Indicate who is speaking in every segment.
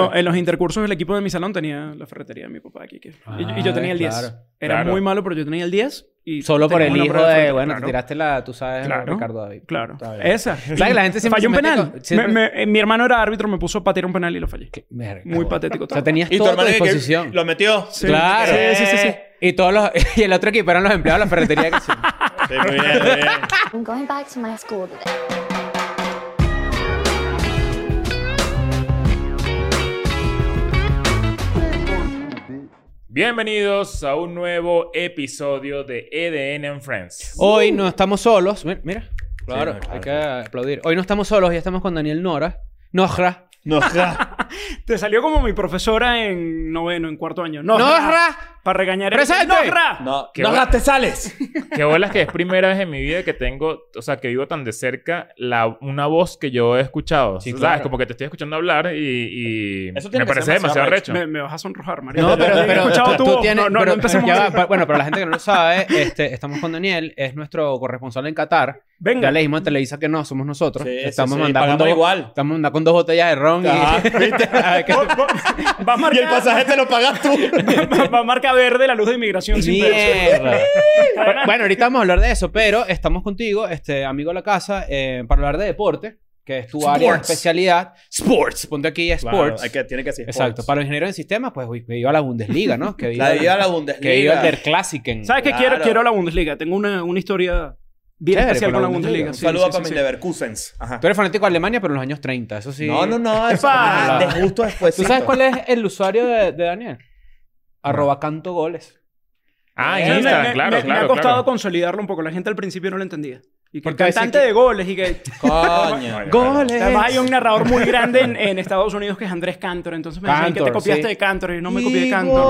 Speaker 1: Bueno, en los intercursos el equipo de mi salón tenía la ferretería de mi papá aquí. que- y- y, yo
Speaker 2: Ah,
Speaker 1: tenía el 10.
Speaker 2: claro.
Speaker 1: Era
Speaker 3: Claro.
Speaker 1: muy malo, pero yo tenía el 10. Y
Speaker 2: Solo por
Speaker 1: tenía
Speaker 2: el
Speaker 1: una
Speaker 2: hijo
Speaker 1: prueba
Speaker 2: de,
Speaker 1: ferretería,
Speaker 2: bueno,
Speaker 1: claro.
Speaker 2: te tiraste la, tú sabes,
Speaker 1: Claro.
Speaker 2: Ricardo David.
Speaker 1: Claro.
Speaker 2: Está bien.
Speaker 1: Esa.
Speaker 2: ¿Sabes que la gente
Speaker 1: Fallé
Speaker 2: siempre se
Speaker 1: un
Speaker 2: mete
Speaker 1: penal.
Speaker 2: con- siempre-
Speaker 1: Me- me- eh, mi hermano era árbitro, me puso a patear un penal y lo fallé.
Speaker 2: Qué verga,
Speaker 1: Muy
Speaker 2: güey.
Speaker 1: patético.
Speaker 2: O sea, tenías
Speaker 3: Y tu
Speaker 2: todo a tu
Speaker 3: hermano que-
Speaker 2: disposición.
Speaker 3: lo metió. Sí,
Speaker 1: Sí.
Speaker 2: Claro.
Speaker 1: Sí, sí, sí, sí.
Speaker 2: Y, todos los, y el otro equipo eran los empleados de la ferretería. que sí.
Speaker 3: muy bien, muy bien.
Speaker 4: I'm going back to my school today.
Speaker 3: Bienvenidos a un nuevo episodio de E EDN and Friends.
Speaker 2: Hoy no estamos solos. Mi- Mira. Claro,
Speaker 3: no, claro.
Speaker 2: hay que aplaudir. Hoy no estamos solos, ya estamos con Daniel Nora. Nojra.
Speaker 1: Te salió como mi profesora en noveno, en cuarto año. ¡No,
Speaker 2: ¡Nojra!
Speaker 1: Para regañar.
Speaker 2: ¡Presente!
Speaker 1: ¡Nojra!
Speaker 5: No,
Speaker 3: Qué
Speaker 5: no
Speaker 3: bueno.
Speaker 5: te sales.
Speaker 3: Qué bolas que es primera vez en mi vida que tengo, o sea, que vivo tan de cerca la, una voz que yo he escuchado.
Speaker 2: Sí,
Speaker 3: ¿Sabes?
Speaker 2: claro.
Speaker 3: Como que te estoy escuchando hablar y, y
Speaker 5: Eso tiene
Speaker 3: me
Speaker 5: que ser
Speaker 3: parece demasiado
Speaker 5: demasiado
Speaker 3: recho.
Speaker 1: Me, me vas a sonrojar, María.
Speaker 2: No, pero,
Speaker 1: He
Speaker 2: pero
Speaker 1: escuchado tu voz. No, no,
Speaker 2: pero-
Speaker 1: no empecemos
Speaker 2: ya va,
Speaker 1: así.
Speaker 2: pa- Bueno, para la gente que no lo sabe, este, estamos con Daniel, es nuestro corresponsal en Qatar. Ya
Speaker 1: Venga.
Speaker 2: le dijimos a Televisa que no, somos nosotros.
Speaker 5: Sí, sí,
Speaker 2: estamos
Speaker 5: sí,
Speaker 2: mandando
Speaker 5: pagamos
Speaker 2: dos,
Speaker 5: igual.
Speaker 2: Estamos mandando con dos botellas de ron
Speaker 5: Ah,
Speaker 2: y a ver qué-
Speaker 1: Va a marcar,
Speaker 5: Y el pasaje te lo pagas tú.
Speaker 1: va a marcar verde la luz de inmigración sin pedos.
Speaker 2: Mierda. bueno, ahorita vamos a hablar de eso, pero estamos contigo, este amigo de la casa, eh, para hablar de deporte, que es tu área de
Speaker 5: Sports.
Speaker 2: especialidad. Sports. Ponte aquí sports.
Speaker 5: Claro, hay que, tiene que decir
Speaker 2: Exacto.
Speaker 5: sports.
Speaker 2: Para los ingenieros en sistemas, pues uy, que viva la Bundesliga, ¿no? Que viva,
Speaker 5: La vida de la Bundesliga.
Speaker 2: que viva el Der Klassiken.
Speaker 1: ¿Sabes qué?
Speaker 5: Claro.
Speaker 1: Quiero, quiero la Bundesliga. Tengo una, una historia bien
Speaker 2: Chévere,
Speaker 1: especial
Speaker 2: con
Speaker 1: con
Speaker 2: la
Speaker 1: la
Speaker 2: Bundesliga.
Speaker 1: Bundesliga.
Speaker 5: Un
Speaker 1: Sí,
Speaker 5: saludo
Speaker 1: sí,
Speaker 5: para
Speaker 1: sí,
Speaker 5: mis
Speaker 1: sí.
Speaker 5: Leverkusens. Ajá.
Speaker 2: Tú eres fanático de Alemania, pero en los años 30, eso sí.
Speaker 5: No, no, no. Es
Speaker 1: Epa.
Speaker 5: de justo después.
Speaker 2: ¿Tú sabes cuál es el usuario de, de Daniel? Arroba canto goles.
Speaker 3: Ah, en
Speaker 1: Me-
Speaker 3: Instagram,
Speaker 1: me,
Speaker 3: claro,
Speaker 1: me- me
Speaker 3: claro.
Speaker 1: ha costado
Speaker 3: claro.
Speaker 1: consolidarlo un poco. La gente al principio no lo entendía. Y que
Speaker 2: Porque decía
Speaker 1: cantante
Speaker 2: que-
Speaker 1: de goles y que...
Speaker 5: Coño.
Speaker 2: ¡Goles!
Speaker 1: Además hay un narrador muy grande en, en Estados Unidos que es Andrés Cantor. Entonces me decían que te
Speaker 2: Cantor,
Speaker 1: copiaste
Speaker 2: sí.
Speaker 1: de Cantor y no me copié de
Speaker 5: Y
Speaker 1: Cantor.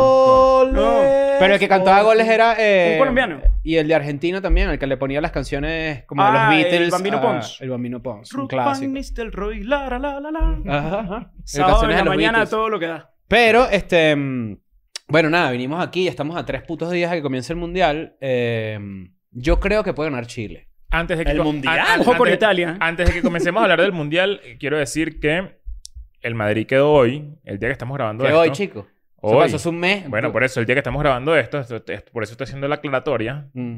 Speaker 5: goles.
Speaker 1: No.
Speaker 2: Pero el que cantaba goles era. eh,
Speaker 1: Un colombiano.
Speaker 2: Y el de Argentina también, el que le ponía las canciones como de
Speaker 1: Ah,
Speaker 2: los
Speaker 1: el
Speaker 2: Beatles.
Speaker 1: Bambino
Speaker 2: a-
Speaker 1: Pons.
Speaker 2: El Bambino Pons, un
Speaker 1: Ruth
Speaker 2: clásico.
Speaker 1: Van Nistelrooy, la, la, la, la, la.
Speaker 2: Ajá, ajá.
Speaker 1: Sábado en
Speaker 2: Canciones de
Speaker 1: la
Speaker 2: los
Speaker 1: mañana
Speaker 2: Beatles.
Speaker 1: todo lo que da.
Speaker 2: Pero, este. mm, Bueno, nada, vinimos aquí, ya estamos a tres putos días a que comience el mundial. eh, yo creo que puede ganar Chile.
Speaker 3: Antes de que
Speaker 5: El
Speaker 3: co-
Speaker 5: Mundial.
Speaker 3: an- an-
Speaker 1: Ojo con
Speaker 3: antes-
Speaker 1: Italia. ¿eh?
Speaker 3: Antes de que comencemos a hablar del mundial, eh, quiero decir que el Madrid quedó hoy, el día que estamos grabando
Speaker 2: Que
Speaker 3: esto.
Speaker 2: hoy, chico. Eso
Speaker 3: Hoy.
Speaker 2: pasó hace un mes.
Speaker 3: Bueno, por eso, el día que estamos grabando esto, esto- esto- por eso estoy haciendo la aclaratoria.
Speaker 2: Mm.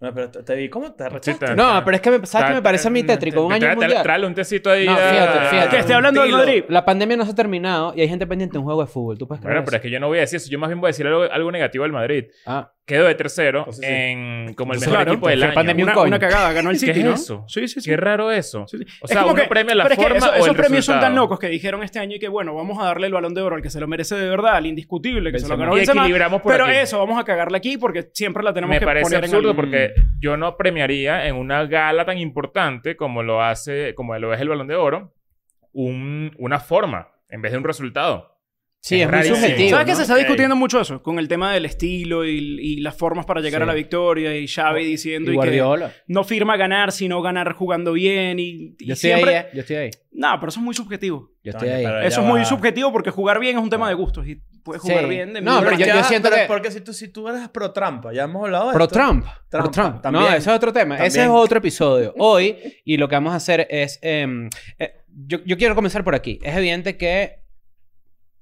Speaker 5: No, pero te, te vi. ¿Cómo te
Speaker 3: Sí,
Speaker 5: arrechaste?
Speaker 3: está-
Speaker 2: No, pero es que me, ¿sabes que me parece a mí
Speaker 3: Tra-
Speaker 2: tétrico? Un
Speaker 3: tra-
Speaker 2: año
Speaker 3: tra-
Speaker 2: mundial.
Speaker 3: Trale un tecito ahí.
Speaker 2: No,
Speaker 3: a- este
Speaker 2: fíjate, fíjate.
Speaker 1: Que esté hablando del
Speaker 5: Dilo.
Speaker 1: Madrid.
Speaker 2: La pandemia no se ha terminado y hay gente pendiente de un juego de fútbol. ¿Tú puedes creer
Speaker 3: Bueno, pero es
Speaker 2: eso?
Speaker 3: que yo no voy a decir eso. Yo más bien voy a decir algo, algo negativo del Madrid.
Speaker 2: Ah,
Speaker 3: Quedó de tercero
Speaker 5: Entonces, sí.
Speaker 3: en como el
Speaker 2: Entonces,
Speaker 3: mejor
Speaker 2: claro,
Speaker 3: equipo del
Speaker 2: fue
Speaker 3: año.
Speaker 2: pandemia. Ni un
Speaker 1: Una,
Speaker 2: coño.
Speaker 1: una cagada, ganó el
Speaker 3: ¿Qué
Speaker 1: City,
Speaker 3: es
Speaker 1: ¿no?
Speaker 3: eso?
Speaker 1: Sí, sí, sí.
Speaker 3: Qué raro eso.
Speaker 1: Sí, sí.
Speaker 3: O
Speaker 1: Es
Speaker 3: sea,
Speaker 1: como
Speaker 3: uno
Speaker 1: que-
Speaker 3: premia la
Speaker 1: pero es que
Speaker 3: forma
Speaker 1: eso-
Speaker 3: o el
Speaker 1: Esos premios son tan
Speaker 3: resultado.
Speaker 1: locos que dijeron este año y que, bueno, vamos a darle el balón de oro al que se lo merece de verdad, al indiscutible, que se lo
Speaker 2: Benzema.
Speaker 1: ganó
Speaker 3: Y
Speaker 1: Benzema.
Speaker 3: equilibramos por
Speaker 1: pero
Speaker 3: aquí.
Speaker 1: eso, vamos a cagarla aquí porque siempre la tenemos
Speaker 3: Me
Speaker 1: que
Speaker 3: parece
Speaker 1: poner
Speaker 3: absurdo
Speaker 1: en algún-
Speaker 3: porque yo no premiaría en una gala tan importante como lo hace, como lo es el Balón de Oro, un- una forma en vez de un resultado.
Speaker 2: sí,
Speaker 3: Es
Speaker 2: es, muy
Speaker 3: rarísimo.
Speaker 2: subjetivo.
Speaker 1: ¿Sabes que
Speaker 2: ¿no?
Speaker 1: se está
Speaker 5: Ok.
Speaker 1: discutiendo mucho eso? Con el tema del estilo y, y las formas para llegar
Speaker 2: Sí.
Speaker 1: a la victoria y Xavi diciendo
Speaker 2: Y
Speaker 1: y que
Speaker 2: Guardiola.
Speaker 1: no firma ganar, sino ganar jugando bien y, y
Speaker 2: Yo estoy,
Speaker 1: siempre...
Speaker 2: ahí, eh. yo estoy ahí.
Speaker 1: No, pero eso es muy subjetivo.
Speaker 2: Yo
Speaker 5: No,
Speaker 2: estoy
Speaker 5: ya,
Speaker 2: ahí.
Speaker 5: pero ya
Speaker 1: Eso es muy
Speaker 5: va.
Speaker 1: subjetivo porque jugar bien es un tema de gustos y puedes jugar
Speaker 2: Sí.
Speaker 1: bien de
Speaker 2: No,
Speaker 1: mil
Speaker 2: pero yo-
Speaker 1: maneras.
Speaker 5: ya-
Speaker 2: siento
Speaker 5: pero
Speaker 2: que-
Speaker 5: Porque si tú, si tú eres pro trampa, ya hemos hablado de
Speaker 2: Pro
Speaker 5: esto.
Speaker 2: Trump. Pro
Speaker 5: Trump,
Speaker 2: Trump. No,
Speaker 5: también.
Speaker 2: ese es otro tema. Ese es
Speaker 5: También.
Speaker 2: otro episodio. Hoy, y lo que vamos a hacer es. em, eh, yo, yo quiero comenzar por aquí. Es evidente que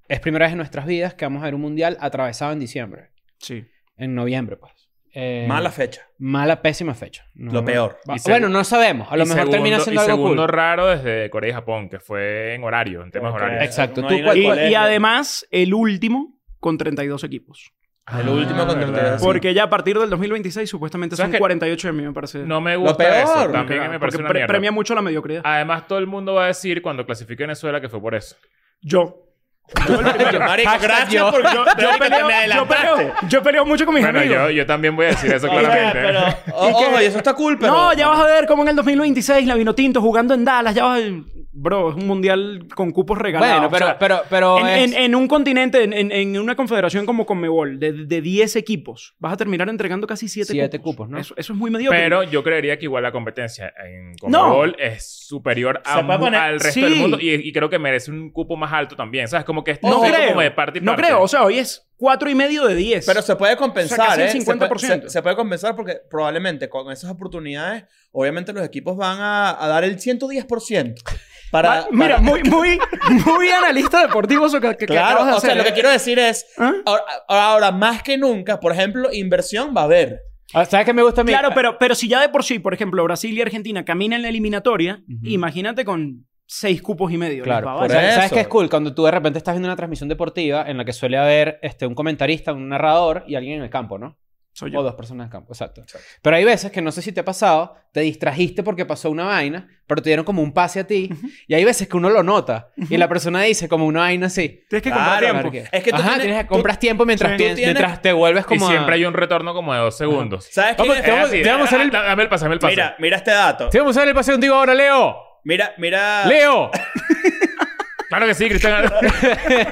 Speaker 2: es primera vez en nuestras vidas que vamos a ver un mundial atravesado en diciembre.
Speaker 1: Sí.
Speaker 2: En noviembre, pues. Em,
Speaker 5: Mala fecha.
Speaker 2: Mala, pésima fecha. No-
Speaker 5: Lo peor.
Speaker 2: Va-
Speaker 3: Y segu-
Speaker 2: bueno, no sabemos. A lo
Speaker 3: Y
Speaker 2: mejor termina
Speaker 3: segundo-
Speaker 2: siendo
Speaker 3: y
Speaker 2: algo
Speaker 3: segundo
Speaker 2: cool.
Speaker 3: raro desde Corea y Japón, que fue en horario, en temas
Speaker 5: Ok.
Speaker 3: horarios.
Speaker 2: Exacto.
Speaker 5: Uno
Speaker 2: Tú,
Speaker 5: ahí en
Speaker 2: ¿cuál-
Speaker 5: el
Speaker 1: Y,
Speaker 2: cuál-
Speaker 5: colegio.
Speaker 1: y además, el último con 32 equipos.
Speaker 5: El último con
Speaker 3: ¿verdad?
Speaker 5: 32. Por-
Speaker 1: Porque ya a partir del 2026 supuestamente
Speaker 3: ¿Sabes
Speaker 1: son
Speaker 3: qué?
Speaker 1: 48 de mí, me parece.
Speaker 3: No me gusta
Speaker 5: peor.
Speaker 3: eso.
Speaker 5: Lo
Speaker 3: También
Speaker 1: Claro,
Speaker 3: me parece
Speaker 1: porque
Speaker 3: una
Speaker 1: pre-
Speaker 3: mierda. Ah.
Speaker 1: premia mucho la mediocridad.
Speaker 3: Además, todo el mundo va a decir cuando clasifique Venezuela que fue por eso.
Speaker 1: Yo.
Speaker 5: Marico,
Speaker 2: Hashtag yo.
Speaker 5: porque
Speaker 1: Yo, yo peleo, yo, peleo, yo peleo mucho con mis
Speaker 3: Bueno,
Speaker 1: amigos.
Speaker 3: yo, yo también voy a decir eso
Speaker 5: Oye,
Speaker 3: claramente.
Speaker 5: pero- o- ojo, y eso está cool, pero...
Speaker 1: no, ya vas a ver cómo en el 2026 la vino tinto jugando en Dallas. Ya vas a... Bro, es un mundial con cupos regalados.
Speaker 2: Bueno, pero,
Speaker 1: o sea,
Speaker 2: pero, pero
Speaker 1: en,
Speaker 2: es-
Speaker 1: en- en un continente, en, en- en una confederación como Conmebol, de, de 10 equipos, vas a terminar entregando casi 7
Speaker 2: Siete cupos, ¿no?
Speaker 1: Eso, eso es muy mediocre.
Speaker 3: Pero yo creería que igual la competencia en Conmebol es superior a
Speaker 5: Se puede
Speaker 3: mu-
Speaker 5: poner-
Speaker 3: al resto
Speaker 1: Sí.
Speaker 3: del mundo y, y creo que merece un cupo más alto también. ¿Sabes? Como que es
Speaker 1: no
Speaker 3: es
Speaker 1: creo.
Speaker 3: como de parte y
Speaker 1: no
Speaker 3: parte.
Speaker 1: creo. O sea, hoy es 4 y medio de 10.
Speaker 5: Pero se puede compensar,
Speaker 1: O sea, casi el
Speaker 5: ¿eh? Se puede-
Speaker 1: 50%.
Speaker 5: Se, se puede compensar porque probablemente con esas oportunidades, obviamente los equipos van a, a dar el 110%. Para,
Speaker 1: Va- Mira,
Speaker 5: para-
Speaker 1: muy, muy, muy analista deportivo eso que, que- que
Speaker 5: Claro,
Speaker 1: acabas de
Speaker 5: o sea,
Speaker 1: hacer,
Speaker 5: lo que
Speaker 1: ¿eh?
Speaker 5: quiero decir es,
Speaker 1: ¿Ah?
Speaker 5: ahora, ahora más que nunca, por ejemplo, inversión va a haber.
Speaker 2: Ah, ¿Sabes qué me gusta a mí?
Speaker 1: Claro, pero, pero si ya de por sí, por ejemplo, Brasil y Argentina caminan la eliminatoria,
Speaker 2: Ujú.
Speaker 1: imagínate con seis cupos y medio.
Speaker 2: Claro,
Speaker 1: les va a
Speaker 2: por
Speaker 1: valer.
Speaker 5: eso.
Speaker 2: ¿Sabes qué es cool? Cuando tú de repente estás viendo una transmisión deportiva en la que suele haber este, un comentarista, un narrador y alguien en el campo, ¿no?
Speaker 1: Soy
Speaker 2: O
Speaker 1: yo.
Speaker 2: dos personas en el campo, exacto. Pero hay veces que no sé si te ha pasado, te distrajiste porque pasó una vaina, pero te dieron como un pase a ti. Y hay veces que uno lo nota y la persona dice como una vaina así.
Speaker 1: Tienes que
Speaker 5: Claro,
Speaker 1: comprar
Speaker 5: marico.
Speaker 1: tiempo.
Speaker 5: Es que tú
Speaker 2: Ajá,
Speaker 5: tienes-
Speaker 2: tienes que-
Speaker 5: tú-
Speaker 2: compras tiempo mientras,
Speaker 1: Sí.
Speaker 2: tienes-
Speaker 5: Tú tienes-
Speaker 2: mientras te vuelves como
Speaker 3: Y siempre
Speaker 2: a-
Speaker 3: hay un retorno como de dos segundos.
Speaker 5: ¿Sabes qué?
Speaker 2: Vamos,
Speaker 5: Es
Speaker 1: eh,
Speaker 2: te vamos-
Speaker 5: así.
Speaker 2: te vamos a hacer el-
Speaker 3: Da- Dame el pase, dame el pase.
Speaker 5: Mira, mira este dato.
Speaker 2: Te vamos a dar el paseo contigo ahora, Leo.
Speaker 5: Mira, mira.
Speaker 2: Leo.
Speaker 3: Claro que sí, Cristian.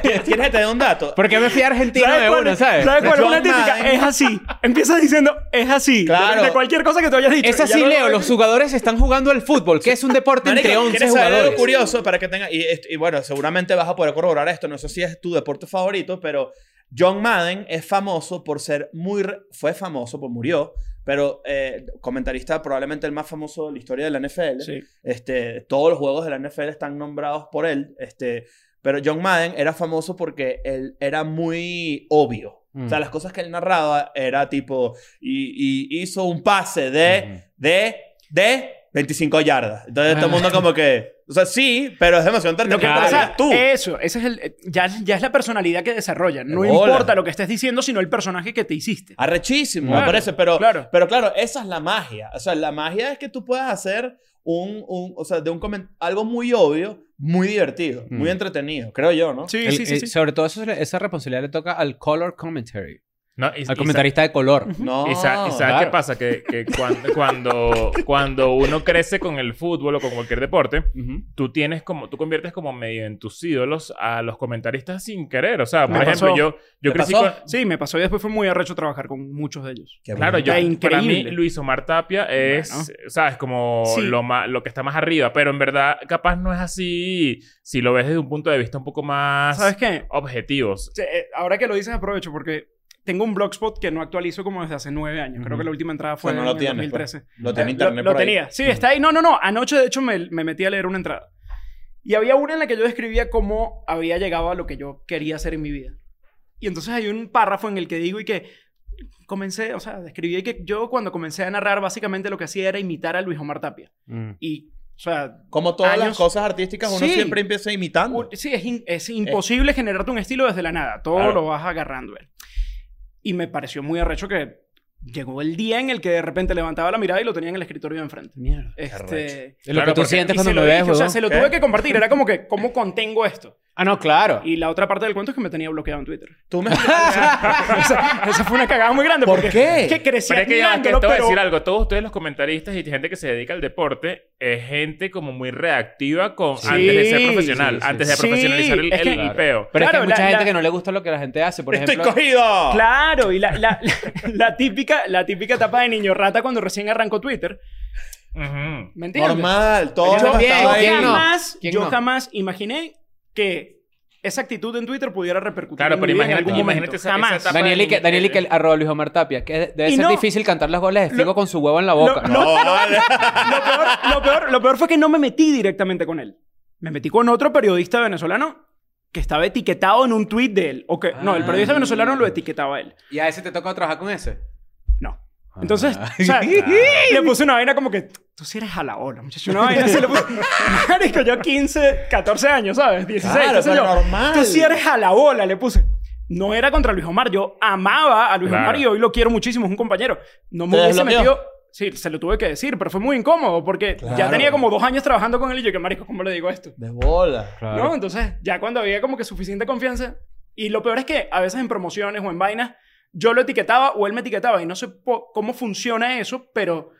Speaker 5: Tienes que tener un dato.
Speaker 2: Porque me fui a Argentina de
Speaker 1: cuál,
Speaker 2: una, ¿sabes?
Speaker 1: ¿Sabes cuál es
Speaker 5: John
Speaker 1: una típica?
Speaker 5: Madden.
Speaker 1: Es así. Empiezas diciendo, es así.
Speaker 5: Claro.
Speaker 1: De cualquier cosa que tú hayas dicho.
Speaker 2: Es
Speaker 1: Ya
Speaker 2: así,
Speaker 1: lo-
Speaker 2: Leo. Los jugadores están jugando al fútbol, que es un deporte
Speaker 5: Marico,
Speaker 2: entre 11
Speaker 5: ¿quieres saber algo
Speaker 2: jugadores.
Speaker 5: curioso para que tenga y, est- y bueno, seguramente vas a poder corroborar esto, no sé si es tu deporte favorito, pero John Madden es famoso por ser muy re- fue famoso, pues murió, pero eh, comentarista probablemente el más famoso de la historia de la NFL.
Speaker 1: Sí.
Speaker 5: Este, todos los juegos de la NFL están nombrados por él, este, pero John Madden era famoso porque él era muy obvio. O sea,
Speaker 2: Mm.
Speaker 5: las cosas que él narraba era tipo, y, y hizo un pase de de, de 25 yardas. Entonces todo el mundo como que... O sea, sí, pero es demasiado
Speaker 1: Lo que
Speaker 5: entretenido
Speaker 2: Claro.
Speaker 5: para
Speaker 1: pasa,
Speaker 5: ver tú.
Speaker 1: eso, ese es el, eh, ya, ya es la personalidad que desarrolla. No
Speaker 5: Hola.
Speaker 1: importa lo que estés diciendo, sino el personaje que te hiciste.
Speaker 5: Arrechísimo,
Speaker 1: Claro,
Speaker 5: me parece. Pero
Speaker 1: claro.
Speaker 5: claro. pero claro, esa es la magia. O sea, la magia es que tú puedas hacer un... un- o sea, de un comen- algo muy obvio, muy divertido,
Speaker 2: Mm.
Speaker 5: muy entretenido, creo yo, ¿no?
Speaker 1: Sí,
Speaker 2: El-
Speaker 1: sí, sí,
Speaker 2: eh,
Speaker 1: sí.
Speaker 2: Sobre todo eso- esa responsabilidad le toca al color commentary,
Speaker 3: No, y- y-
Speaker 2: al comentarista de color.
Speaker 5: No.
Speaker 3: Y, sa- y sabes
Speaker 2: claro.
Speaker 3: qué pasa? Que, que cuando, cuando, cuando uno crece con el fútbol o con cualquier deporte,
Speaker 2: Ujú.
Speaker 3: tú tienes como, tú conviertes como medio en tus ídolos a los comentaristas sin querer. O sea, por
Speaker 1: Me
Speaker 3: ejemplo,
Speaker 1: pasó.
Speaker 3: yo, yo
Speaker 5: ¿Te
Speaker 3: crecí
Speaker 5: pasó?
Speaker 3: con.
Speaker 1: Sí, me pasó y después fue muy arrecho trabajar con muchos de ellos.
Speaker 5: Qué
Speaker 3: Claro,
Speaker 5: bueno.
Speaker 3: yo,
Speaker 1: Está
Speaker 3: para mí
Speaker 1: increíble.
Speaker 3: Luis Omar Tapia es, eh, ¿sabes? Como
Speaker 1: Sí.
Speaker 3: lo, ma- lo que está más arriba, pero en verdad capaz no es así si lo ves desde un punto de vista un poco más
Speaker 1: ¿Sabes qué?
Speaker 3: objetivos.
Speaker 1: Sí, eh, Ahora que lo dices, aprovecho porque tengo un blogspot que no actualizo como desde hace nueve años. Creo
Speaker 2: Ujú.
Speaker 1: que la última entrada
Speaker 5: O
Speaker 1: fue
Speaker 5: sea, no lo
Speaker 1: en el
Speaker 5: tienes,
Speaker 1: 2013.
Speaker 5: Lo tenía
Speaker 1: Eh,
Speaker 5: internet
Speaker 1: Lo,
Speaker 5: por ahí.
Speaker 1: tenía. Sí, está ahí. No, no, no. Anoche, de hecho, me, me metí a leer una entrada. Y había una en la que yo describía cómo había llegado a lo que yo quería hacer en mi vida. Y entonces hay un párrafo en el que digo y que comencé, o sea, describí que yo cuando comencé a narrar, básicamente lo que hacía era imitar a Luis Omar Tapia.
Speaker 2: Mm.
Speaker 1: Y, o sea,
Speaker 5: Como todas las
Speaker 1: Años-
Speaker 5: cosas artísticas, uno
Speaker 1: Sí.
Speaker 5: siempre empieza imitando.
Speaker 1: U- Sí, es, in-
Speaker 3: Eh.
Speaker 1: es imposible generarte un estilo desde la nada. Todo
Speaker 5: Claro.
Speaker 1: lo vas agarrando. eh. Y me pareció muy arrecho que llegó el día en el que de repente levantaba la mirada y lo tenía en el escritorio de enfrente.
Speaker 2: Mierda.
Speaker 1: Este,
Speaker 2: Es lo
Speaker 3: Claro,
Speaker 2: que tú
Speaker 3: porque-
Speaker 2: sientes
Speaker 1: y se
Speaker 2: cuando
Speaker 1: lo
Speaker 2: me
Speaker 1: dije,
Speaker 2: ves,
Speaker 1: o sea,
Speaker 2: huevón.
Speaker 1: se lo
Speaker 5: ¿Qué?
Speaker 1: tuve que compartir. Era como que, ¿cómo contengo esto?
Speaker 2: Ah, no, claro.
Speaker 1: Y la otra parte del cuento es que me tenía bloqueado en Twitter.
Speaker 5: Tú me...
Speaker 1: esa, esa fue una cagada muy grande.
Speaker 5: ¿Por
Speaker 1: porque
Speaker 5: qué?
Speaker 1: Es que crecí
Speaker 3: Pero es que ya, va, que
Speaker 1: admirándolo,
Speaker 3: te voy a
Speaker 1: pero-
Speaker 3: decir algo. Todos ustedes los comentaristas y gente que se dedica al deporte es gente como muy reactiva con,
Speaker 1: Sí,
Speaker 3: antes de ser profesional.
Speaker 2: sí, sí,
Speaker 3: antes de
Speaker 1: sí.
Speaker 3: profesionalizar el,
Speaker 1: Es que-
Speaker 3: el- el peo.
Speaker 2: Pero es
Speaker 1: Claro,
Speaker 2: que hay mucha
Speaker 1: la-
Speaker 2: gente
Speaker 1: la-
Speaker 2: que no le gusta lo que la gente hace, por
Speaker 5: ¡Estoy
Speaker 2: ejemplo.
Speaker 5: cogido!
Speaker 1: Claro, y la, la- la- la típica, la típica etapa de niño rata cuando recién arrancó Twitter.
Speaker 3: Ujú.
Speaker 1: ¿Me entiendes?
Speaker 5: Normal, todo
Speaker 1: yo
Speaker 2: bien,
Speaker 5: estaba ahí.
Speaker 2: ¿quién
Speaker 1: yo
Speaker 2: no?
Speaker 1: jamás,
Speaker 2: ¿Quién
Speaker 1: yo
Speaker 2: no?
Speaker 1: jamás imaginé que esa actitud en Twitter pudiera repercutir
Speaker 3: Claro,
Speaker 1: en,
Speaker 3: pero
Speaker 1: mi vida en
Speaker 3: imagínate-
Speaker 1: algún momento.
Speaker 3: imagínate esa-
Speaker 1: jamás.
Speaker 3: esa etapa
Speaker 2: Daniel Ike,
Speaker 3: Daniel
Speaker 2: Daniel
Speaker 3: Ike.
Speaker 2: Ike, arroba Luis Omar Tapia, que debe
Speaker 1: Y
Speaker 2: ser
Speaker 1: no-
Speaker 2: difícil cantar los goles de Figo con su huevo en la boca.
Speaker 1: lo-
Speaker 2: ¿no?
Speaker 5: No, vale.
Speaker 1: lo, peor, lo, peor, lo peor fue que no me metí directamente con él. Me metí con otro periodista venezolano que estaba etiquetado en un tweet de él. O que, no, el
Speaker 2: Ah.
Speaker 1: periodista venezolano lo etiquetaba a él.
Speaker 2: Y a ese te toca trabajar con ese.
Speaker 1: No. Entonces,
Speaker 2: Ah.
Speaker 1: o sea, le puse una vaina como que, tú sí eres a la ola, muchacho. Una vaina así le puse. Marico, yo 15, 14 años, ¿sabes? 16,
Speaker 5: Claro,
Speaker 1: qué sé
Speaker 5: pero
Speaker 1: yo.
Speaker 5: normal.
Speaker 1: Tú sí eres a la ola, le puse. No era contra Luis Omar, yo amaba a Luis
Speaker 3: Claro.
Speaker 1: Omar y hoy lo quiero muchísimo, es un compañero. No me
Speaker 5: ¿Te
Speaker 1: hubiese
Speaker 5: desbloqueó?
Speaker 1: metido. Sí, se lo tuve que decir, pero fue muy incómodo porque ya
Speaker 5: Claro.
Speaker 1: tenía como dos años trabajando con él y yo, que marico, ¿cómo le digo esto?
Speaker 5: De bola.
Speaker 1: ¿No? Entonces, ya cuando había como que suficiente confianza. Y lo peor es que a veces en promociones o en vainas, yo lo etiquetaba o él me etiquetaba. Y no sé po- cómo funciona eso, pero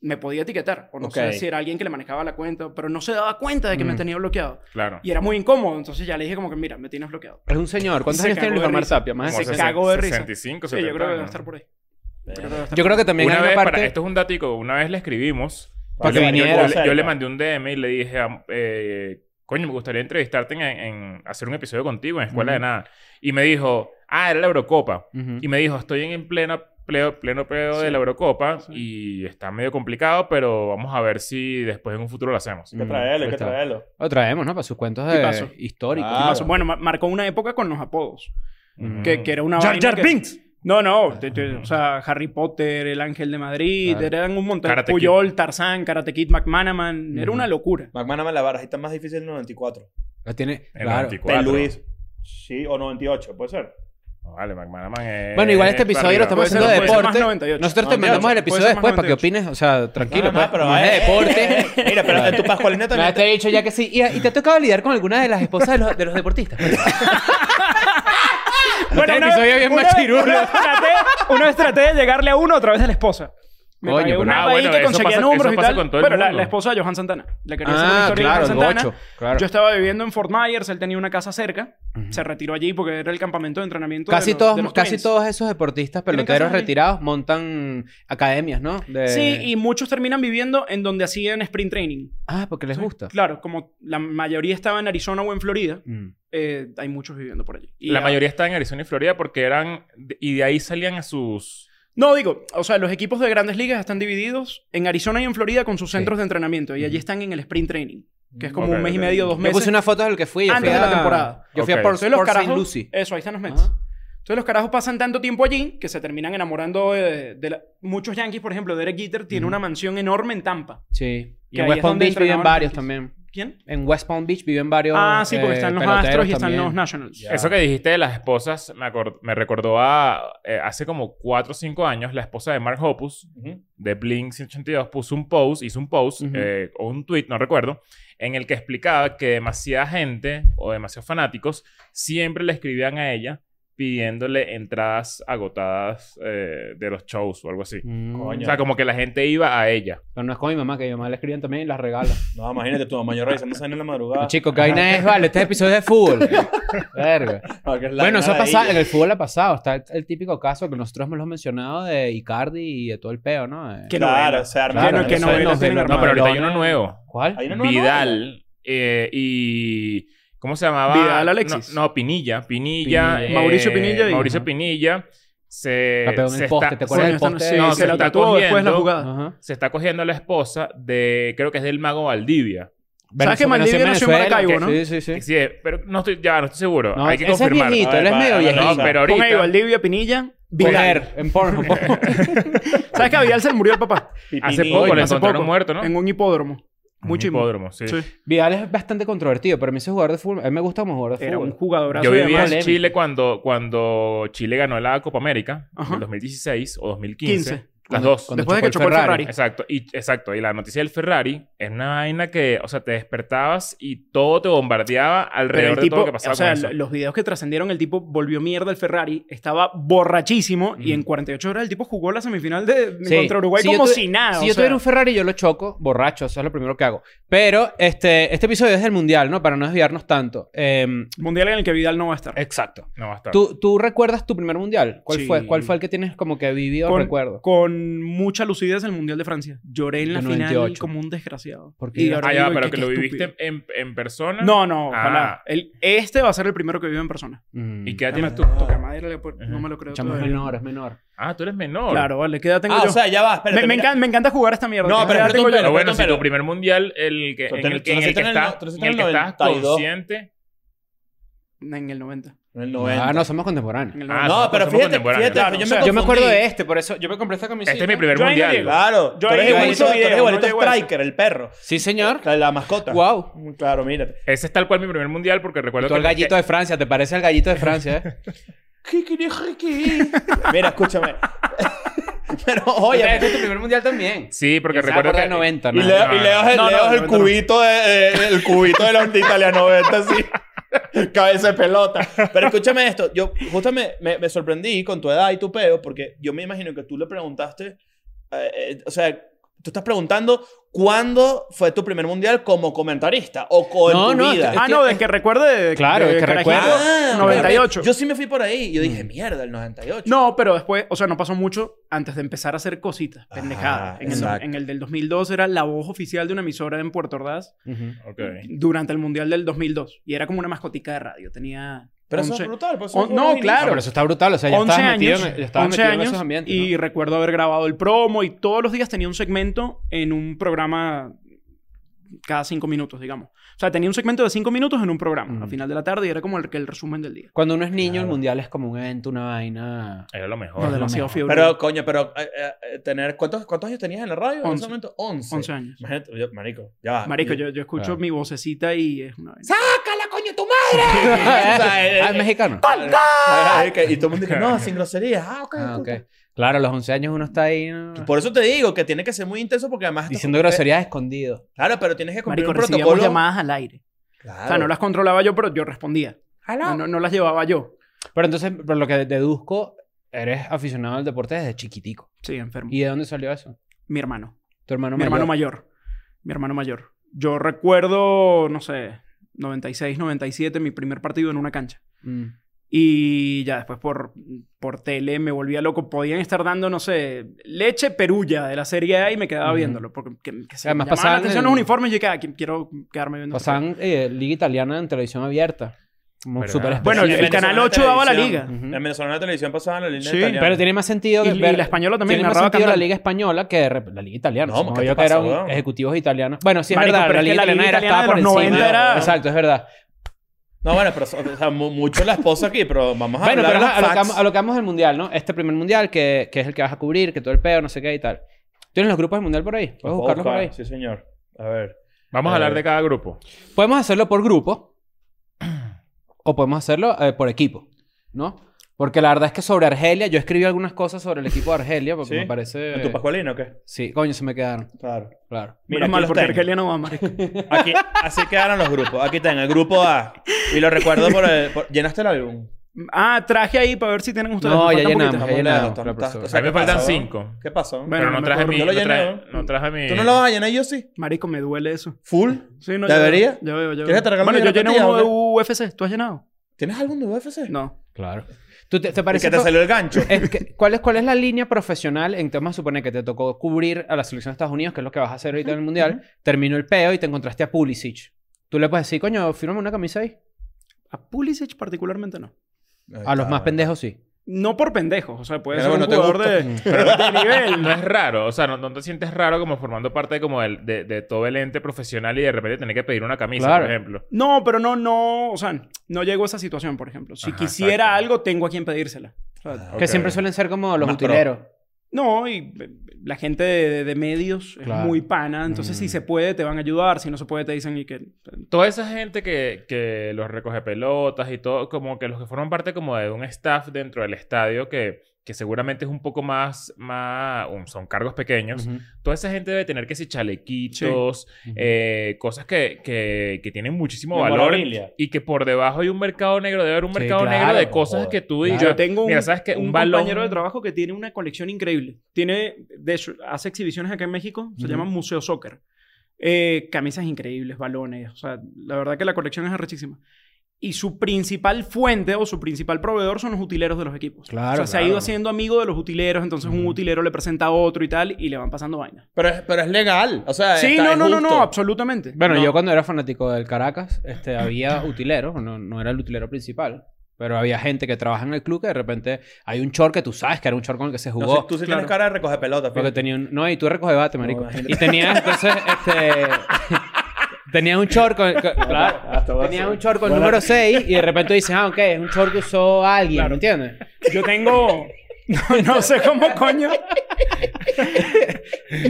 Speaker 1: me podía etiquetar. O no
Speaker 5: Ok.
Speaker 1: sé si era alguien que le manejaba la cuenta, pero no se daba cuenta de que me
Speaker 2: Mm.
Speaker 1: tenía bloqueado.
Speaker 3: Claro.
Speaker 1: Y era muy incómodo. Entonces ya le dije como que, mira, me tienes bloqueado.
Speaker 2: Es un señor. ¿Cuántos
Speaker 1: Se
Speaker 2: años tiene
Speaker 1: cagó
Speaker 2: Luis
Speaker 1: de
Speaker 2: Omar
Speaker 1: risa.
Speaker 2: tapia? Más de
Speaker 1: Como se
Speaker 2: 60.
Speaker 1: cagó de risa.
Speaker 3: 65,
Speaker 1: Sí, yo creo que
Speaker 3: 70,
Speaker 1: va a
Speaker 3: ¿no?
Speaker 1: estar por ahí.
Speaker 2: Yo creo que también
Speaker 3: Una
Speaker 2: hay
Speaker 3: vez,
Speaker 2: una
Speaker 3: para,
Speaker 2: parte...
Speaker 3: esto es un datico, una vez le escribimos.
Speaker 2: Para
Speaker 3: yo,
Speaker 2: que
Speaker 3: le- yo-
Speaker 2: viniera.
Speaker 3: yo le- yo le mandé un DM y le dije, am- eh, coño, me gustaría entrevistarte en, en hacer un episodio contigo en Escuela de
Speaker 2: Ujú.
Speaker 3: Nada. Y me dijo, ah, era la Eurocopa.
Speaker 2: Ujú.
Speaker 3: Y me dijo, estoy en, en plena pleo- pleno pedo de
Speaker 1: Sí.
Speaker 3: la Eurocopa
Speaker 1: Sí.
Speaker 3: y está medio complicado, pero vamos a ver si después en un futuro lo hacemos.
Speaker 5: Hay que
Speaker 2: Mm,
Speaker 5: traerlo, hay que
Speaker 2: está.
Speaker 5: traerlo.
Speaker 2: Lo traemos, ¿no? Para sus cuentos de-
Speaker 1: Tipazo.
Speaker 2: históricos.
Speaker 5: Claro.
Speaker 1: Tipazo. Bueno, ma- marcó una época con los apodos.
Speaker 3: Ujú.
Speaker 1: Que, que era una.
Speaker 6: Jar
Speaker 1: vaina
Speaker 6: Jar
Speaker 1: que-
Speaker 6: Binks.
Speaker 1: No, no. te- te- o sea, Harry Potter, El Ángel de Madrid,
Speaker 2: Claro.
Speaker 1: eran un montón.
Speaker 3: Karate Kid. Mm.
Speaker 1: Puyol, Tarzán, Karate Kid, McManaman. Era
Speaker 2: Ujú.
Speaker 1: una locura.
Speaker 5: McManaman la barajita más difícil del 94.
Speaker 2: La tiene.
Speaker 3: El
Speaker 2: claro.
Speaker 3: 94.
Speaker 5: De Luis. Sí, o 98, puede ser.
Speaker 3: No, vale, McManaman es-
Speaker 2: Bueno, igual este
Speaker 3: es
Speaker 2: episodio lo
Speaker 3: arriba.
Speaker 2: estamos
Speaker 1: Puede ser-
Speaker 2: haciendo de
Speaker 1: puede ser más
Speaker 2: deporte.
Speaker 1: 98.
Speaker 2: Nosotros te
Speaker 5: 98,
Speaker 2: mandamos el
Speaker 1: puede
Speaker 2: episodio
Speaker 1: ser más
Speaker 2: después para que
Speaker 1: 98.
Speaker 2: opines. O sea, tranquilo.
Speaker 5: No, no, no,
Speaker 2: pues,
Speaker 5: pero
Speaker 2: como es de
Speaker 5: eh, eh,
Speaker 2: deporte.
Speaker 5: eh, Mira, pero en tu Pascualina
Speaker 2: No,
Speaker 5: también.
Speaker 2: te he dicho ya que sí. Y, y te ha tocado lidiar con alguna de las esposas de los, de los deportistas. pues,
Speaker 1: Bueno,
Speaker 2: Este
Speaker 1: una
Speaker 2: episodio
Speaker 1: vez-
Speaker 2: bien
Speaker 1: una vez-
Speaker 2: machirulo.
Speaker 1: Una vez, traté, una vez traté de llegarle a uno a través de la esposa. Me
Speaker 2: Coño,
Speaker 1: pagué
Speaker 2: pero-
Speaker 1: una
Speaker 3: Ah,
Speaker 1: vaina
Speaker 3: bueno,
Speaker 1: que
Speaker 3: eso
Speaker 1: conseguía
Speaker 3: pasa-
Speaker 1: nombres
Speaker 3: eso
Speaker 1: y
Speaker 3: pasa
Speaker 1: tal.
Speaker 3: con todo el
Speaker 1: bueno, la,
Speaker 3: mundo.
Speaker 1: la esposa de Johan Santana. Le quería hacer una
Speaker 2: ah,
Speaker 1: historia de
Speaker 2: claro,
Speaker 1: Johan
Speaker 2: el
Speaker 1: Santana.
Speaker 2: bocho. Claro.
Speaker 1: Yo estaba viviendo en Fort Myers, él tenía una casa cerca.
Speaker 2: Ujú.
Speaker 1: Se retiró allí porque era el campamento de entrenamiento. de
Speaker 2: Casi,
Speaker 1: los- de
Speaker 2: todos,
Speaker 1: los
Speaker 2: casi
Speaker 1: Twins.
Speaker 2: todos esos deportistas
Speaker 1: ¿Tienen
Speaker 2: peloteros
Speaker 1: casas ahí?
Speaker 2: retirados montan academias, ¿no? De-
Speaker 1: Sí, y muchos terminan viviendo en donde hacían sprint training.
Speaker 2: Ah, porque les gusta.
Speaker 1: Claro, como la mayoría estaba en Arizona o en Florida,
Speaker 2: Mm.
Speaker 1: eh, hay muchos viviendo por allí. Y
Speaker 3: La
Speaker 1: ah,
Speaker 3: mayoría está en Arizona y Florida porque eran... Y de ahí salían a sus...
Speaker 1: No, digo, o sea, los equipos de grandes ligas están divididos en Arizona y en Florida con sus centros de entrenamiento y allí están en el sprint training, que es como
Speaker 3: Ok,
Speaker 1: un mes
Speaker 3: ok.
Speaker 1: y medio, dos
Speaker 2: Yo
Speaker 1: meses.
Speaker 2: puse una foto del que fui. yo
Speaker 1: Antes
Speaker 2: fui
Speaker 1: de la
Speaker 2: a-
Speaker 1: temporada.
Speaker 2: Yo fui a
Speaker 3: Ok.
Speaker 2: Port
Speaker 1: Entonces los
Speaker 2: Port St.
Speaker 1: carajos...
Speaker 2: Lucy.
Speaker 1: Eso, ahí están los Mets.
Speaker 2: Ajá.
Speaker 1: Entonces los carajos pasan tanto tiempo allí que se terminan enamorando de, de la- muchos Yankees, por ejemplo, Derek Jeter tiene
Speaker 2: Ujú.
Speaker 1: una mansión enorme en Tampa.
Speaker 2: Sí.
Speaker 1: Que
Speaker 2: Y en
Speaker 1: ahí
Speaker 2: West
Speaker 1: es
Speaker 2: Palm
Speaker 1: donde
Speaker 2: Beach viven
Speaker 1: entrenaban
Speaker 2: varios
Speaker 1: los
Speaker 2: también.
Speaker 1: ¿Quién?
Speaker 2: En West Palm Beach viven varios.
Speaker 1: ah, sí, porque
Speaker 2: eh,
Speaker 1: están los
Speaker 2: peloteros
Speaker 1: Astros y están
Speaker 2: también.
Speaker 1: los Nationals.
Speaker 2: Ya.
Speaker 3: Eso que dijiste de las esposas me, acor- me recordó a... eh, hace como 4 o 5 años, la esposa de Mark Hoppus,
Speaker 5: Ujú.
Speaker 3: de Blink 182 puso un post, hizo un post
Speaker 2: Ujú.
Speaker 3: eh, o un tweet, no recuerdo, en el que explicaba que demasiada gente o demasiados fanáticos siempre le escribían a ella pidiéndole entradas agotadas eh, de los shows o algo así.
Speaker 2: Mm.
Speaker 5: Coño.
Speaker 3: O sea, como que la gente iba a ella.
Speaker 2: Pero no es con mi mamá, que mi mamá le escriben también y las regala.
Speaker 5: No, imagínate tu mamá rey, se me sale en la madrugada.
Speaker 2: Chicos, Gaina es, vale, este es episodio de fútbol. Verga.
Speaker 5: Ah, que es la
Speaker 2: bueno, eso ha
Speaker 5: nada
Speaker 2: pasado,
Speaker 5: ahí.
Speaker 2: en el fútbol ha pasado. Está el, el típico caso que nosotros hemos mencionado de Icardi y de todo el peo, ¿no? Eh,
Speaker 1: Qué
Speaker 5: Claro,
Speaker 1: novela.
Speaker 5: se arma.
Speaker 1: Claro,
Speaker 5: una
Speaker 1: que
Speaker 5: novela,
Speaker 1: novela
Speaker 5: se
Speaker 1: tiene
Speaker 5: arma.
Speaker 3: No, pero ahorita hay uno
Speaker 2: Maradona.
Speaker 3: nuevo.
Speaker 2: ¿Cuál?
Speaker 5: Hay una nueva novela.
Speaker 3: Vidal eh, y... ¿Cómo se llamaba?
Speaker 1: Vidal Alexis.
Speaker 3: No, no, Pinilla. Pinilla.
Speaker 2: Pinilla.
Speaker 3: eh,
Speaker 1: Mauricio Pinilla y-
Speaker 3: Mauricio
Speaker 2: Ajá.
Speaker 3: Pinilla. Se,
Speaker 2: La pegó en
Speaker 3: se
Speaker 2: el poste,
Speaker 3: está-
Speaker 2: ¿te acuerdas?
Speaker 1: Coño,
Speaker 2: el
Speaker 1: esta no-
Speaker 2: poste-
Speaker 1: sí,
Speaker 3: no,
Speaker 1: se
Speaker 3: se
Speaker 1: la
Speaker 3: está
Speaker 1: tatuó después de la
Speaker 3: cogiendo.
Speaker 1: jugada.
Speaker 2: Ajá.
Speaker 3: se está cogiendo la esposa de, creo que es del mago Valdivia.
Speaker 1: ¿Sabes que
Speaker 2: Venezuela-
Speaker 1: Maldivia nació en
Speaker 2: Venezuela,
Speaker 1: Maracaibo,
Speaker 2: que-
Speaker 1: no?
Speaker 2: Sí, sí, sí.
Speaker 3: Que sí es, pero no estoy, ya, no estoy seguro.
Speaker 2: No,
Speaker 3: Hay que
Speaker 2: ese
Speaker 3: confirmar.
Speaker 2: es viejito,
Speaker 5: A
Speaker 2: él
Speaker 5: ver,
Speaker 2: es
Speaker 5: va,
Speaker 2: medio
Speaker 5: va, va, va.
Speaker 2: viejito.
Speaker 3: no, pero
Speaker 1: Ponga ahí
Speaker 3: ahorita,
Speaker 1: Valdivia, Pinilla, Vidal.
Speaker 2: Poner en Pornhub.
Speaker 1: ¿Sabes que a Vidal se le murió el papá?
Speaker 5: Pipini. Ah,
Speaker 3: hace poco le
Speaker 1: Hace
Speaker 3: encontraron
Speaker 1: poco.
Speaker 3: muerto, ¿no?
Speaker 1: En un hipódromo. Muy
Speaker 3: Un
Speaker 1: chimbo.
Speaker 3: hipódromo, sí.
Speaker 1: Sí.
Speaker 2: Vidal es bastante controvertido, pero a mí ese jugador de fútbol, a mí me gusta como jugador de
Speaker 1: Era
Speaker 2: fútbol.
Speaker 1: un jugadorazo.
Speaker 3: Yo
Speaker 1: y
Speaker 3: vivía
Speaker 1: además-
Speaker 3: en
Speaker 2: polémico.
Speaker 3: Chile cuando, cuando Chile ganó la Copa América
Speaker 1: Ajá.
Speaker 3: en 2016 o 2015.
Speaker 1: 15.
Speaker 3: Las dos.
Speaker 2: Cuando
Speaker 1: Después de que chocó el Ferrari.
Speaker 3: Exacto. Y, exacto. Y la noticia del Ferrari es una vaina que, o sea, te despertabas y todo te bombardeaba
Speaker 1: Pero el
Speaker 3: alrededor de
Speaker 1: tipo,
Speaker 3: todo lo que pasaba
Speaker 1: o sea,
Speaker 3: con eso.
Speaker 1: lo- los videos que trascendieron, el tipo volvió mierda el Ferrari, estaba borrachísimo y
Speaker 3: Mm.
Speaker 1: en 48 horas el tipo jugó la semifinal de,
Speaker 2: Sí.
Speaker 1: contra Uruguay
Speaker 2: Si yo
Speaker 1: como
Speaker 2: tuvi-
Speaker 1: si nada.
Speaker 2: Si
Speaker 1: Ah, o
Speaker 2: yo
Speaker 1: sea.
Speaker 2: tuviera un Ferrari, yo lo choco, borracho, eso es lo primero que hago. Pero este, este episodio es del Mundial, ¿no? Para no desviarnos tanto. Em,
Speaker 1: Mundial en el que Vidal no va a estar.
Speaker 2: exacto.
Speaker 3: No, basta.
Speaker 2: ¿Tú, tú recuerdas tu primer Mundial? ¿Cuál
Speaker 1: Sí.
Speaker 2: fue? ¿Cuál fue el que tienes como que vivido o
Speaker 1: con,
Speaker 2: recuerdo?
Speaker 1: con mucha lucidez el Mundial de Francia. Lloré en la
Speaker 2: De
Speaker 1: final
Speaker 2: 98.
Speaker 1: como un desgraciado.
Speaker 2: ¿Por qué?
Speaker 1: Y ahora
Speaker 3: Ah, ya,
Speaker 1: digo,
Speaker 3: pero
Speaker 1: "Qué-
Speaker 3: que
Speaker 1: qué
Speaker 3: lo
Speaker 1: estúpido".
Speaker 3: viviste en, en persona.
Speaker 1: No, no, ojalá.
Speaker 3: Ah.
Speaker 1: El- este va a ser el primero que vivo en persona. Ah.
Speaker 2: Mm.
Speaker 3: ¿Y qué edad
Speaker 1: Además,
Speaker 3: tienes
Speaker 1: tú,
Speaker 3: tú?
Speaker 1: toca madera, le- no me lo creo.
Speaker 2: Chamo, es
Speaker 1: todavía.
Speaker 2: menor, es menor.
Speaker 3: Ah, tú eres menor.
Speaker 1: Claro, vale, ¿qué edad tengo
Speaker 5: Ah,
Speaker 1: yo?
Speaker 5: o sea, ya va, espérate.
Speaker 1: me, me
Speaker 5: mira.
Speaker 1: encanta, me encanta jugar esta mierda.
Speaker 5: No,
Speaker 1: ¿Qué
Speaker 5: pero
Speaker 1: edad
Speaker 5: espérate
Speaker 1: tengo
Speaker 5: un
Speaker 1: yo?
Speaker 5: pelo.
Speaker 3: Pero bueno, si
Speaker 5: pero-
Speaker 3: tu primer mundial, el que,
Speaker 5: Tú
Speaker 3: en
Speaker 5: te-
Speaker 3: el
Speaker 5: tú
Speaker 3: que, en el
Speaker 5: naciste
Speaker 3: que
Speaker 5: en el
Speaker 3: estás-
Speaker 5: no- tú naciste
Speaker 3: en el
Speaker 5: en
Speaker 3: que
Speaker 5: el
Speaker 3: estás
Speaker 5: 92.
Speaker 3: consciente.
Speaker 1: En el 90.
Speaker 5: En el
Speaker 2: Ah,
Speaker 5: 90.
Speaker 2: no, somos contemporáneos.
Speaker 1: En el
Speaker 3: Ah,
Speaker 1: 90.
Speaker 5: No,
Speaker 3: somos
Speaker 5: pero fíjate,
Speaker 3: contemporáneos.
Speaker 5: fíjate,
Speaker 1: Claro,
Speaker 5: yo
Speaker 1: o
Speaker 5: me
Speaker 1: sea,
Speaker 2: Yo me acuerdo
Speaker 5: confundí.
Speaker 2: de este, por eso yo me compré esta camiseta.
Speaker 3: Este es mi primer
Speaker 1: Yo ahí no
Speaker 3: mundial.
Speaker 1: llego.
Speaker 5: Claro,
Speaker 1: Yo
Speaker 5: tú eres
Speaker 1: ahí
Speaker 5: igualito-
Speaker 1: hice
Speaker 5: tú eres
Speaker 1: video,
Speaker 5: igualito
Speaker 1: no llego a eso.
Speaker 5: Striker, el perro.
Speaker 2: Sí, señor.
Speaker 5: La, la mascota.
Speaker 2: Wow.
Speaker 5: Claro, mírate.
Speaker 3: Ese es tal cual mi primer mundial porque recuerdo
Speaker 2: Tú
Speaker 3: que...
Speaker 2: el gallito de Francia, ¿te parece el gallito de Francia, eh?
Speaker 5: ¿Qué querés, qué? Mira, escúchame. pero,
Speaker 2: Oye, este
Speaker 5: oye.
Speaker 2: es tu primer mundial también.
Speaker 3: Sí, porque
Speaker 2: Esa
Speaker 3: recuerdo
Speaker 2: gorda
Speaker 3: que...
Speaker 2: de 90,
Speaker 5: Y
Speaker 2: ¿no?
Speaker 5: le,
Speaker 3: no,
Speaker 5: y le das el,
Speaker 1: no,
Speaker 5: le das
Speaker 1: no,
Speaker 5: el
Speaker 1: no, no.
Speaker 5: cubito de, de- el cubito de los italianos, así. Cabeza de pelota. Pero escúchame esto. Yo justamente me, me sorprendí con tu edad y tu peo, porque yo me imagino que tú le preguntaste. eh, eh, o sea, tú estás preguntando cuándo fue tu primer mundial como comentarista o, o en
Speaker 2: No,
Speaker 5: tu
Speaker 2: no,
Speaker 5: vida.
Speaker 2: es
Speaker 1: Ah, no, de que recuerde. de-
Speaker 2: Claro,
Speaker 1: de
Speaker 2: es que
Speaker 1: Carajito,
Speaker 2: recuerdo.
Speaker 5: Ah,
Speaker 1: 98.
Speaker 5: Yo sí me fui por ahí. Yo dije, mierda, el 98.
Speaker 1: Mm. No, pero después, o sea, no pasó mucho antes de empezar a hacer cositas,
Speaker 5: Ajá,
Speaker 1: pendejadas. En el,
Speaker 5: exacto.
Speaker 1: en el del 2002 era la voz oficial de una emisora en Puerto Ordaz
Speaker 2: Ujú.
Speaker 3: Ok.
Speaker 1: durante el Mundial del 2002. Y era como una mascotica de radio. Tenía
Speaker 5: Pero eso
Speaker 1: Once-
Speaker 5: es brutal. pues,
Speaker 1: on-
Speaker 5: son
Speaker 1: no,
Speaker 5: juegos
Speaker 1: claro.
Speaker 2: No, Ah, pero eso está brutal. O sea, ya
Speaker 1: 11
Speaker 2: estabas metido
Speaker 1: años,
Speaker 2: en, e, ya estabas
Speaker 1: 11
Speaker 2: metido en
Speaker 1: años,
Speaker 2: esos ambientes.
Speaker 1: y
Speaker 2: ¿no?
Speaker 1: recuerdo haber grabado el promo y todos los días tenía un segmento en un programa cada cinco minutos, digamos. O sea, tenía un segmento de cinco minutos en un programa
Speaker 2: Mm.
Speaker 1: al final de la tarde y era como el, que el resumen del día.
Speaker 2: Cuando uno es niño, el
Speaker 5: Claro.
Speaker 2: mundial es como un evento, una vaina.
Speaker 3: Era lo
Speaker 1: No,
Speaker 3: mejor.
Speaker 2: Oh, lo
Speaker 1: demasiado
Speaker 2: mejor.
Speaker 1: fiebre.
Speaker 5: Pero, coño, pero eh, eh, eh, tener... ¿cuántos, ¿Cuántos años tenías en la radio en
Speaker 1: Once.
Speaker 5: ese momento? 11.
Speaker 1: 11 años.
Speaker 5: Imagínate, yo- marico, ya va.
Speaker 1: Marico,
Speaker 5: Y-
Speaker 1: yo, yo escucho
Speaker 2: Ah, claro.
Speaker 1: mi vocecita y es una vaina.
Speaker 5: ¡Sácala, coño, tu madre! O sea, eh,
Speaker 2: ah, es
Speaker 5: eh,
Speaker 2: mexicano.
Speaker 5: Ah, ok, Y todo el mundo dice, no, sin groserías. Ah, ok.
Speaker 2: Ah, ok.
Speaker 5: ok.
Speaker 2: Claro, a los 11 años uno está ahí ¿no?
Speaker 5: Por eso te digo que tiene que ser muy intenso porque además... esto-
Speaker 1: eh,
Speaker 2: diciendo groserías escondido.
Speaker 5: Claro, pero tienes que cumplir
Speaker 1: Marico,
Speaker 5: un
Speaker 1: recibíamos
Speaker 5: protocolo.
Speaker 1: llamadas al aire.
Speaker 5: Claro.
Speaker 1: O sea, no las controlaba yo, pero yo respondía. No, no, no las llevaba yo.
Speaker 2: Pero entonces, por lo que deduzco, eres aficionado al deporte desde chiquitico.
Speaker 1: Sí, enfermo.
Speaker 2: ¿Y de dónde salió eso?
Speaker 1: Mi hermano.
Speaker 2: Tu hermano
Speaker 1: mi
Speaker 2: mayor.
Speaker 1: hermano mayor. Mi hermano mayor. Yo recuerdo, no sé, 96, 97, mi primer partido en una cancha.
Speaker 2: Mm.
Speaker 1: Y ya después por, por tele me volvía loco. Podían estar dando, no sé, leche perulla de la Serie A y me quedaba
Speaker 2: Ujú.
Speaker 1: viéndolo. Porque que, que se
Speaker 2: Además,
Speaker 1: me llamaban la
Speaker 2: pasaban
Speaker 1: atención
Speaker 2: el-
Speaker 1: los uniformes y yo quedaba, quiero quedarme viendo. este
Speaker 2: Pasaban eh, Liga Italiana en televisión abierta. Como
Speaker 3: ¿Verdad?
Speaker 2: súper
Speaker 1: Bueno, el-
Speaker 5: Sí,
Speaker 2: especial.
Speaker 5: en
Speaker 1: el Canal
Speaker 5: Venezuela
Speaker 1: 8 daba la
Speaker 5: televisión.
Speaker 1: liga.
Speaker 2: Ujú.
Speaker 5: En Venezuela la televisión pasaba en la línea
Speaker 1: Sí,
Speaker 5: italiana.
Speaker 2: Pero tiene más sentido que
Speaker 1: Y- y la española también,
Speaker 2: tiene más
Speaker 1: narraba
Speaker 2: sentido la
Speaker 1: Candela.
Speaker 2: liga española que de rep- la liga italiana.
Speaker 5: No,
Speaker 2: Supongo
Speaker 5: ¿qué te
Speaker 2: yo que
Speaker 5: pasa,
Speaker 2: eran
Speaker 5: weón?
Speaker 2: ejecutivos italianos. Bueno, sí es
Speaker 1: Marico,
Speaker 2: verdad.
Speaker 1: pero
Speaker 2: La
Speaker 1: es que
Speaker 2: liga,
Speaker 1: la liga
Speaker 2: italiana, era-
Speaker 1: italiana
Speaker 2: estaba
Speaker 1: de
Speaker 2: por
Speaker 1: los
Speaker 2: encima.
Speaker 1: 90 era-
Speaker 2: Exacto, es verdad.
Speaker 5: No, bueno, pero o sea, mu- mucho la esposa aquí, pero vamos a
Speaker 2: Bueno,
Speaker 5: hablar
Speaker 2: pero ajá,
Speaker 5: de
Speaker 2: a
Speaker 5: los
Speaker 2: lo, que
Speaker 5: facts.
Speaker 2: vamos, a lo que vamos del mundial, ¿no? Este primer mundial que, que es el que vas a cubrir, que todo el pedo, no sé qué y tal. ¿Tienes los grupos del mundial por ahí? Puedes
Speaker 5: Puedo
Speaker 2: buscarlos por
Speaker 5: buscar,
Speaker 2: ahí.
Speaker 5: Sí, señor. A ver.
Speaker 3: Vamos a hablar de cada grupo.
Speaker 2: Podemos hacerlo por grupo o podemos hacerlo eh, por equipo, ¿no? Porque la verdad es que sobre Argelia, yo escribí algunas cosas sobre el equipo de Argelia porque
Speaker 5: ¿Sí?
Speaker 2: me parece.
Speaker 5: ¿En tu Pascualino o qué?
Speaker 2: Sí, coño, se me quedaron.
Speaker 5: Claro.
Speaker 2: Claro.
Speaker 1: Menos
Speaker 5: Mira, aquí
Speaker 1: mal,
Speaker 5: los
Speaker 1: porque
Speaker 5: tengo.
Speaker 1: Argelia no va, marico.
Speaker 5: Aquí, así quedaron los grupos. Aquí tengo el grupo A. Y lo recuerdo por el... por- ¿Llenaste el álbum?
Speaker 1: Ah, traje ahí para ver si tienen ustedes.
Speaker 2: No,
Speaker 1: Me
Speaker 2: ya
Speaker 1: faltan
Speaker 2: llenamos,
Speaker 1: poquitas.
Speaker 2: ya
Speaker 5: Estamos
Speaker 2: llenamos.
Speaker 5: lados,
Speaker 2: la
Speaker 5: estamos-
Speaker 2: profesora.
Speaker 5: o sea,
Speaker 3: a mí me
Speaker 5: ¿qué
Speaker 3: faltan
Speaker 5: pasó?
Speaker 3: cinco. eh.
Speaker 5: ¿Qué pasó?
Speaker 1: Bueno,
Speaker 3: pero no
Speaker 1: me
Speaker 3: traje,
Speaker 1: acuerdo.
Speaker 3: mi,
Speaker 5: Yo lo
Speaker 3: no, traje,
Speaker 5: llené, ¿no?
Speaker 3: no traje mi...
Speaker 5: ¿Tú no lo vas a llenar yo sí?
Speaker 1: Marico, me duele eso.
Speaker 5: ¿Full?
Speaker 1: Sí, no,
Speaker 5: ¿Debería?
Speaker 1: Yo veo, yo
Speaker 5: ¿Quieres que te regale
Speaker 1: Bueno,
Speaker 5: mi
Speaker 1: yo llené
Speaker 5: repetida,
Speaker 1: uno de
Speaker 5: o
Speaker 1: UFC. ¿Tú has llenado?
Speaker 5: ¿Tienes álbum de UFC?
Speaker 1: No.
Speaker 2: Claro. ¿Tú te, te
Speaker 5: ¿Y
Speaker 2: parece
Speaker 5: que te
Speaker 2: to-
Speaker 5: salió el gancho?
Speaker 2: es que- ¿cuál, es, ¿Cuál es la línea profesional en temas, supone que te tocó cubrir a la selección de Estados Unidos, que es lo que vas a hacer ahorita en el Mundial? Terminó el peo y te encontraste a Pulisic. Tú le puedes decir, coño, fírmame una camisa ahí.
Speaker 1: A Pulisic particularmente no.
Speaker 2: A los más pendejos sí.
Speaker 1: No por pendejos. O sea, puede
Speaker 5: Claro,
Speaker 1: ser
Speaker 5: no
Speaker 1: un
Speaker 5: te
Speaker 1: jugador
Speaker 5: gusta.
Speaker 1: de, de nivel.
Speaker 3: No es raro, o sea, no, no te sientes raro como formando parte como del- de, de todo el ente profesional y de repente tener que pedir una camisa,
Speaker 2: Claro.
Speaker 3: por ejemplo.
Speaker 1: No, pero no, no, o sea, no llego a esa situación, por ejemplo. Si
Speaker 3: Ajá,
Speaker 1: quisiera
Speaker 3: exacto.
Speaker 1: algo, tengo a quien pedírsela. O sea,
Speaker 5: Ah,
Speaker 2: Que
Speaker 3: Ok.
Speaker 2: siempre suelen ser como los
Speaker 5: Más pro.
Speaker 2: utileros.
Speaker 1: No, y eh, la gente de, de- de medios es
Speaker 2: Claro.
Speaker 1: muy pana, entonces
Speaker 2: Mm.
Speaker 1: si se puede te van a ayudar, si no se puede te dicen y que...
Speaker 3: Toda esa gente que, que los recoge pelotas y todo, como que los que forman parte como de un staff dentro del estadio que, que seguramente es un poco más, más un- son cargos pequeños.
Speaker 2: Ujú.
Speaker 3: Toda esa gente debe tener que si chalequitos, eh, cosas que, que, que tienen muchísimo valor
Speaker 5: Memorabilia.
Speaker 3: y que por debajo hay un mercado negro, debe haber un
Speaker 2: Sí,
Speaker 3: mercado
Speaker 2: claro,
Speaker 3: negro de
Speaker 2: no
Speaker 3: cosas
Speaker 2: jodas.
Speaker 3: que tú dices.
Speaker 2: Claro.
Speaker 1: Yo tengo un,
Speaker 3: mira, ¿sabes qué?
Speaker 1: un
Speaker 3: Un, balón.
Speaker 1: compañero de trabajo que tiene una colección increíble. Tiene, de hecho, hace exhibiciones acá en México, se
Speaker 2: Ujú.
Speaker 1: llama Museo Soccer. Eh, camisas increíbles, balones, o sea, la verdad que la colección es arrechísima. Y su principal fuente o su principal proveedor son los utileros de los equipos.
Speaker 2: Claro,
Speaker 1: o sea, se ha ido
Speaker 2: claro.
Speaker 1: haciendo amigo de los utileros, entonces un
Speaker 2: Ujú.
Speaker 1: utilero le presenta a otro y tal, y le van pasando vainas.
Speaker 5: Pero es, pero es legal. O sea,
Speaker 1: Sí,
Speaker 5: está-
Speaker 1: no,
Speaker 5: es
Speaker 1: no, no, no,
Speaker 5: justo.
Speaker 1: absolutamente.
Speaker 2: Bueno,
Speaker 1: No.
Speaker 2: yo cuando era fanático del Caracas, este, había utileros, no, no era el utilero principal, pero había gente que trabaja en el club que de repente hay un chor que tú sabes que era un chor con el que se
Speaker 5: No
Speaker 2: jugó.
Speaker 5: sé, tú sí tienes cara de recoger pelotas.
Speaker 2: Porque
Speaker 5: fíjate.
Speaker 2: tenía un... No, y tú recoges bate, marico.
Speaker 5: imagínate.
Speaker 2: y tenías, entonces, este... tenías un short con... con- claro,
Speaker 1: ah,
Speaker 5: hasta va a
Speaker 2: tenías
Speaker 5: ser.
Speaker 2: un short con el
Speaker 5: Bueno.
Speaker 2: número 6 y de repente dices, ah, ok, es un short que usó alguien, ¿me entiendes?
Speaker 1: Yo tengo. No, no sé cómo coño.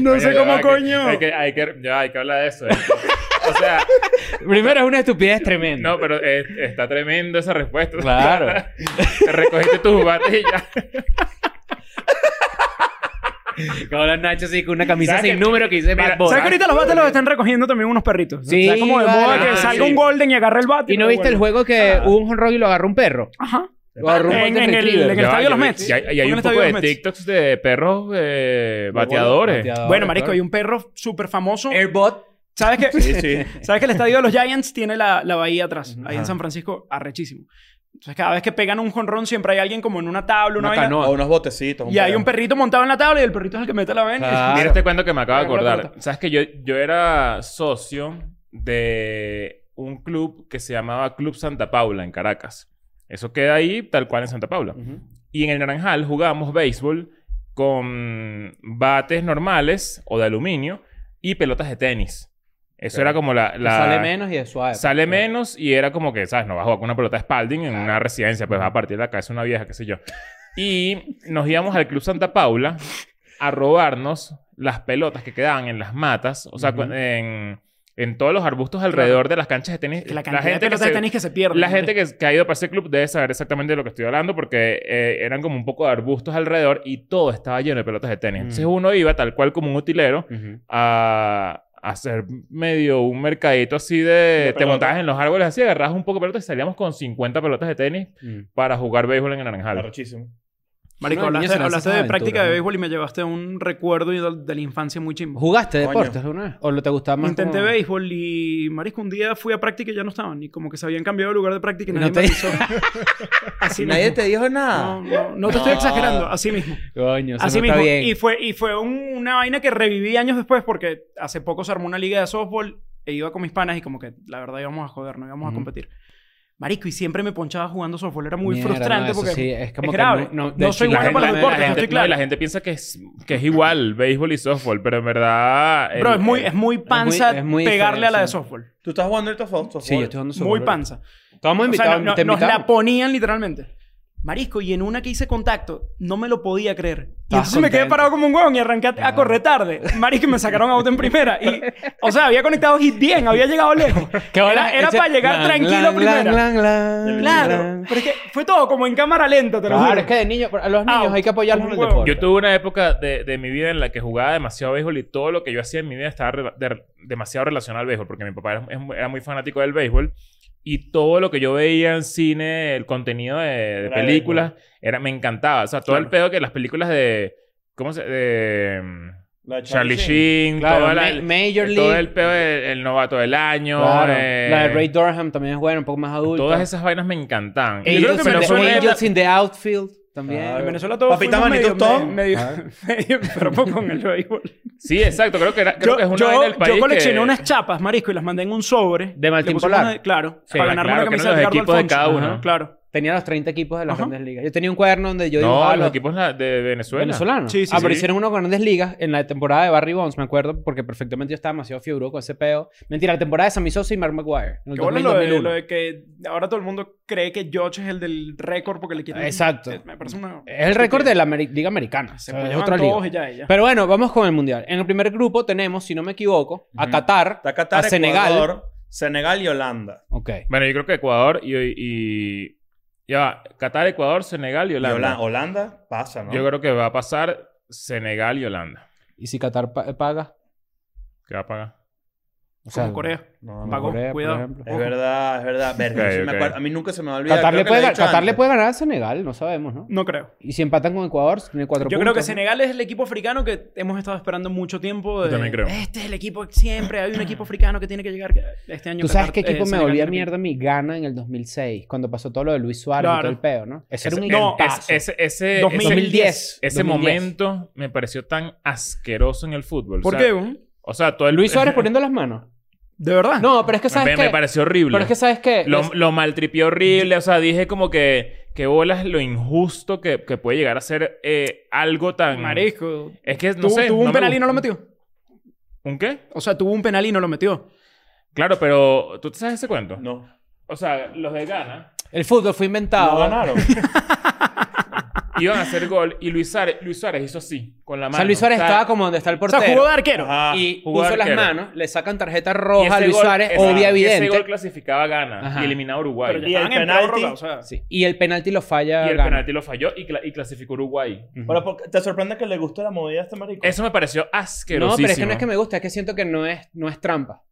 Speaker 1: No sé
Speaker 3: Oye,
Speaker 1: cómo
Speaker 3: hay "Ah, que-
Speaker 1: coño.
Speaker 3: hay, que, hay, que, ya, hay que hablar de eso. ¿eh? o sea,
Speaker 2: Primero es una estupidez tremenda.
Speaker 3: no, pero es- está tremendo esa respuesta.
Speaker 2: Claro.
Speaker 3: Te recogiste tus bates y ya.
Speaker 2: Con los Nacho sí, con una camisa
Speaker 3: ¿Sabes
Speaker 2: sin
Speaker 3: qué?
Speaker 2: número que dice
Speaker 3: Mira,
Speaker 2: Bad Bunny.
Speaker 1: ¿Sabes que ahorita los bates los están recogiendo también unos perritos?
Speaker 2: Sí,
Speaker 1: o sea, como de
Speaker 2: vale.
Speaker 1: moda
Speaker 3: Ah,
Speaker 1: que salga
Speaker 3: sí.
Speaker 1: un golden y agarre el bate.
Speaker 2: ¿Y no viste el juego que hubo un honrón y lo agarró un perro?
Speaker 1: Ajá.
Speaker 2: Lo agarró un
Speaker 1: En-
Speaker 2: golden
Speaker 1: en el-
Speaker 2: retriever.
Speaker 1: en el-
Speaker 3: Ya,
Speaker 1: estadio de los
Speaker 3: yo vi-
Speaker 1: Mets.
Speaker 3: Y hay, y hay
Speaker 1: Fue en el
Speaker 3: un
Speaker 1: estadio
Speaker 3: poco
Speaker 1: de
Speaker 3: de
Speaker 1: los Mets.
Speaker 3: TikToks de perros eh, bateadores.
Speaker 2: Bateador,
Speaker 1: Bueno, marico,
Speaker 2: Ah, claro.
Speaker 1: hay un perro súper famoso.
Speaker 2: Airbot.
Speaker 1: ¿Sabes que,
Speaker 5: Eh, Sí, sí.
Speaker 1: ¿Sabes que el estadio de los Giants tiene la, la bahía atrás? Ahí
Speaker 5: Ajá.
Speaker 1: en San Francisco, arrechísimo. Entonces, cada vez que pegan un jonrón, siempre hay alguien como en una tabla, una,
Speaker 2: Una
Speaker 1: vaina.
Speaker 2: canoa.
Speaker 5: O unos botecitos.
Speaker 1: Y hay
Speaker 5: pedo.
Speaker 1: un perrito montado en la tabla y el perrito es el que mete la vaina.
Speaker 2: Claro.
Speaker 3: Mira este cuento que me acabo de
Speaker 1: Agarra la
Speaker 3: acordar. Sabes que yo, yo era socio de un club que se llamaba Club Santa Paula en Caracas. Eso queda ahí tal cual en Santa Paula. Y en el Naranjal jugábamos béisbol con bates normales o de aluminio y pelotas de tenis. Eso
Speaker 2: Ok.
Speaker 3: era como la... la-
Speaker 2: Sale menos y es
Speaker 1: pues,
Speaker 2: suave. pues.
Speaker 3: Sale
Speaker 2: Claro.
Speaker 3: menos y era como que, ¿sabes? No vas a jugar con una pelota de Spalding en
Speaker 2: Claro.
Speaker 3: una residencia, pues va a partir de la cabeza una vieja, qué sé yo. Y nos íbamos al Club Santa Paula a robarnos las pelotas que quedaban en las matas, o sea,
Speaker 2: Ujú.
Speaker 3: en, en todos los arbustos alrededor de las canchas de tenis.
Speaker 1: Que la cantidad de pelotas
Speaker 3: se-
Speaker 1: de tenis que se pierde.
Speaker 3: la gente que, que ha ido para ese club debe saber exactamente de lo que estoy hablando porque eh, eran como un poco de arbustos alrededor y todo estaba lleno de pelotas de tenis. Entonces
Speaker 2: Mm.
Speaker 3: uno iba tal cual como un utilero
Speaker 2: Ujú.
Speaker 3: a, a hacer medio un mercadito así de... te
Speaker 5: pelotas.
Speaker 3: montabas en los árboles así, agarrabas un poco de pelotas y salíamos con 50 pelotas de tenis
Speaker 2: Mm.
Speaker 3: para jugar béisbol en el Naranjal.
Speaker 5: Arrechísimo.
Speaker 1: Marico,
Speaker 2: Uno de niños
Speaker 1: hablaste,
Speaker 2: se lanza
Speaker 1: hablaste
Speaker 2: esas
Speaker 1: de práctica de
Speaker 2: aventuras,
Speaker 1: béisbol y me llevaste a un recuerdo y de, de la infancia muy chimbo.
Speaker 2: ¿Jugaste
Speaker 5: Coño.
Speaker 2: deportes alguna vez? ¿O lo te gustaba más?
Speaker 1: Intenté
Speaker 2: como-
Speaker 1: béisbol y, marico, un día fui a práctica y ya no estaban. Y como que se habían cambiado de lugar de práctica y
Speaker 2: No
Speaker 1: nadie
Speaker 2: te-
Speaker 1: me avisó. Así
Speaker 5: Nadie
Speaker 1: mismo.
Speaker 5: te dijo nada.
Speaker 1: No, no, no te estoy
Speaker 5: No.
Speaker 1: exagerando. Así mismo.
Speaker 2: Coño, eso
Speaker 1: Así
Speaker 2: no está
Speaker 1: mismo.
Speaker 2: bien.
Speaker 1: Y fue, y fue un- una vaina que reviví años después porque hace poco se armó una liga de softball e iba con mis panas y como que la verdad íbamos a joder, no íbamos
Speaker 2: Ujú.
Speaker 1: a competir. Marico, y siempre me ponchaba jugando softball. Era muy
Speaker 2: Mierda,
Speaker 1: frustrante
Speaker 2: no, eso
Speaker 1: porque...
Speaker 2: sí, es como
Speaker 1: es
Speaker 2: que
Speaker 1: grave.
Speaker 2: no- no-
Speaker 1: No
Speaker 2: de
Speaker 1: soy
Speaker 2: chico-
Speaker 1: bueno para
Speaker 2: la
Speaker 1: los
Speaker 2: gente-
Speaker 1: deportes,
Speaker 3: la,
Speaker 1: estoy
Speaker 3: gente,
Speaker 1: claro.
Speaker 3: no, y la gente piensa que es, que es igual béisbol y softball, pero en verdad... el-
Speaker 1: Bro, es muy, es muy panza
Speaker 2: es muy
Speaker 1: pegarle a la de
Speaker 2: diferencia.
Speaker 1: softball.
Speaker 5: ¿Tú estás jugando el Tofo?
Speaker 2: Sí, yo estoy
Speaker 1: Muy
Speaker 2: dando softball.
Speaker 1: panza.
Speaker 2: Estamos
Speaker 1: O sea,
Speaker 2: invitados.
Speaker 1: no-
Speaker 2: te
Speaker 1: nos la
Speaker 2: invitamos.
Speaker 1: ponían literalmente. Marisco, y en una que hice contacto, no me lo podía creer. Y
Speaker 2: Estabas
Speaker 1: entonces me quedé
Speaker 2: contento.
Speaker 1: parado como un huevón y arranqué a, a correr tarde. Marisco, y me sacaron auto en primera. Y, o sea, había conectado hit bien, había llegado lejos.
Speaker 2: Qué
Speaker 1: Era,
Speaker 2: bola,
Speaker 1: era
Speaker 2: ese-
Speaker 1: para llegar
Speaker 2: lan,
Speaker 1: tranquilo
Speaker 2: lan,
Speaker 1: primera.
Speaker 2: lan, lan, lan,
Speaker 1: Claro,
Speaker 2: lan.
Speaker 1: pero es que fue todo como en cámara lenta, te lo
Speaker 2: Claro,
Speaker 1: juro.
Speaker 2: es que de niños, a los niños
Speaker 1: Ah,
Speaker 2: hay que apoyarlos en el
Speaker 1: un huevo.
Speaker 2: deporte.
Speaker 3: Yo tuve una época de, de mi vida en la que jugaba demasiado béisbol y todo lo que yo hacía en mi vida estaba rela- de- demasiado relacionado al béisbol, porque mi papá era, es muy- era muy fanático del béisbol y todo lo que yo veía en cine, el contenido de, de
Speaker 5: Era
Speaker 3: películas, era, me encantaba. O sea, todo el
Speaker 1: Claro.
Speaker 3: pedo que las películas de... ¿Cómo se...? De, mm, Charlie
Speaker 5: Sheen.
Speaker 3: Sheen,
Speaker 2: Claro,
Speaker 3: toda la-
Speaker 2: Ma- Major League.
Speaker 3: todo el pedo del el novato del año,
Speaker 2: Claro.
Speaker 3: eh,
Speaker 2: La de Ray Durham también es buena, un poco más adulta.
Speaker 3: todas esas vainas me
Speaker 1: Yo
Speaker 3: encantaban.
Speaker 1: creo
Speaker 2: Angels,
Speaker 1: que
Speaker 2: in, the,
Speaker 1: Venezuela era-
Speaker 2: Angels in the Outfield también.
Speaker 1: En
Speaker 5: Claro.
Speaker 1: Venezuela todo
Speaker 5: Papita
Speaker 1: fuimos medio,
Speaker 5: Manito Tom.
Speaker 1: medio, medio enfermo con el béisbol.
Speaker 3: Sí, exacto. Creo que, era, creo
Speaker 1: Yo,
Speaker 3: que es una
Speaker 1: yo-
Speaker 3: vaina del
Speaker 1: yo
Speaker 3: país
Speaker 1: coleccioné
Speaker 3: que-
Speaker 1: unas chapas, marisco, y las mandé en un sobre.
Speaker 2: ¿De Martín
Speaker 1: Le pusimos
Speaker 2: Polar?
Speaker 1: una de- claro.
Speaker 3: Sí,
Speaker 1: para ganarme
Speaker 3: claro,
Speaker 1: una
Speaker 3: que
Speaker 1: camisa
Speaker 3: eran
Speaker 1: de
Speaker 3: los
Speaker 1: Edgardo
Speaker 3: equipos de
Speaker 1: Alfonso.
Speaker 3: cada uno.
Speaker 1: Ajá, Claro.
Speaker 2: Tenía los 30 equipos de las
Speaker 1: Ajá.
Speaker 2: grandes ligas. Yo tenía un cuaderno donde yo ah,
Speaker 3: No,
Speaker 2: dibujaba
Speaker 3: los
Speaker 2: los
Speaker 3: equipos la- de Venezuela.
Speaker 2: venezolanos.
Speaker 1: Sí, sí,
Speaker 2: Aparecieron Ah, uno con grandes ligas en la temporada de Barry Bonds, me acuerdo, porque perfectamente yo estaba demasiado fiebre con ese peo. Mentira, la temporada de Sammy Sosa y Mark McGuire. En el
Speaker 1: Que bueno lo,
Speaker 2: 2000,
Speaker 1: de,
Speaker 2: 2001.
Speaker 1: lo de que ahora todo el mundo cree que George es el del récord porque le quieren...
Speaker 2: Exacto.
Speaker 1: Eh, Me parece una...
Speaker 2: Es el récord de la Ameri- Liga Americana.
Speaker 1: Se
Speaker 2: o sea, es
Speaker 1: apoyaban
Speaker 2: otra liga.
Speaker 1: todos y ya, y ya.
Speaker 2: Pero bueno, vamos con el mundial. En el primer grupo tenemos, si no me equivoco, a Qatar,
Speaker 5: Está Qatar,
Speaker 2: a Senegal.
Speaker 5: Ecuador, Senegal y Holanda.
Speaker 2: Ok.
Speaker 3: Bueno, yo creo que Ecuador y... y- ya va, Qatar, Ecuador, Senegal y
Speaker 5: Y
Speaker 3: Holanda.
Speaker 5: Hola- Holanda pasa, ¿no?
Speaker 3: Yo creo que va a pasar Senegal y Holanda.
Speaker 2: ¿Y si Qatar pa- paga?
Speaker 3: Que va a pagar.
Speaker 2: O sea,
Speaker 1: Como Corea.
Speaker 5: No, no.
Speaker 2: como
Speaker 1: Pagó,
Speaker 2: Corea, por
Speaker 1: cuidado.
Speaker 2: ejemplo.
Speaker 5: Es verdad, es verdad. Verga,
Speaker 3: Ok,
Speaker 5: sí me
Speaker 3: ok.
Speaker 5: acuerdo. A mí nunca se me va a olvidar.
Speaker 2: Qatar,
Speaker 5: Creo
Speaker 2: le
Speaker 5: que
Speaker 2: puede,
Speaker 5: lo he
Speaker 2: gan-
Speaker 5: dicho
Speaker 2: Qatar le
Speaker 5: antes.
Speaker 2: puede ganar a Senegal, no sabemos, ¿no?
Speaker 1: No creo.
Speaker 2: Y si empatan con Ecuador, tiene cuatro
Speaker 1: Yo creo que
Speaker 2: puntos, ¿no?
Speaker 1: Senegal es el equipo africano que hemos estado esperando mucho tiempo. de-
Speaker 3: Yo también creo.
Speaker 1: Este es el equipo que siempre. Hay un equipo africano que tiene que llegar este año.
Speaker 2: ¿Tú
Speaker 1: Qatar,
Speaker 2: sabes qué
Speaker 1: eh,
Speaker 2: equipo me
Speaker 1: Senegal
Speaker 2: volvía
Speaker 1: tiene que-
Speaker 2: mierda a mí? Ghana en el 2006, cuando pasó todo lo de Luis Suárez y
Speaker 1: Claro.
Speaker 2: todo el peo, ¿no? Ese era un
Speaker 3: Ese-
Speaker 1: no,
Speaker 2: equipazo.
Speaker 3: ese- ese- ese-
Speaker 2: 2010. 2010.
Speaker 3: Ese momento me pareció tan asqueroso en el fútbol.
Speaker 1: ¿Por
Speaker 3: o sea,
Speaker 1: qué, güey?
Speaker 3: O sea, todo el...
Speaker 2: Luis Suárez poniendo las manos.
Speaker 1: ¿De verdad?
Speaker 2: No, pero es que sabes
Speaker 3: me,
Speaker 2: que...
Speaker 3: me pareció horrible.
Speaker 2: Pero es que sabes que...
Speaker 3: Lo, lo maltripié horrible. O sea, dije como que... Que bolas lo injusto que, que puede llegar a ser eh, algo tan...
Speaker 1: Marisco.
Speaker 3: Es que no
Speaker 1: Tuvo-
Speaker 3: sé.
Speaker 1: tuvo un
Speaker 3: no me
Speaker 1: penal y no lo
Speaker 3: gustó.
Speaker 1: metió.
Speaker 3: ¿Un qué?
Speaker 1: O sea, tuvo un penal y no lo metió.
Speaker 3: Claro, pero ¿tú te sabes ese cuento?
Speaker 5: No.
Speaker 3: O sea, los de Ghana
Speaker 2: El fútbol fue inventado.
Speaker 5: No ganaron.
Speaker 3: iban a hacer gol y Luis Suárez, Luis Suárez hizo así, con la
Speaker 2: o
Speaker 3: mano.
Speaker 2: sea, Luis Suárez
Speaker 3: O sea,
Speaker 2: estaba como donde está el
Speaker 1: O
Speaker 2: portero.
Speaker 1: sea, jugó de arquero.
Speaker 3: Ah,
Speaker 5: Ajá.
Speaker 2: y
Speaker 3: jugó
Speaker 2: puso
Speaker 3: de
Speaker 2: las
Speaker 3: arquero.
Speaker 2: manos, le sacan tarjeta
Speaker 3: y
Speaker 2: roja a
Speaker 3: ese
Speaker 2: Luis
Speaker 3: gol-
Speaker 2: Suárez,
Speaker 3: ese-
Speaker 2: obvia
Speaker 3: Y ese gol
Speaker 2: evidente.
Speaker 3: clasificaba a Ghana
Speaker 2: Ajá.
Speaker 3: y eliminaba a Uruguay.
Speaker 1: Pero ya
Speaker 5: Y el
Speaker 1: estaban en
Speaker 5: penalti-
Speaker 1: prórroga, o sea.
Speaker 2: Sí, Y el penalti lo falla
Speaker 3: Y el
Speaker 2: Ghana.
Speaker 3: penalti lo falló y, cla- y clasificó a Uruguay.
Speaker 2: Ujú.
Speaker 5: Pero, ¿por qué- ¿Te sorprende que le guste la movida a este marico?
Speaker 3: Eso me pareció
Speaker 2: No,
Speaker 3: asquerosísimo.
Speaker 2: pero es que no es que me gusta, es que siento que no es, no es trampa.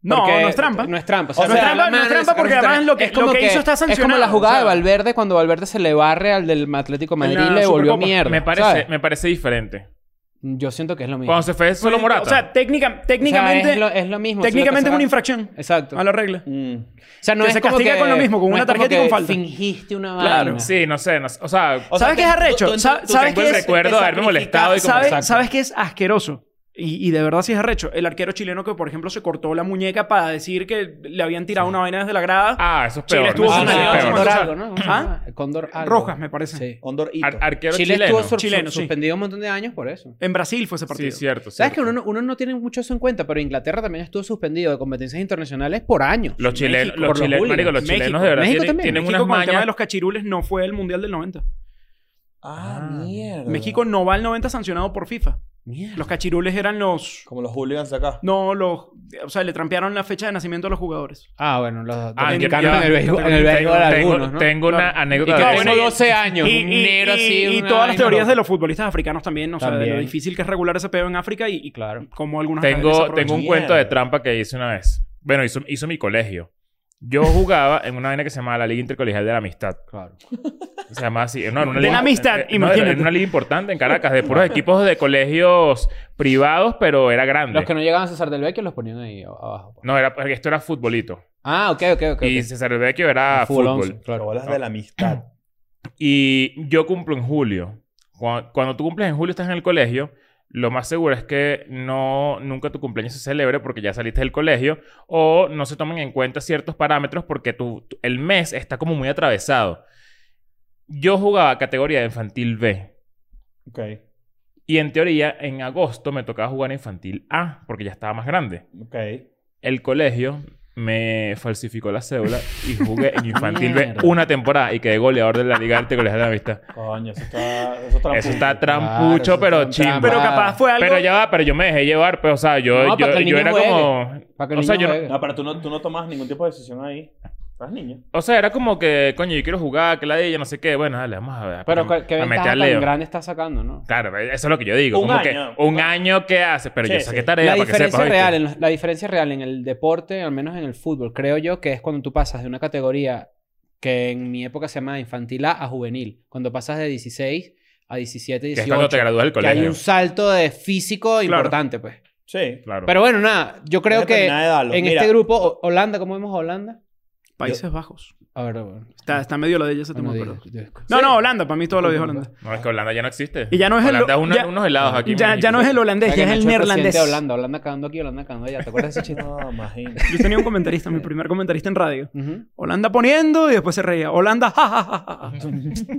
Speaker 1: No,
Speaker 2: Porque
Speaker 1: no es trampa.
Speaker 2: No es trampa.
Speaker 5: O sea,
Speaker 2: la
Speaker 1: trampa- no es
Speaker 2: mano,
Speaker 1: trampa porque
Speaker 2: es-
Speaker 1: además lo que-
Speaker 2: es como
Speaker 1: lo que hizo está
Speaker 2: Es como la
Speaker 1: sancionado,
Speaker 2: jugada
Speaker 1: o sea.
Speaker 2: de Valverde cuando Valverde se le barre al del Atlético de Madrid
Speaker 1: En
Speaker 2: y
Speaker 1: la
Speaker 2: le volvió
Speaker 1: Supercopa.
Speaker 2: mierda.
Speaker 3: me parece,
Speaker 2: ¿sabes?
Speaker 3: me parece diferente.
Speaker 2: Yo siento que es lo mismo.
Speaker 3: Cuando se fue solo Morata.
Speaker 1: Pues, O sea, técnica- técnicamente,
Speaker 2: O sea, es, lo, es lo mismo.
Speaker 1: técnicamente es una
Speaker 2: infracción.
Speaker 1: infracción
Speaker 2: Exacto.
Speaker 1: a la regla.
Speaker 5: Mm.
Speaker 2: O sea, no
Speaker 1: que
Speaker 2: es
Speaker 1: se
Speaker 2: como
Speaker 1: castiga
Speaker 2: que-
Speaker 1: con lo mismo, con
Speaker 2: no
Speaker 1: una
Speaker 2: es como
Speaker 1: tarjeta y
Speaker 2: que
Speaker 1: con falta.
Speaker 2: Fingiste una vaina.
Speaker 1: Claro.
Speaker 3: sí, no sé, no sé. O sea,
Speaker 5: O
Speaker 1: ¿Sabes qué es
Speaker 5: te-
Speaker 1: arrecho?
Speaker 5: tú- tú-
Speaker 1: Sa-
Speaker 5: tú
Speaker 1: ¿sabes
Speaker 5: tengo
Speaker 1: qué
Speaker 5: el
Speaker 1: es?
Speaker 3: recuerdo de haberme molestado y como-
Speaker 1: ¿Sabes,
Speaker 2: Exacto.
Speaker 1: ¿Sabes qué es asqueroso? Y, y de verdad sí es arrecho. El arquero chileno que, por ejemplo, se cortó la muñeca para decir que le habían tirado una vaina desde la grada.
Speaker 3: Ah, eso es
Speaker 1: Chile
Speaker 3: peor.
Speaker 1: estuvo
Speaker 3: eso sí
Speaker 1: con
Speaker 3: es
Speaker 1: Alianza Peor.
Speaker 3: peor.
Speaker 2: Condor algo, ¿no?
Speaker 1: ¿Ah?
Speaker 2: El Condor algo.
Speaker 1: Rojas, me parece.
Speaker 2: Sí.
Speaker 5: Condor Ito.
Speaker 3: Ar- arquero
Speaker 2: Chile
Speaker 3: chileno.
Speaker 2: estuvo sor-
Speaker 1: Chileno, sí.
Speaker 2: suspendido un montón de años por eso.
Speaker 1: En Brasil fue ese partido.
Speaker 3: Sí, cierto.
Speaker 2: Sabes
Speaker 3: cierto.
Speaker 2: que uno, no- uno no tiene mucho eso en cuenta, pero Inglaterra también estuvo suspendido de competencias internacionales por años.
Speaker 3: Los
Speaker 1: México,
Speaker 3: chilenos,
Speaker 2: por
Speaker 3: los
Speaker 2: los
Speaker 3: chilenos,
Speaker 2: bullies.
Speaker 3: marico, los
Speaker 1: México.
Speaker 3: chilenos de verdad
Speaker 2: México
Speaker 3: tienen,
Speaker 2: también.
Speaker 3: tienen
Speaker 1: México
Speaker 3: unas
Speaker 1: con el tema de
Speaker 3: mañas.
Speaker 1: los cachirules no fue el Mundial del 90.
Speaker 5: Ah,
Speaker 3: Ah.
Speaker 5: mierda.
Speaker 1: México no va al 90 sancionado por FIFA.
Speaker 2: Mierda.
Speaker 1: Los cachirules eran los...
Speaker 5: Como los hooligans acá.
Speaker 1: No, los... O sea, le trampearon la fecha de nacimiento a los jugadores.
Speaker 2: Ah, bueno, los
Speaker 3: Ah, yo-
Speaker 2: dominicanos
Speaker 3: yo-
Speaker 2: en el béisbol, en el
Speaker 3: tengo-
Speaker 2: béisbol
Speaker 3: tengo-
Speaker 2: algunos, ¿no?
Speaker 3: Tengo una
Speaker 1: Claro.
Speaker 2: Y que
Speaker 3: anécdota de
Speaker 1: claro,
Speaker 3: eso.
Speaker 2: tengo
Speaker 1: bueno, y-
Speaker 2: 12 años,
Speaker 1: Y,
Speaker 2: un
Speaker 1: y-
Speaker 2: negro así.
Speaker 1: y- y
Speaker 2: una
Speaker 1: todas las
Speaker 2: vaina
Speaker 1: teorías
Speaker 2: loca.
Speaker 1: de los futbolistas africanos también, o sea, de lo
Speaker 2: También.
Speaker 1: difícil que es regular ese pedo en África y, y
Speaker 2: Claro.
Speaker 1: como algunos
Speaker 3: Tengo, tengo un
Speaker 5: Mierda.
Speaker 3: cuento de trampa que hice una vez. Bueno, hizo, hizo mi colegio. Yo jugaba en una vaina que se llamaba la Liga Intercolegial de la Amistad.
Speaker 2: Claro.
Speaker 3: Se llamaba así. No, en una
Speaker 1: De
Speaker 3: liga-
Speaker 1: la amistad,
Speaker 3: eh, no,
Speaker 1: imagínate.
Speaker 3: era una liga importante en Caracas, de puros equipos de colegios privados, pero era grande.
Speaker 2: Los que no llegaban a César del Vecchio los ponían ahí a- abajo. pues.
Speaker 3: No, era, porque esto era futbolito.
Speaker 2: Ah, ok, ok, ok.
Speaker 3: Y
Speaker 2: ok.
Speaker 3: César Vecchio era
Speaker 2: Full
Speaker 3: fútbol.
Speaker 2: once,
Speaker 5: Pero
Speaker 2: claro.
Speaker 5: bolas de la amistad.
Speaker 3: Y yo cumplo en julio. Cuando, cuando tú cumples en julio, estás en el colegio. Lo más seguro es que no, nunca tu cumpleaños se celebre porque ya saliste del colegio o no se tomen en cuenta ciertos parámetros porque tu, tu- el mes está como muy atravesado. Yo jugaba categoría de infantil B
Speaker 5: Ok.
Speaker 3: y en teoría en agosto me tocaba jugar infantil A porque ya estaba más grande.
Speaker 5: Ok.
Speaker 3: El colegio me falsificó la cédula y jugué en infantil B
Speaker 2: Mierda.
Speaker 3: una temporada y quedé goleador de la Liga del Colegio de la Amistad.
Speaker 5: Coño, eso está. Eso está.
Speaker 3: Eso
Speaker 2: Claro,
Speaker 3: está trampucho,
Speaker 2: eso
Speaker 3: pero
Speaker 2: está
Speaker 3: chimbo.
Speaker 1: Pero
Speaker 2: Ah.
Speaker 1: capaz fue algo...
Speaker 3: Pero ya va, pero yo me dejé llevar, pues, o sea, yo,
Speaker 2: No, para
Speaker 3: yo,
Speaker 2: que el
Speaker 3: yo
Speaker 2: niño
Speaker 3: era
Speaker 2: juegue.
Speaker 3: como.
Speaker 2: Para que el
Speaker 3: O sea,
Speaker 2: niño
Speaker 3: yo no-
Speaker 2: juegue.
Speaker 5: No, pero tú no, tú no tomas ningún tipo de decisión ahí. Estás niño.
Speaker 3: O sea, era como que, coño, yo quiero jugar, que la de ella, no sé qué. Bueno, dale, vamos a ver.
Speaker 2: Pero ¿qué-
Speaker 3: a,
Speaker 2: qué
Speaker 3: a meter
Speaker 2: ventaja
Speaker 3: al
Speaker 2: tan
Speaker 3: Leo.
Speaker 2: grande está sacando, ¿no?
Speaker 3: Claro, eso es lo que yo digo.
Speaker 5: Un
Speaker 3: como
Speaker 5: año.
Speaker 3: que un año que haces, pero
Speaker 5: Sí,
Speaker 3: yo saqué
Speaker 5: sí.
Speaker 3: tarea
Speaker 2: La
Speaker 3: para que sepas.
Speaker 2: diferencia,
Speaker 3: ¿viste?
Speaker 2: real en los- la diferencia real en el deporte, al menos en el fútbol, creo yo que es cuando tú pasas de una categoría que en mi época se llamaba infantil A a juvenil. Cuando pasas de 16 a 17,
Speaker 3: Que es cuando
Speaker 2: 18.
Speaker 3: te gradúas del
Speaker 2: Que hay
Speaker 3: colegio.
Speaker 2: un salto de físico importante, pues.
Speaker 5: Sí.
Speaker 3: Claro.
Speaker 2: Pero bueno, nada, yo creo que
Speaker 5: Determinada edad, lo-
Speaker 2: en
Speaker 5: mira,
Speaker 2: este grupo, Ho- Holanda, ¿cómo vemos a Holanda?
Speaker 1: Países Bajos.
Speaker 2: A ver, bueno.
Speaker 1: Está, está medio la de ella ese tema,
Speaker 2: bueno,
Speaker 1: pero...
Speaker 2: digo, digo-
Speaker 1: No, no, Holanda. Para mí todo lo dijo Holanda.
Speaker 3: no, es que Holanda ya no existe.
Speaker 1: Y ya no es el-
Speaker 3: Holanda es uno-
Speaker 1: ya-
Speaker 3: unos helados aquí. en
Speaker 1: Ya, ya
Speaker 3: México.
Speaker 1: no es el holandés, ya
Speaker 2: Nacho,
Speaker 1: es el
Speaker 2: presidente
Speaker 1: neerlandés.
Speaker 2: de Holanda, Holanda cagando aquí, Holanda cagando allá. ¿Te acuerdas de ese chiste?
Speaker 5: No, imagínate.
Speaker 1: Yo tenía un comentarista, mi primer comentarista en radio.
Speaker 2: Ujú.
Speaker 1: Holanda poniendo y después se reía. Holanda, ja, ja, ja, ja, ja.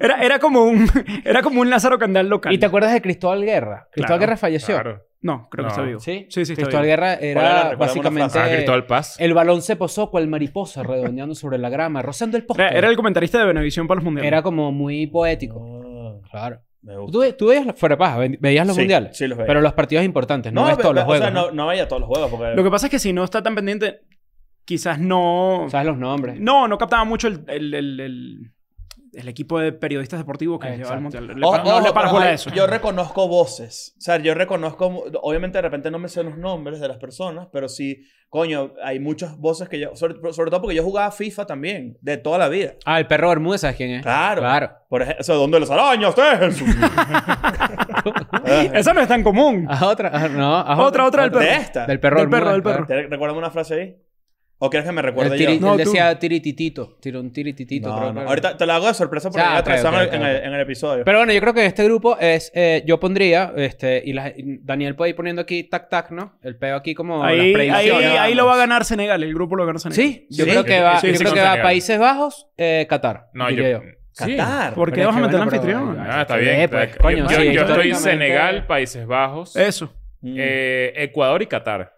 Speaker 1: Era, era, como un, era como un Lázaro Candel local.
Speaker 2: ¿Y te acuerdas de Cristóbal Guerra? Cristóbal
Speaker 1: Claro,
Speaker 2: Guerra falleció.
Speaker 3: Claro.
Speaker 1: No, creo que
Speaker 3: No.
Speaker 1: está vivo.
Speaker 2: ¿Sí?
Speaker 1: Sí, sí, está
Speaker 2: Cristóbal
Speaker 1: vivo.
Speaker 2: Guerra
Speaker 5: ¿Cuál era?
Speaker 2: era
Speaker 5: Recuérdame una
Speaker 2: básicamente...
Speaker 3: Ah, Cristóbal Paz.
Speaker 2: El balón se posó cual mariposa, redondeando sobre la grama, rozando el poste.
Speaker 1: Era, era el comentarista de Benevisión para los mundiales.
Speaker 2: Era como muy poético.
Speaker 5: Ah,
Speaker 2: Claro.
Speaker 5: me gusta.
Speaker 2: Tú, ve- tú veías, los- fuera de paja, ve- veías los
Speaker 5: Sí,
Speaker 2: mundiales.
Speaker 5: sí, los veía.
Speaker 2: Pero los partidos importantes, no, ves
Speaker 5: ve-
Speaker 2: todos
Speaker 5: ve-
Speaker 2: los juegos.
Speaker 5: O sea,
Speaker 2: ¿no?
Speaker 5: no, no veía todos los juegos porque.
Speaker 1: Lo que pasa es que si no está tan pendiente, quizás no.
Speaker 2: Sabes los nombres.
Speaker 1: No, no captaba mucho el, el, el, el- el equipo de periodistas deportivos que llevaba
Speaker 2: Exacto. Oh,
Speaker 1: el mundial. Le-
Speaker 5: Ojo,
Speaker 1: no le
Speaker 5: ojo,
Speaker 1: paras bola a
Speaker 5: ojo,
Speaker 1: eso.
Speaker 5: oh, Yo reconozco voces. O sea, yo reconozco. mu- Obviamente, de repente no me sé los nombres de las personas, pero sí, coño, hay muchas voces que yo. Sobre, sobre todo porque yo jugaba FIFA también, de toda la vida.
Speaker 2: Ah, el perro Bermúdez, ¿sabes quién es?
Speaker 5: Claro.
Speaker 2: Claro.
Speaker 5: Por ejemplo, o sea, ¿dónde los arañas? Ustedes. Eh,
Speaker 1: Ah, Eso no es tan común.
Speaker 2: Haz otra. ah, no, haz
Speaker 1: Otra, otra del
Speaker 5: de
Speaker 1: perro.
Speaker 5: esta.
Speaker 2: Del perro
Speaker 1: Del perro,
Speaker 2: Bermúdez,
Speaker 1: del perro.
Speaker 5: ¿Te- ¿Recuérdame una frase ahí? ¿O quieres que me
Speaker 2: claro.
Speaker 5: recuerde
Speaker 2: El tiri-
Speaker 5: yo?
Speaker 1: No,
Speaker 2: él
Speaker 1: tú.
Speaker 2: decía tirititito. Tira un tirititito.
Speaker 5: No,
Speaker 2: creo
Speaker 5: no.
Speaker 2: que era.
Speaker 5: Ahorita te la hago de sorpresa porque
Speaker 2: Ya,
Speaker 5: me
Speaker 2: ok,
Speaker 5: atrasaron
Speaker 2: ok, ok,
Speaker 5: en, el-
Speaker 2: ok.
Speaker 5: en el episodio.
Speaker 2: Pero bueno, yo creo que este grupo es. eh, yo pondría. este y, la- y Daniel puede ir poniendo aquí tac tac, ¿no? El peo aquí como.
Speaker 1: Ahí,
Speaker 2: las
Speaker 1: ahí,
Speaker 2: predicciones.
Speaker 1: ahí lo va a ganar Senegal. El grupo lo gana Senegal.
Speaker 2: Sí, yo
Speaker 5: Sí,
Speaker 2: creo que va,
Speaker 3: sí,
Speaker 2: yo
Speaker 3: sí,
Speaker 2: creo
Speaker 3: con
Speaker 2: que va
Speaker 3: Senegal.
Speaker 2: Países Bajos, eh, Qatar.
Speaker 3: No, yo.
Speaker 2: diría yo.
Speaker 3: sí.
Speaker 5: Qatar.
Speaker 1: ¿Por qué
Speaker 2: Pero
Speaker 1: vas a
Speaker 2: es que
Speaker 1: meter al
Speaker 2: bueno, pero-
Speaker 1: anfitrión?
Speaker 2: ay,
Speaker 3: Ah, está bien.
Speaker 2: Eh, pues,
Speaker 3: Está-
Speaker 2: coño,
Speaker 3: yo,
Speaker 2: sí,
Speaker 3: yo estoy
Speaker 2: históricamente-
Speaker 3: Senegal, Países Bajos,
Speaker 1: Eso.
Speaker 5: Mm.
Speaker 3: eh, Ecuador y Qatar.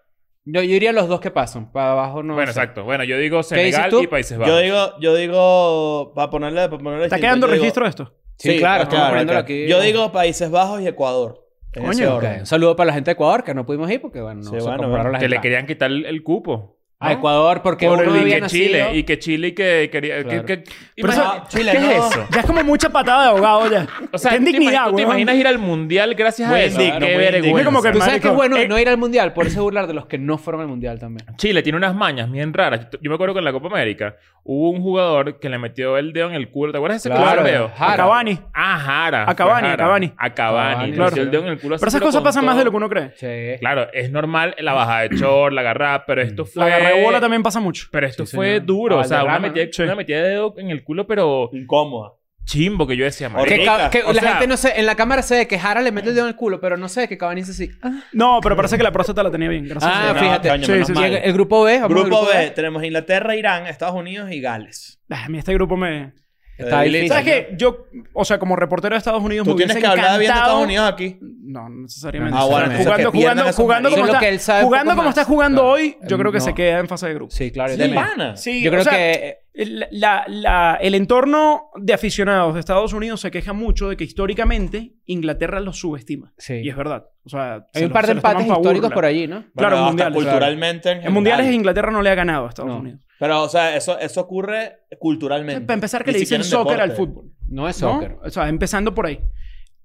Speaker 2: Yo, yo diría los dos que pasan, para abajo no.
Speaker 3: bueno,
Speaker 2: sé.
Speaker 3: exacto. Bueno, yo digo
Speaker 2: dices
Speaker 3: Senegal
Speaker 2: tú?
Speaker 3: y Países Bajos.
Speaker 5: yo digo, yo digo, para ponerle, para ponerle
Speaker 1: ¿Está
Speaker 5: distinto,
Speaker 1: quedando
Speaker 5: yo digo-
Speaker 1: registro de esto?
Speaker 2: Sí, claro,
Speaker 5: claro,
Speaker 2: estamos poniéndolo
Speaker 5: claro.
Speaker 2: aquí.
Speaker 5: Yo digo Países Bajos y Ecuador. En
Speaker 1: Coño,
Speaker 5: ese
Speaker 2: Ok,
Speaker 5: orden.
Speaker 2: Un saludo para la gente de Ecuador que no pudimos ir porque, bueno, no
Speaker 5: Sí,
Speaker 2: se
Speaker 5: bueno,
Speaker 2: compraron
Speaker 5: bueno.
Speaker 2: las
Speaker 3: que le
Speaker 2: entradas.
Speaker 3: querían quitar el, el cupo.
Speaker 1: Ah,
Speaker 2: A Ecuador porque
Speaker 3: Por
Speaker 2: uno
Speaker 3: el- y
Speaker 2: había
Speaker 3: que Chile,
Speaker 2: nacido-
Speaker 3: y que Chile y que quería...
Speaker 2: Claro.
Speaker 3: que- que-
Speaker 1: Pero
Speaker 3: imagina-
Speaker 1: eso-
Speaker 5: Chile,
Speaker 3: ¿Qué
Speaker 5: no.
Speaker 3: es eso?
Speaker 1: Ya es como mucha patada de ahogado ya.
Speaker 3: O sea,
Speaker 1: Qué
Speaker 3: ¿tú te
Speaker 1: indignidad,
Speaker 3: imaginas- ¿tú te
Speaker 1: weón.
Speaker 3: imaginas ir al mundial gracias a
Speaker 5: Muy
Speaker 3: eso?
Speaker 5: indigno,
Speaker 3: Qué
Speaker 5: muy indigno.
Speaker 3: vergüenza.
Speaker 1: como que-
Speaker 2: Tú sabes que es
Speaker 1: Marico,
Speaker 2: bueno
Speaker 1: eh.
Speaker 2: no ir al mundial, por ese burlar de los que no fueron al mundial también.
Speaker 3: Chile tiene unas mañas bien raras. Yo, yo me acuerdo que en la Copa América hubo un jugador que le metió el dedo en el culo. ¿Te acuerdas de ese
Speaker 2: Claro.
Speaker 3: dedo?
Speaker 2: Jara.
Speaker 1: A Cavani.
Speaker 3: Ah, Jara.
Speaker 1: A Cavani,
Speaker 3: Fue
Speaker 1: a Cavani.
Speaker 3: A Cavani.
Speaker 2: Cavani,
Speaker 3: Le
Speaker 1: claro.
Speaker 3: metió el dedo en el culo así,
Speaker 1: Pero esas
Speaker 3: pero
Speaker 1: cosas
Speaker 3: con
Speaker 1: pasan más
Speaker 3: todo.
Speaker 1: de lo que uno cree.
Speaker 2: Sí.
Speaker 3: Claro, es normal la bajada de short, la agarrada, pero esto fue...
Speaker 1: La agarre bola también pasa mucho.
Speaker 3: Pero esto
Speaker 2: Sí,
Speaker 3: fue
Speaker 2: señor.
Speaker 3: duro.
Speaker 2: Ah,
Speaker 3: o sea,
Speaker 2: el
Speaker 3: una
Speaker 2: derrame,
Speaker 3: metida,
Speaker 1: ¿no? Sí.
Speaker 3: una metida de dedo en el culo, pero...
Speaker 5: Incómoda.
Speaker 3: chimbo que yo decía, marico.
Speaker 2: Que,
Speaker 5: Marica,
Speaker 2: ca- que
Speaker 3: o
Speaker 2: la
Speaker 3: sea-
Speaker 2: gente no sé, en la cámara se ve que Jara le mete el dedo en el culo, pero no sé que Cavani dice así. Ah,
Speaker 1: No, pero parece que la próstata la tenía bien. Gracias.
Speaker 2: Ah,
Speaker 1: a Dios.
Speaker 2: fíjate.
Speaker 5: coño,
Speaker 1: Sí,
Speaker 5: menos
Speaker 1: sí, sí.
Speaker 5: mal.
Speaker 2: el, el grupo B, vamos al
Speaker 5: Grupo B, tenemos Inglaterra, Irán, Estados Unidos y Gales.
Speaker 1: Ah, A mí este grupo me...
Speaker 2: Está
Speaker 5: Eh,
Speaker 2: difícil.
Speaker 5: ¿sabes
Speaker 1: ¿Sabes qué? Yo, o sea, como reportero de Estados Unidos...
Speaker 5: Tú
Speaker 1: me hubiese
Speaker 5: tienes que hablar bien de
Speaker 1: encantado-
Speaker 5: Estados Unidos aquí.
Speaker 1: No, no necesariamente.
Speaker 2: Ah, bueno,
Speaker 1: jugando,
Speaker 2: entonces
Speaker 1: jugando,
Speaker 5: que pierdan
Speaker 1: jugando,
Speaker 5: esos
Speaker 1: jugando
Speaker 5: maridos.
Speaker 1: como,
Speaker 2: Eso es lo
Speaker 1: está-
Speaker 2: que él sabe un
Speaker 1: jugando
Speaker 2: poco
Speaker 1: como
Speaker 2: más.
Speaker 1: está jugando
Speaker 2: Claro.
Speaker 1: hoy, yo creo que
Speaker 2: No.
Speaker 1: se queda en fase de grupo.
Speaker 2: Sí, claro.
Speaker 5: Sí,
Speaker 2: también.
Speaker 5: pana.
Speaker 1: Sí,
Speaker 2: Yo
Speaker 1: o
Speaker 2: creo
Speaker 1: sea,
Speaker 2: que eh,
Speaker 1: el- la- la- el entorno de aficionados de Estados Unidos se queja mucho de que históricamente Inglaterra los subestima.
Speaker 2: Sí.
Speaker 1: Y es verdad. O sea,
Speaker 2: hay un par de empates históricos por
Speaker 1: ahí.
Speaker 2: allí, ¿no?
Speaker 1: Claro,
Speaker 5: hasta
Speaker 1: mundiales,
Speaker 5: culturalmente. En,
Speaker 1: En mundiales
Speaker 5: general.
Speaker 1: Inglaterra no le ha ganado a Estados
Speaker 2: No.
Speaker 1: Unidos.
Speaker 5: Pero, o sea, eso, eso ocurre culturalmente.
Speaker 1: Para empezar, que
Speaker 5: Ni
Speaker 1: le dicen
Speaker 5: siquiera en
Speaker 1: soccer al
Speaker 5: deporte.
Speaker 1: fútbol.
Speaker 2: No es
Speaker 1: ¿no?
Speaker 2: soccer.
Speaker 1: O sea, empezando por ahí.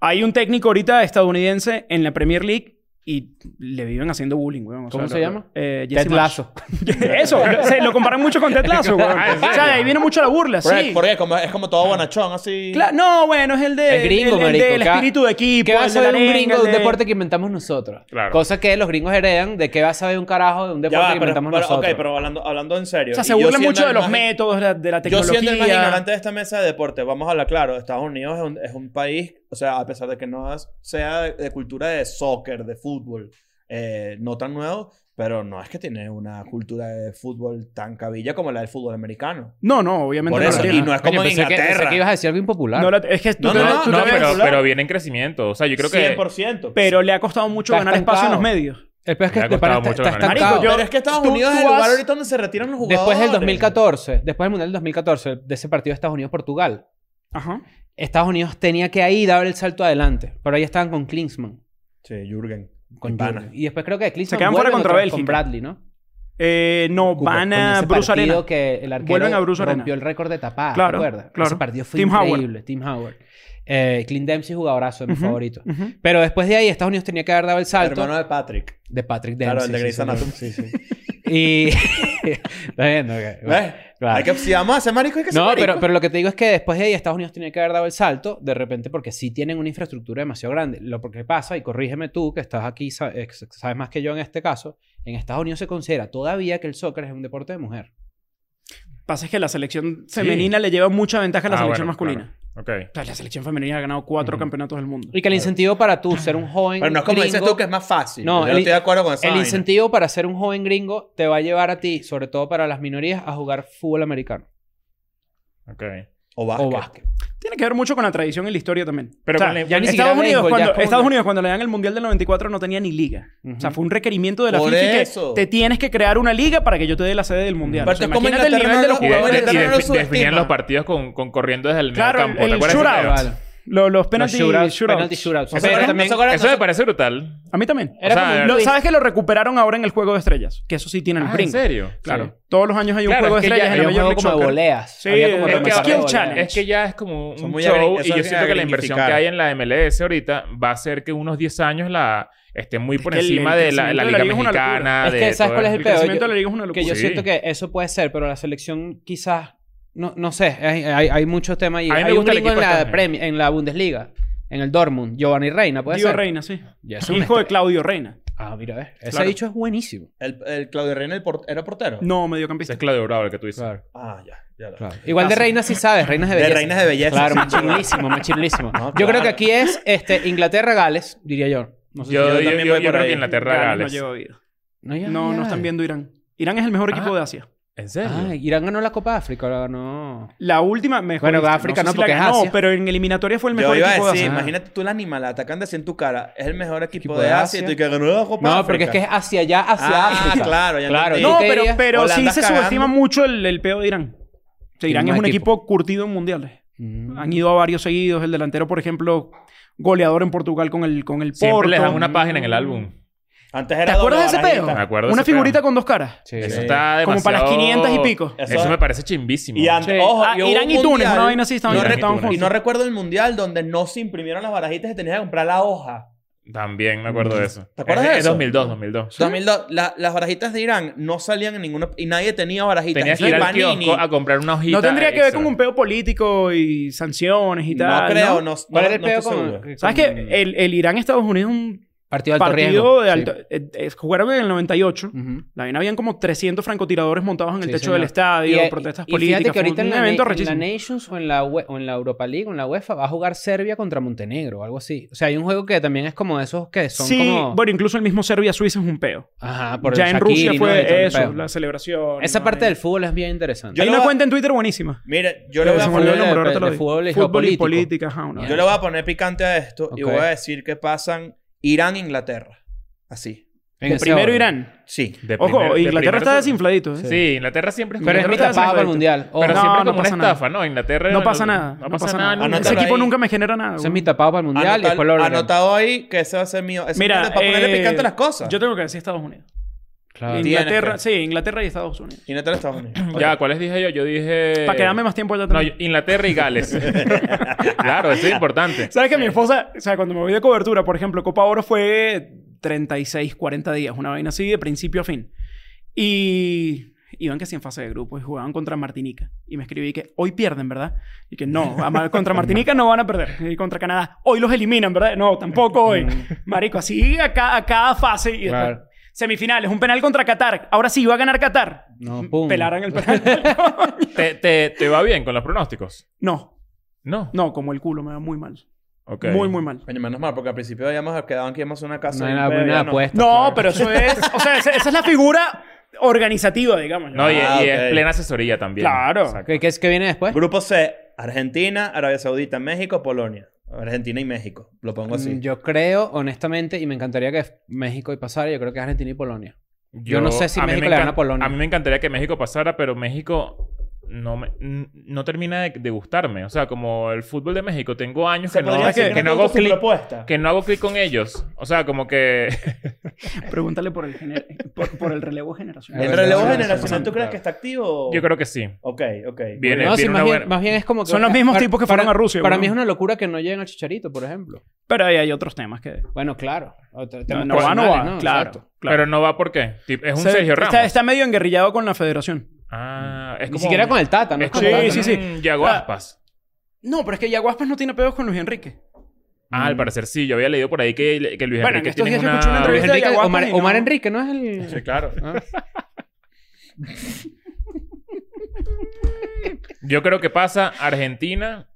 Speaker 1: Hay un técnico ahorita estadounidense en la Premier League y le viven haciendo bullying, weón. O
Speaker 2: ¿Cómo
Speaker 1: sea,
Speaker 2: se
Speaker 1: lo-
Speaker 2: llama?
Speaker 1: Eh, Jesse
Speaker 2: Ted
Speaker 1: Marsh.
Speaker 2: Lasso.
Speaker 1: Eso, lo- se lo comparan mucho con Ted Lasso, weón.
Speaker 3: Ah, ¿en
Speaker 1: O sea, de ahí viene mucho la burla,
Speaker 5: Porque,
Speaker 1: sí.
Speaker 5: porque como- es como todo bonachón, así.
Speaker 1: Cla- no, bueno, es el de
Speaker 2: El gringo,
Speaker 1: el, el
Speaker 2: marico,
Speaker 1: del
Speaker 2: ca-
Speaker 1: espíritu de equipo,
Speaker 2: ¿Qué va a
Speaker 1: el de la
Speaker 2: saber un
Speaker 1: arenga,
Speaker 2: gringo
Speaker 1: el
Speaker 2: de un
Speaker 1: de-
Speaker 2: deporte que inventamos nosotros?
Speaker 3: Claro.
Speaker 2: Cosa que los gringos heredan de qué va a saber un carajo de un
Speaker 5: Ya
Speaker 2: deporte
Speaker 5: va,
Speaker 2: que
Speaker 5: pero,
Speaker 2: inventamos
Speaker 5: pero- ok,
Speaker 2: nosotros.
Speaker 5: pero hablando, hablando en serio.
Speaker 1: O sea,
Speaker 5: y
Speaker 1: se
Speaker 5: yo
Speaker 1: burlan
Speaker 5: siendo
Speaker 1: mucho de
Speaker 5: el
Speaker 1: los
Speaker 5: más-
Speaker 1: métodos, de la, de la
Speaker 5: Yo
Speaker 1: tecnología.
Speaker 5: siendo el más ignorante de esta mesa de deporte, vamos a hablar claro, Estados Unidos es un, es un país, o sea, a pesar de que no es- sea de, de cultura de soccer, de fútbol, eh, no tan nuevo, pero no es que tiene una cultura de fútbol tan cabilla como la del fútbol americano.
Speaker 1: No, no, obviamente
Speaker 5: Por
Speaker 1: no
Speaker 5: eso,
Speaker 1: la
Speaker 5: y
Speaker 1: tiene.
Speaker 5: no es
Speaker 2: Coño,
Speaker 5: como en
Speaker 2: pensé que, pensé
Speaker 5: Inglaterra.
Speaker 2: que ibas a decir algo impopular.
Speaker 1: No la- es que tú
Speaker 5: No,
Speaker 1: te-
Speaker 5: no,
Speaker 1: tú
Speaker 5: no,
Speaker 1: te
Speaker 3: No,
Speaker 1: ves-
Speaker 3: pero,
Speaker 5: hablar.
Speaker 3: pero viene en crecimiento. O sea, yo creo que.
Speaker 5: 100%.
Speaker 1: pero le ha costado mucho
Speaker 2: Está
Speaker 1: ganar espacio en los
Speaker 2: estancado.
Speaker 1: medios.
Speaker 2: El peor es que
Speaker 3: Me ha
Speaker 2: este pana
Speaker 3: costado
Speaker 2: está,
Speaker 3: mucho
Speaker 2: está
Speaker 3: ganar.
Speaker 2: estancado.
Speaker 1: Marico, yo-
Speaker 5: Pero es que Estados
Speaker 1: tú-
Speaker 5: Unidos
Speaker 1: tú
Speaker 5: es el lugar
Speaker 1: vas-
Speaker 5: ahorita donde se retiran los jugadores.
Speaker 2: Después del 2014, después del Mundial del 2014, de ese partido de Estados Unidos-Portugal,
Speaker 1: Ajá.
Speaker 2: Estados Unidos tenía que ahí dar el salto adelante. Pero ahí estaban con Klinsmann.
Speaker 5: Sí, Jürgen.
Speaker 2: Con
Speaker 5: Mi pana.
Speaker 2: Jürgen. Y después creo que Klinsmann
Speaker 1: Se quedan
Speaker 2: vuelve
Speaker 1: fuera contra
Speaker 2: otra vez
Speaker 1: Bélgica.
Speaker 2: Con Bradley, ¿no?
Speaker 1: Eh, no,
Speaker 2: Cuba,
Speaker 1: van
Speaker 2: coño,
Speaker 1: a
Speaker 2: ese
Speaker 1: Bruce
Speaker 2: partido
Speaker 1: Arena.
Speaker 2: que el arquero
Speaker 1: Vuelven a Bruce
Speaker 2: rompió
Speaker 1: Arena.
Speaker 2: el récord de tapada,
Speaker 1: Claro,
Speaker 2: ¿te acuerdas?
Speaker 1: claro.
Speaker 2: Ese partido fue
Speaker 1: Tim Howard.
Speaker 2: increíble. Tim Howard. Eh, Clint Dempsey, jugadorazo, es mi
Speaker 1: Ujú,
Speaker 2: favorito.
Speaker 1: ujú.
Speaker 2: Pero después de ahí, Estados Unidos tenía que haber dado el salto
Speaker 5: Hermano de Patrick.
Speaker 2: de Patrick Dempsey.
Speaker 5: Claro, el de
Speaker 2: sí,
Speaker 5: Grey's
Speaker 2: señor.
Speaker 5: Anatomy.
Speaker 2: Y... Está viendo, ok, bueno.
Speaker 5: ¿Ves?
Speaker 2: Claro.
Speaker 5: ¿Eh? Hay que, si vamos a hacer marico, hay que hacer
Speaker 2: No,
Speaker 5: marico.
Speaker 2: pero, pero lo que te digo es que después de ahí Estados Unidos tenía que haber dado el salto, de repente, porque sí tienen una infraestructura demasiado grande. Lo que pasa, y corrígeme tú, que estás aquí, sa- eh, sabes más que yo en este caso, en Estados Unidos se considera todavía que el soccer es un deporte de mujer.
Speaker 1: Pasa es que la selección femenina le lleva mucha ventaja a la
Speaker 3: Ah,
Speaker 1: selección
Speaker 3: bueno,
Speaker 1: masculina.
Speaker 3: claro. Ok.
Speaker 1: O sea, la selección femenina ha ganado cuatro campeonatos del mundo.
Speaker 2: Y que el incentivo para tú ser un joven.
Speaker 5: Pero no es como dices
Speaker 2: gringo-
Speaker 5: tú que es más fácil.
Speaker 2: No,
Speaker 5: No, yo
Speaker 2: el-
Speaker 5: no estoy de acuerdo con esa
Speaker 2: El
Speaker 5: vaina.
Speaker 2: incentivo para ser un joven gringo te va a llevar a ti, sobre todo para las minorías, a jugar fútbol americano
Speaker 3: Ok.
Speaker 5: O básquet.
Speaker 2: o básquet.
Speaker 1: Tiene que ver mucho con la tradición y la historia también.
Speaker 3: Pero
Speaker 1: O sea,
Speaker 3: con la-
Speaker 2: ya ni siquiera
Speaker 1: Estados, Unidos,
Speaker 2: béisbol, ya
Speaker 1: cuando,
Speaker 2: es como
Speaker 1: Estados
Speaker 2: una-
Speaker 1: Unidos, cuando le dan el Mundial del 94, no tenía ni liga.
Speaker 2: Ujú.
Speaker 1: O sea, fue un requerimiento de la
Speaker 5: Por
Speaker 1: FIFA y que
Speaker 5: eso.
Speaker 1: te tienes que crear una liga para que yo te dé la sede del Mundial.
Speaker 5: Pero
Speaker 1: O sea,
Speaker 5: es como
Speaker 1: imagínate el
Speaker 5: Inglaterra
Speaker 1: nivel de
Speaker 5: no
Speaker 1: los
Speaker 3: Y, de-
Speaker 5: jugó-
Speaker 1: jugadores.
Speaker 3: y de-
Speaker 5: Jugadores de terreno lo
Speaker 3: definían
Speaker 5: subestiman.
Speaker 3: los partidos con, con corriendo desde el
Speaker 1: Claro,
Speaker 3: medio campo.
Speaker 1: el
Speaker 3: ¿Te acuerdas? de esa
Speaker 1: shootout.
Speaker 3: idea?
Speaker 1: Lo- Los penalty
Speaker 2: shootouts,
Speaker 1: shootouts.
Speaker 2: penalty shootouts.
Speaker 5: ¿No se
Speaker 2: Pero
Speaker 5: acuerdan-
Speaker 2: también-
Speaker 5: no se acuerdan-
Speaker 3: Eso me parece brutal.
Speaker 1: A mí también.
Speaker 2: Era
Speaker 3: O sea,
Speaker 2: como un
Speaker 1: Lo-
Speaker 2: Luis.
Speaker 1: ¿Sabes que lo recuperaron ahora en el Juego de Estrellas? Que eso sí tienen
Speaker 3: Ah,
Speaker 1: el
Speaker 3: ¿En
Speaker 1: brinco.
Speaker 3: serio?
Speaker 1: Claro.
Speaker 3: Sí.
Speaker 1: Todos los años hay un
Speaker 3: Claro,
Speaker 1: Juego
Speaker 3: es
Speaker 1: de
Speaker 3: que ya-
Speaker 1: estrellas en
Speaker 2: Había
Speaker 1: la
Speaker 2: un
Speaker 1: Major League
Speaker 2: juego como de
Speaker 1: Soccer.
Speaker 2: voleas.
Speaker 1: Sí,
Speaker 2: Había como
Speaker 1: es
Speaker 2: remate
Speaker 1: que-
Speaker 2: de
Speaker 1: skill
Speaker 2: volea.
Speaker 1: challenge.
Speaker 3: Es que ya es como
Speaker 5: Son
Speaker 3: un
Speaker 5: muy
Speaker 3: show
Speaker 5: agri- eso
Speaker 3: y yo
Speaker 5: es
Speaker 3: siento que la inversión que
Speaker 5: agrificar.
Speaker 3: hay en la MLS ahorita va a ser que unos 10 años la esté muy por
Speaker 1: que el-
Speaker 3: encima
Speaker 1: el
Speaker 3: de la,
Speaker 1: crecimiento
Speaker 3: la
Speaker 1: de la
Speaker 3: liga
Speaker 1: liga es una locura.
Speaker 3: mexicana.
Speaker 2: Es que,
Speaker 3: de
Speaker 2: ¿sabes
Speaker 3: todo
Speaker 2: cuál es
Speaker 3: esto.
Speaker 1: El
Speaker 2: Pero
Speaker 1: crecimiento de
Speaker 2: yo-
Speaker 1: la liga es una
Speaker 2: Que
Speaker 1: locura.
Speaker 2: yo
Speaker 3: Sí.
Speaker 2: siento que eso puede ser, pero la selección quizás, no, no sé, hay, hay, hay muchos temas ahí.
Speaker 3: A mí me
Speaker 2: Hay un
Speaker 3: gusta el
Speaker 2: gringo en
Speaker 3: equipo de
Speaker 2: la,
Speaker 1: este.
Speaker 3: Estados
Speaker 2: Premi- en la Bundesliga, en el Dortmund, Giovanni Reina, puede
Speaker 1: Dio
Speaker 2: ser.
Speaker 1: Reina, sí.
Speaker 2: Ya es un
Speaker 1: Hijo de
Speaker 2: estre-
Speaker 1: Claudio Reina.
Speaker 2: Ah, mira, ves. Ese
Speaker 1: Claro.
Speaker 2: dicho es buenísimo.
Speaker 5: El, el Claudio Reina el por- era portero.
Speaker 1: No,
Speaker 3: Ese
Speaker 1: mediocampista.
Speaker 3: es Claudio Bravo el que tú dices.
Speaker 2: Claro.
Speaker 5: Ah, ya. ya lo-
Speaker 2: Igual de reinas sí sabes, reinas de
Speaker 5: De
Speaker 2: belleza.
Speaker 5: reinas de belleza,
Speaker 2: Claro,
Speaker 5: sin
Speaker 2: machinulísimo, machinulísimo.
Speaker 5: No,
Speaker 2: Yo
Speaker 5: claro.
Speaker 2: creo que aquí es este, Inglaterra-Gales, diría yo. No sé
Speaker 3: Yo,
Speaker 2: si
Speaker 3: yo,
Speaker 5: yo también
Speaker 3: yo-
Speaker 5: voy
Speaker 3: yo creo
Speaker 5: por
Speaker 3: que
Speaker 5: ahí.
Speaker 3: Inglaterra
Speaker 1: Gales
Speaker 3: Gales.
Speaker 1: No, lleva vida.
Speaker 2: No, ya,
Speaker 1: no,
Speaker 2: ya.
Speaker 1: no están viendo Irán. Irán es el mejor equipo
Speaker 3: Ah.
Speaker 1: de Asia.
Speaker 3: ¿En serio?
Speaker 2: Ah, Irán ganó la Copa de África, la ganó.
Speaker 1: La última mejor.
Speaker 2: Bueno,
Speaker 1: viste,
Speaker 2: África no,
Speaker 1: la
Speaker 2: porque es
Speaker 1: ganó,
Speaker 2: Asia.
Speaker 1: pero en eliminatoria fue el
Speaker 5: Yo
Speaker 1: mejor
Speaker 5: iba
Speaker 1: equipo
Speaker 5: a decir,
Speaker 1: de Asia.
Speaker 5: imagínate tú el animal, atacando así en tu cara. Es el mejor equipo, de Asia. Y tú que ganó la Copa
Speaker 2: No,
Speaker 5: África.
Speaker 2: porque es que es hacia allá, hacia
Speaker 5: Ah,
Speaker 2: África.
Speaker 5: claro, ya
Speaker 2: claro.
Speaker 5: entendí.
Speaker 2: ¿tú
Speaker 1: No,
Speaker 2: qué
Speaker 1: pero,
Speaker 2: dirías?
Speaker 1: pero sí
Speaker 5: Holanda
Speaker 1: se
Speaker 5: está
Speaker 1: subestima
Speaker 5: cagando.
Speaker 1: mucho el, el peo de Irán. O sea, Irán
Speaker 2: Tiene
Speaker 1: es
Speaker 2: un
Speaker 1: un equipo. curtido en mundiales.
Speaker 2: Mm.
Speaker 1: Han ido a varios seguidos. El delantero, por ejemplo, goleador en Portugal con el, con el
Speaker 3: Siempre
Speaker 1: Porto.
Speaker 3: les dan una página en el álbum.
Speaker 5: Antes
Speaker 1: ¿Te
Speaker 5: era
Speaker 1: acuerdas de ese
Speaker 5: dobladita.
Speaker 1: peo?
Speaker 3: Me acuerdo de
Speaker 1: una
Speaker 3: ese
Speaker 1: figurita
Speaker 3: peo.
Speaker 1: con dos caras.
Speaker 2: Sí.
Speaker 3: Eso está demasiado...
Speaker 1: Como para las 500 y pico.
Speaker 3: Eso,
Speaker 5: Eso-
Speaker 3: me parece chimbísimo.
Speaker 5: Y antes,
Speaker 1: Sí.
Speaker 5: ojo,
Speaker 1: Ah,
Speaker 5: y hubo
Speaker 1: Irán
Speaker 5: un
Speaker 1: y Túnez,
Speaker 5: mundial-
Speaker 1: una vaina así, estaban-
Speaker 5: no,
Speaker 3: Irán y
Speaker 5: estaban
Speaker 1: Ah,
Speaker 3: Túnez.
Speaker 5: Y no recuerdo el mundial donde no se imprimieron las barajitas y tenías que comprar la hoja.
Speaker 3: También me acuerdo de eso.
Speaker 5: ¿Te acuerdas
Speaker 3: Es-
Speaker 5: de
Speaker 3: Es
Speaker 5: eso?
Speaker 3: 2002, 2002.
Speaker 5: 2002, la- las barajitas de Irán no salían en ninguna... Y nadie tenía barajitas.
Speaker 3: Tenías que
Speaker 5: Ni
Speaker 3: ir al
Speaker 5: Panini.
Speaker 3: kiosco a comprar una hojita.
Speaker 1: No tendría que ver
Speaker 3: extra.
Speaker 1: con un peo político y sanciones y tal.
Speaker 5: No creo, no,
Speaker 2: ¿Cuál era el
Speaker 5: no
Speaker 2: peo
Speaker 5: estoy
Speaker 2: con-
Speaker 5: seguro.
Speaker 2: con-
Speaker 1: ¿Sabes qué? El, el Irán-Estados Unidos es un
Speaker 2: Partido de alto riesgo.
Speaker 1: partido de
Speaker 2: sí.
Speaker 1: alto. eh, eh, jugaron en el 98.
Speaker 2: Ujú.
Speaker 1: La vaina habían como 300 francotiradores montados en el
Speaker 2: Sí,
Speaker 1: techo
Speaker 2: señor.
Speaker 1: del estadio,
Speaker 2: eh,
Speaker 1: protestas
Speaker 2: y
Speaker 1: políticas.
Speaker 2: Fíjate que
Speaker 1: fue
Speaker 2: ahorita en
Speaker 1: un
Speaker 2: la,
Speaker 1: evento
Speaker 2: Na- en la
Speaker 1: rechísimo.
Speaker 2: Nations o en la, UE o en la Europa League o en la UEFA va a jugar Serbia contra Montenegro o algo así. O sea, hay un juego que también es como esos que son
Speaker 1: sí,
Speaker 2: como...
Speaker 1: bueno, incluso el mismo Serbia-Suiza es un peo.
Speaker 2: Ajá, por el
Speaker 1: ya en
Speaker 2: Shakiri,
Speaker 1: Rusia
Speaker 2: ¿no?
Speaker 1: fue
Speaker 2: Y todo el
Speaker 1: eso,
Speaker 2: peo.
Speaker 1: la celebración.
Speaker 2: Esa
Speaker 1: ¿no?
Speaker 2: parte
Speaker 1: Ahí.
Speaker 2: del fútbol es bien interesante.
Speaker 5: Yo
Speaker 1: Hay
Speaker 5: lo
Speaker 1: una
Speaker 5: voy a-
Speaker 1: cuenta en Twitter buenísima.
Speaker 5: Mira, yo le
Speaker 1: Que
Speaker 5: voy a
Speaker 1: se me olvidó
Speaker 5: poner-
Speaker 2: poner
Speaker 1: el nombre,
Speaker 2: de-
Speaker 1: ahorita lo
Speaker 2: de
Speaker 1: digo.
Speaker 2: fútbol y
Speaker 1: y
Speaker 2: geopolítico.
Speaker 1: política. ajá, una
Speaker 5: Yo
Speaker 1: vaina.
Speaker 5: le voy a poner picante a esto y
Speaker 2: Ok.
Speaker 5: voy a decir que pasan Irán-Inglaterra. Así.
Speaker 2: En
Speaker 1: De
Speaker 2: ese
Speaker 1: primero
Speaker 2: orden.
Speaker 1: Irán.
Speaker 5: Sí.
Speaker 3: De
Speaker 1: Ojo,
Speaker 3: primer- de
Speaker 1: Inglaterra
Speaker 3: primer
Speaker 1: está
Speaker 3: turno.
Speaker 1: desinfladito. ¿eh?
Speaker 3: Sí, Inglaterra siempre
Speaker 2: Pero es mi
Speaker 1: Inglaterra
Speaker 3: Inglaterra-
Speaker 1: está
Speaker 2: tapada para
Speaker 1: desinfladito.
Speaker 2: el mundial. Ojo.
Speaker 3: Pero
Speaker 1: No,
Speaker 3: siempre
Speaker 1: no
Speaker 3: como una
Speaker 1: pasa nada.
Speaker 3: estafa, ¿no? Inglaterra.
Speaker 1: No pasa nada. No pasa nada.
Speaker 5: Anótalo
Speaker 1: Ese equipo
Speaker 5: ahí.
Speaker 1: nunca me genera nada.
Speaker 2: Ese es
Speaker 1: güey.
Speaker 2: mi tapado para el mundial y
Speaker 5: Anota-
Speaker 2: después lo veremos.
Speaker 5: anotado ahí que ese va a ser mío. Ese
Speaker 1: Mira,
Speaker 5: es para ponerle
Speaker 1: eh,
Speaker 5: picante a las cosas.
Speaker 1: Yo tengo que decir Estados Unidos.
Speaker 2: Claro.
Speaker 5: Tienes
Speaker 1: Inglaterra,
Speaker 5: que-
Speaker 1: sí, Inglaterra y Estados Unidos.
Speaker 5: Inglaterra, Estados Unidos.
Speaker 3: Ya, ¿cuáles dije yo? Yo dije.
Speaker 1: Para quedarme más tiempo allá
Speaker 3: Eh, No,
Speaker 1: atrás.
Speaker 3: yo- Inglaterra y Gales. claro, eso es importante.
Speaker 1: ¿Sabes que mi esposa, o sea, cuando me voy de cobertura, por ejemplo, Copa Oro fue 36, 40 días, una vaina así de principio a fin. Y iban que sí en fase de grupo y jugaban contra Martinica. Y me escribí que hoy pierden, ¿verdad? Y que no, a Mar- contra Martinica no van a perder. Y contra Canadá, hoy los eliminan, ¿verdad? No, tampoco hoy. Marico, así a, ca- a cada fase. Y después,
Speaker 2: Claro.
Speaker 1: Semifinales, un penal contra Qatar. Ahora sí, va a ganar Qatar.
Speaker 2: No, pum.
Speaker 1: Pelaran el penal.
Speaker 3: ¿Te, te, te va bien con los pronósticos?
Speaker 1: no,
Speaker 3: No.
Speaker 1: no, como el culo, me va muy mal.
Speaker 3: Ok.
Speaker 1: Muy, muy mal.
Speaker 5: Coño, menos mal, porque al principio habíamos quedado en que íbamos a una casa.
Speaker 2: No hay
Speaker 5: y un
Speaker 2: nada-
Speaker 5: pedo,
Speaker 2: nada
Speaker 5: ya no.
Speaker 2: puesto.
Speaker 1: No, pero eso es. O sea, esa, esa es la figura organizativa, digamos.
Speaker 3: No, y,
Speaker 5: Ah,
Speaker 3: y es
Speaker 5: ok.
Speaker 3: plena asesoría también.
Speaker 1: Claro.
Speaker 3: Exacto.
Speaker 2: ¿Qué, qué es que viene después?
Speaker 5: Grupo C, Argentina, Arabia Saudita, México, Polonia. Argentina y México. Lo pongo así.
Speaker 2: Mm, Yo creo, honestamente, y me encantaría que México y pasara, yo creo que Argentina y Polonia. Yo no sé si
Speaker 3: a mí
Speaker 2: México
Speaker 3: me
Speaker 2: le gana
Speaker 3: encan-
Speaker 2: a Polonia.
Speaker 3: A mí me encantaría que México pasara, pero México no, me, n- no termina de, de gustarme. O sea, como el fútbol de México, tengo años que no,
Speaker 5: podría decir
Speaker 3: que,
Speaker 5: me
Speaker 3: no hago
Speaker 5: gusta su
Speaker 3: clic,
Speaker 5: propuesta.
Speaker 3: que no hago clic con ellos. O sea, como que...
Speaker 1: Pregúntale por el, gener- por, por el relevo generacional.
Speaker 5: ¿El
Speaker 2: Bueno,
Speaker 5: relevo
Speaker 2: sí, sí,
Speaker 5: generacional
Speaker 2: sí,
Speaker 5: tú
Speaker 2: sí,
Speaker 5: crees
Speaker 2: claro.
Speaker 5: que está activo?
Speaker 3: Yo creo que sí.
Speaker 5: Ok, ok.
Speaker 3: Viene-
Speaker 2: no, sí,
Speaker 3: viene
Speaker 2: más, bien,
Speaker 3: una buena-
Speaker 2: más bien es como que...
Speaker 1: Son los mismos tipos que fueron
Speaker 2: para-
Speaker 1: a Rusia,
Speaker 2: Para
Speaker 1: weón.
Speaker 2: mí es una locura que no lleguen a Chicharito, por ejemplo.
Speaker 1: Pero ahí hay otros temas que.
Speaker 2: Bueno, claro. O te-
Speaker 1: No,
Speaker 2: temas
Speaker 1: no va, no va.
Speaker 2: personales, ¿no?
Speaker 1: Claro.
Speaker 2: Exacto.
Speaker 1: claro.
Speaker 3: Pero no va por qué. Tip- Es un
Speaker 1: Se-
Speaker 3: Sergio Ramos.
Speaker 1: Está, está medio enguerrillado con la federación.
Speaker 3: Ah, es
Speaker 2: Ni
Speaker 3: como
Speaker 2: siquiera
Speaker 3: un-
Speaker 2: con el Tata, ¿no?
Speaker 3: Es
Speaker 2: Es con
Speaker 3: como
Speaker 1: Sí,
Speaker 2: Tata,
Speaker 3: un-
Speaker 2: ¿no?
Speaker 1: sí, sí.
Speaker 3: un Yago
Speaker 1: Ah.
Speaker 3: Aspas.
Speaker 1: No, pero es que Yaguaspas no tiene pedos con Luis Enrique.
Speaker 3: Ah,
Speaker 2: Mm.
Speaker 3: al parecer sí. Yo había leído por ahí que, que Luis
Speaker 1: Bueno, en
Speaker 3: Enrique
Speaker 1: estos
Speaker 3: tiene
Speaker 1: días yo escuché una
Speaker 3: una...
Speaker 2: Luis
Speaker 1: entrevista-
Speaker 2: Enrique-
Speaker 1: Yaguapas
Speaker 2: Omar,
Speaker 1: y no-
Speaker 2: Omar Enrique, ¿no es el...?
Speaker 3: Sí, claro.
Speaker 2: Ah.
Speaker 3: Yo creo que pasa Argentina,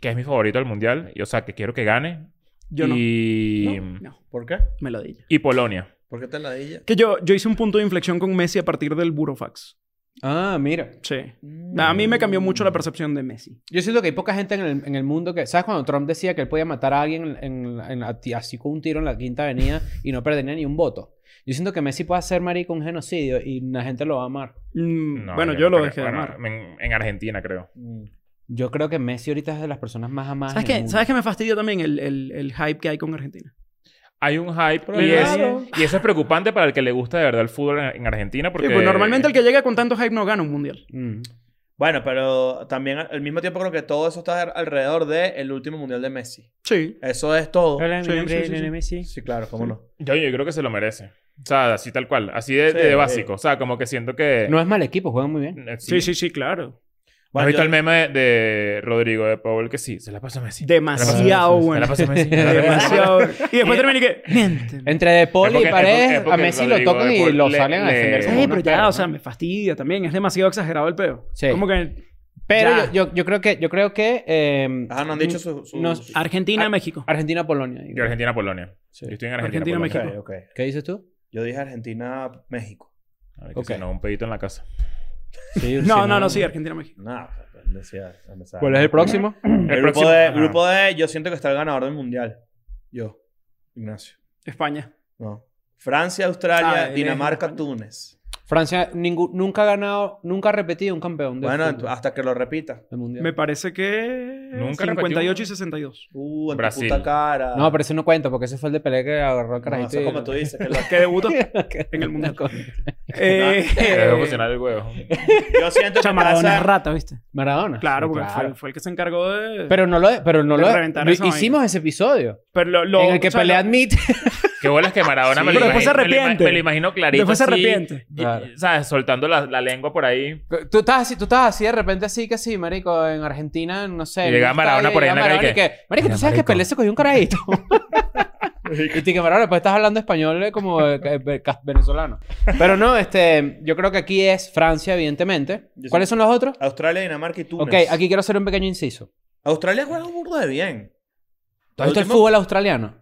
Speaker 3: que es mi favorito del mundial, y, o sea, que quiero que gane.
Speaker 1: Yo no.
Speaker 3: y...
Speaker 1: No, no,
Speaker 5: ¿Por qué?
Speaker 1: melodilla.
Speaker 3: y Polonia.
Speaker 5: ¿Por qué te la di ya?
Speaker 1: Que yo, yo hice un punto de inflexión con Messi a partir del Burofax.
Speaker 2: Ah, mira.
Speaker 1: Sí. A mí me cambió mucho la percepción de Messi.
Speaker 2: Yo siento que hay poca gente en el, en el mundo que... ¿Sabes cuando Trump decía que él podía matar a alguien en- en- a ti- así con un tiro en la Quinta Avenida y no perdería ni un voto? Yo siento que Messi puede hacer, marico, un genocidio y la gente lo va a amar.
Speaker 1: Mm,
Speaker 3: No,
Speaker 1: bueno, yo lo
Speaker 3: creo-
Speaker 1: dejé de
Speaker 3: bueno,
Speaker 1: amar.
Speaker 3: En, en Argentina, creo.
Speaker 2: Yo creo que Messi ahorita es de las personas más amadas
Speaker 1: ¿Sabes
Speaker 2: en el
Speaker 1: qué?
Speaker 2: mundo.
Speaker 1: ¿Sabes qué me fastidió también el, el, el hype que hay con Argentina?
Speaker 3: Hay un hype
Speaker 5: Pero
Speaker 3: y, es-
Speaker 5: claro.
Speaker 3: y eso es preocupante para el que le gusta de verdad el fútbol en, en Argentina porque...
Speaker 1: Sí, pues normalmente el que llega con tanto hype no gana un mundial.
Speaker 2: Mm.
Speaker 5: Bueno, pero también al al mismo tiempo creo que todo eso está al- alrededor del el último mundial de Messi.
Speaker 1: Sí.
Speaker 5: Eso es todo.
Speaker 1: Sí, nombre sí, es sí, Lionel
Speaker 5: Sí, claro, cómo no.
Speaker 3: Yo, yo creo que se lo merece. O sea, así tal cual. Así de,
Speaker 5: Sí,
Speaker 3: de
Speaker 5: sí.
Speaker 3: básico. O sea, como que siento que...
Speaker 2: No es mal equipo, juegan muy bien.
Speaker 3: Eh,
Speaker 1: Sí, sí, sí, claro.
Speaker 3: ¿Has
Speaker 5: Bueno,
Speaker 3: visto
Speaker 5: yo-
Speaker 3: el meme de Rodrigo de Paul que sí? Se la pasa a Messi.
Speaker 1: Demasiado
Speaker 3: Se la
Speaker 1: bueno.
Speaker 3: pasa a Messi. Se la pasa a Messi.
Speaker 1: Demasiado. y después terminé que. Eh, Miente.
Speaker 2: Entre De Paul
Speaker 3: Mm.
Speaker 2: y
Speaker 3: Es porque- es porque- es
Speaker 2: Paredes,
Speaker 3: porque
Speaker 2: a Messi lo
Speaker 3: Rodrigo
Speaker 2: tocan
Speaker 3: De
Speaker 2: y
Speaker 3: Paul
Speaker 2: lo
Speaker 3: le-
Speaker 2: salen a
Speaker 3: le-
Speaker 2: defender.
Speaker 3: Sí,
Speaker 2: como
Speaker 1: Sí,
Speaker 2: unos
Speaker 1: pero ya,
Speaker 2: perros,
Speaker 1: o sea,
Speaker 2: ¿no?
Speaker 1: me fastidia también. Es demasiado exagerado el pedo.
Speaker 2: Sí.
Speaker 1: Como que
Speaker 2: Pero
Speaker 1: ya.
Speaker 2: yo, yo, yo creo que... Yo creo que eh,
Speaker 5: Ajá, no han dicho su... su-
Speaker 2: No,
Speaker 5: su-
Speaker 1: Argentina,
Speaker 2: Ah,
Speaker 1: México.
Speaker 2: Argentina-Polonia.
Speaker 3: Yo Argentina-Polonia. Yo estoy en Argentina.
Speaker 1: Argentina,
Speaker 3: Polonia.
Speaker 5: Ok,
Speaker 1: México.
Speaker 5: ok.
Speaker 2: ¿Qué dices tú?
Speaker 5: Yo dije Argentina, México.
Speaker 3: A ver, que
Speaker 2: Ok.
Speaker 3: si no, un pedito en la casa.
Speaker 1: No, no, no, sí, Argentina, México.
Speaker 5: No, pues, decía... decía-
Speaker 2: ¿Cuál es el próximo?
Speaker 5: pues, El,
Speaker 3: El
Speaker 5: grupo,
Speaker 3: próximo-
Speaker 5: de,
Speaker 3: Ajá.
Speaker 5: grupo de... Yo siento que está el ganador del mundial. Yo. Ignacio.
Speaker 1: España.
Speaker 5: No. Francia, Australia,
Speaker 1: Ah, él es
Speaker 5: Dinamarca,
Speaker 1: español.
Speaker 5: Túnez.
Speaker 2: Francia ningú- nunca ha ganado, nunca ha repetido un campeón del
Speaker 5: Bueno,
Speaker 2: fútbol,
Speaker 5: hasta que lo repita.
Speaker 2: del mundial.
Speaker 1: Me parece que. 58
Speaker 3: Nunca repetió.
Speaker 1: y 62.
Speaker 5: Uh, en tu
Speaker 3: Brasil.
Speaker 5: puta cara.
Speaker 2: No, pero ese no cuenta porque ese fue el de Pelé que agarró el
Speaker 5: No,
Speaker 2: carajito.
Speaker 5: eso es como tú dices. Que lo-
Speaker 1: Que debutó en
Speaker 2: en
Speaker 1: el mundial.
Speaker 3: Te Debo
Speaker 1: eh,
Speaker 3: funcionar el huevo.
Speaker 5: yo siento que
Speaker 1: Chamaradona es
Speaker 5: pasa...
Speaker 1: rata, ¿viste?
Speaker 2: Maradona.
Speaker 1: Claro,
Speaker 2: Sí,
Speaker 1: porque Fue, fue el que se encargó de.
Speaker 2: Pero no lo, pero no
Speaker 1: De
Speaker 2: lo,
Speaker 1: reventar
Speaker 2: lo
Speaker 1: esa vaina.
Speaker 2: hicimos ese episodio
Speaker 1: Pero lo- lo-
Speaker 2: en el que
Speaker 1: o sea,
Speaker 2: Pelé
Speaker 1: lo-
Speaker 2: admite.
Speaker 3: Qué bolas que Maradona
Speaker 5: Sí.
Speaker 3: me, lo
Speaker 5: Pero
Speaker 1: después
Speaker 3: imagino-
Speaker 1: se
Speaker 3: me lo ima-
Speaker 1: arrepiente.
Speaker 3: Me lo imagino clarito.
Speaker 1: Después se
Speaker 3: así,
Speaker 1: arrepiente.
Speaker 3: y-
Speaker 2: Claro.
Speaker 3: y, ¿Sabes? Soltando la, la lengua por ahí.
Speaker 2: tú estabas así, tú estabas así de repente así que sí, marico, en Argentina, no sé.
Speaker 3: Y
Speaker 2: en
Speaker 3: llegaba
Speaker 2: un
Speaker 3: Maradona
Speaker 2: estadio,
Speaker 3: por ahí
Speaker 2: llegaba
Speaker 3: en la calle
Speaker 2: Maradona y que, marico,
Speaker 3: Mira,
Speaker 2: tú sabes
Speaker 3: marico.
Speaker 2: que Pelé se cogió un carajito. Y Tiki Maradona, después estás hablando español eh, como eh, ca- eh, ca- venezolano. Pero no, este, yo creo que aquí es Francia, evidentemente.
Speaker 5: Yo sí.
Speaker 2: ¿Cuáles son los otros?
Speaker 5: Australia, Dinamarca y Túnez.
Speaker 2: Ok, aquí quiero hacer un pequeño inciso.
Speaker 5: Australia juega un burdo de bien.
Speaker 2: ¿Tú has visto el
Speaker 5: último-
Speaker 2: fútbol australiano?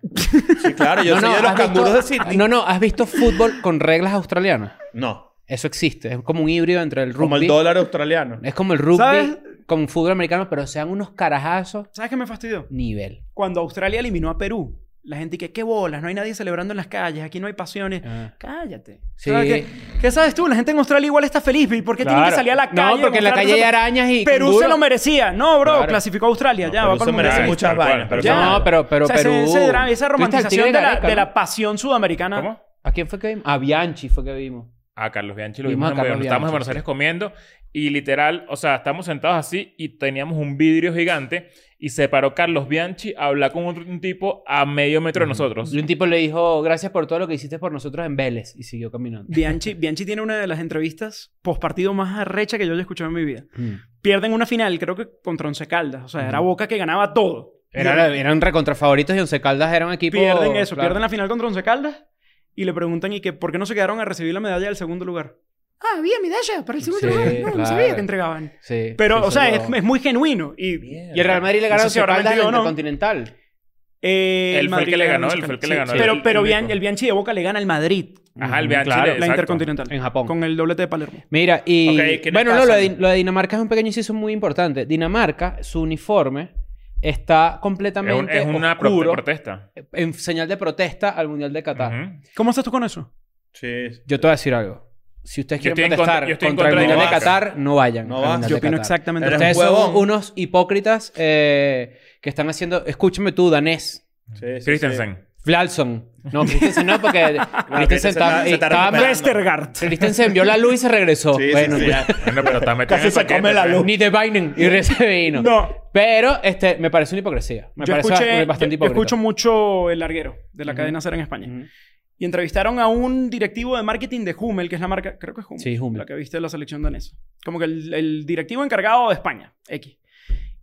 Speaker 5: Sí, claro, yo soy de los
Speaker 2: ¿has visto-
Speaker 5: canguros de Sydney.
Speaker 2: No, no, ¿has visto fútbol con reglas australianas?
Speaker 5: No,
Speaker 2: Eso existe. Es como un híbrido entre el rugby.
Speaker 5: como el dólar australiano.
Speaker 2: Es como el rugby
Speaker 1: ¿Sabes?
Speaker 2: con fútbol americano, pero sean unos carajazos
Speaker 1: ¿Sabes qué me fastidió?
Speaker 2: nivel.
Speaker 1: Cuando Australia eliminó a Perú, la gente que qué bolas, no hay nadie celebrando en las calles, aquí no hay pasiones.
Speaker 5: Ah.
Speaker 1: Cállate.
Speaker 2: Sí.
Speaker 1: ¿Sabes qué, ¿Qué sabes tú? La gente en Australia igual está feliz. ¿Y por qué tiene
Speaker 3: Claro.
Speaker 1: que salir a la calle?
Speaker 2: no, porque en la
Speaker 1: mostrar
Speaker 2: calle hay
Speaker 1: cosas?
Speaker 2: arañas y.
Speaker 1: Perú se
Speaker 2: canguros.
Speaker 1: lo merecía. No, bro,
Speaker 2: Claro.
Speaker 1: classificó a Australia. ya,
Speaker 5: Perú
Speaker 1: va para
Speaker 5: se
Speaker 1: el
Speaker 5: merece
Speaker 1: mundial.
Speaker 5: muchas
Speaker 3: tal cual,
Speaker 5: vainas, pero
Speaker 1: Ya.
Speaker 2: No, pero, pero
Speaker 1: O sea, ese-
Speaker 2: Perú.
Speaker 1: ese drama, esa
Speaker 2: Tú viste al Tigre
Speaker 1: romantización de la,
Speaker 2: Gareca,
Speaker 1: de
Speaker 2: ¿no?
Speaker 1: la pasión sudamericana.
Speaker 3: ¿Cómo?
Speaker 2: ¿A quién fue que vimos? A Bianchi fue que vimos.
Speaker 3: A Carlos Bianchi lo
Speaker 2: Vimos
Speaker 3: vimos,
Speaker 2: a
Speaker 3: en
Speaker 2: Carlos
Speaker 3: Buenos- Estábamos en
Speaker 2: Bianchi,
Speaker 3: Buenos Aires comiendo y literal, o sea, estábamos sentados así y teníamos un vidrio gigante y se paró Carlos Bianchi a hablar con un, un tipo a medio metro de nosotros.
Speaker 2: Y un tipo le dijo, gracias por todo lo que hiciste por nosotros en Vélez. Y siguió caminando.
Speaker 1: Bianchi, Bianchi tiene una de las entrevistas post partido más arrecha que yo haya escuchado en mi vida.
Speaker 2: Mm.
Speaker 1: Pierden una final, creo que contra Once Caldas. O sea, era
Speaker 2: Ujú.
Speaker 1: Boca que ganaba todo.
Speaker 2: Eran, eran recontrafavoritos y Once Caldas era un equipo.
Speaker 1: pierden eso,
Speaker 2: claro.
Speaker 1: pierden la final contra Once Caldas y le preguntan y que por qué no se quedaron a recibir la medalla del segundo lugar. Ah, había medalla para el segundo
Speaker 2: Sí,
Speaker 1: lugar. No, no sabía
Speaker 2: claro.
Speaker 1: que entregaban.
Speaker 2: Sí.
Speaker 1: Pero,
Speaker 2: sí,
Speaker 1: o sea,
Speaker 2: solo-
Speaker 1: es, es muy genuino. Y
Speaker 5: Mierda.
Speaker 2: Y el Real Madrid le ganó
Speaker 1: No sé si
Speaker 2: a Once
Speaker 1: habrá
Speaker 2: Caldas
Speaker 1: metido o
Speaker 2: en
Speaker 1: no.
Speaker 2: el Continental.
Speaker 1: eh,
Speaker 3: Él fue el
Speaker 1: Madrid
Speaker 3: que le
Speaker 1: gana
Speaker 3: ganó,
Speaker 1: Once
Speaker 3: él fue el que
Speaker 1: Caldas.
Speaker 3: le ganó
Speaker 1: Sí,
Speaker 3: el-
Speaker 1: Pero,
Speaker 3: el-
Speaker 1: pero
Speaker 3: el
Speaker 1: Bian-
Speaker 3: Nico.
Speaker 1: el Bianchi de Boca le gana al Madrid.
Speaker 3: Ajá, el
Speaker 2: Mm,
Speaker 3: Bianchi.
Speaker 2: claro,
Speaker 3: le-
Speaker 2: la
Speaker 1: La
Speaker 3: exacto.
Speaker 1: Intercontinental.
Speaker 2: En Japón.
Speaker 1: Con el doblete de Palermo.
Speaker 2: Mira, y.
Speaker 5: Ok, ¿qué le
Speaker 2: bueno, no,
Speaker 5: pasa?
Speaker 2: lo de, Din- lo de Dinamarca es un pequeño inciso muy importante. Dinamarca, su uniforme está
Speaker 3: Es, un-
Speaker 2: completamente
Speaker 3: es una pro-
Speaker 2: oscuro
Speaker 3: protesta.
Speaker 2: en señal de protesta al Mundial de Qatar.
Speaker 3: Ujú.
Speaker 1: ¿Cómo estás tú con eso?
Speaker 5: Sí.
Speaker 2: Yo te voy a decir algo. Si ustedes
Speaker 3: Yo
Speaker 2: quieren
Speaker 3: estoy en
Speaker 2: protestar
Speaker 3: contra-
Speaker 2: contra,
Speaker 3: yo estoy en contra
Speaker 2: el
Speaker 5: de
Speaker 2: Mundial de
Speaker 5: Dinamarca.
Speaker 2: Qatar, no vayan.
Speaker 5: No
Speaker 2: al
Speaker 5: vas.
Speaker 2: Mundial
Speaker 1: Yo
Speaker 2: de
Speaker 1: opino
Speaker 2: Qatar.
Speaker 1: exactamente lo
Speaker 5: Eres
Speaker 1: mismo.
Speaker 2: Ustedes son
Speaker 5: huevón.
Speaker 2: unos hipócritas eh, que están haciendo... Escúchame tú, danés.
Speaker 5: Sí, sí,
Speaker 3: Christensen.
Speaker 2: Flalson. No, Christensen no, porque
Speaker 5: Christensen
Speaker 2: Christensen
Speaker 5: está-
Speaker 2: estaba...
Speaker 5: se está
Speaker 2: estaba-
Speaker 5: recuperando.
Speaker 1: Westergaard.
Speaker 2: Christensen vio la luz y se regresó.
Speaker 5: Sí, sí,
Speaker 2: bueno, pues,
Speaker 5: sí, Oh, ya.
Speaker 3: Bueno, pero está metido en
Speaker 5: Casi
Speaker 3: el
Speaker 5: se
Speaker 3: paquete,
Speaker 5: come la
Speaker 3: pues.
Speaker 5: luz.
Speaker 2: ni de Biden y se vino.
Speaker 1: No.
Speaker 2: Pero este, me parece una hipocresía. Me
Speaker 1: Yo,
Speaker 2: parece
Speaker 1: escuché,
Speaker 2: bastante
Speaker 1: yo- yo
Speaker 2: hipócrita.
Speaker 1: escucho mucho El Larguero, de la
Speaker 2: Ujú.
Speaker 1: cadena Ser en España.
Speaker 2: Ujú.
Speaker 1: Y entrevistaron a un directivo de marketing de Hummel, que es la marca, creo que es Hummel,
Speaker 2: Sí, Hummel.
Speaker 1: la que viste de la selección danesa. Como que el, el directivo encargado de España, X.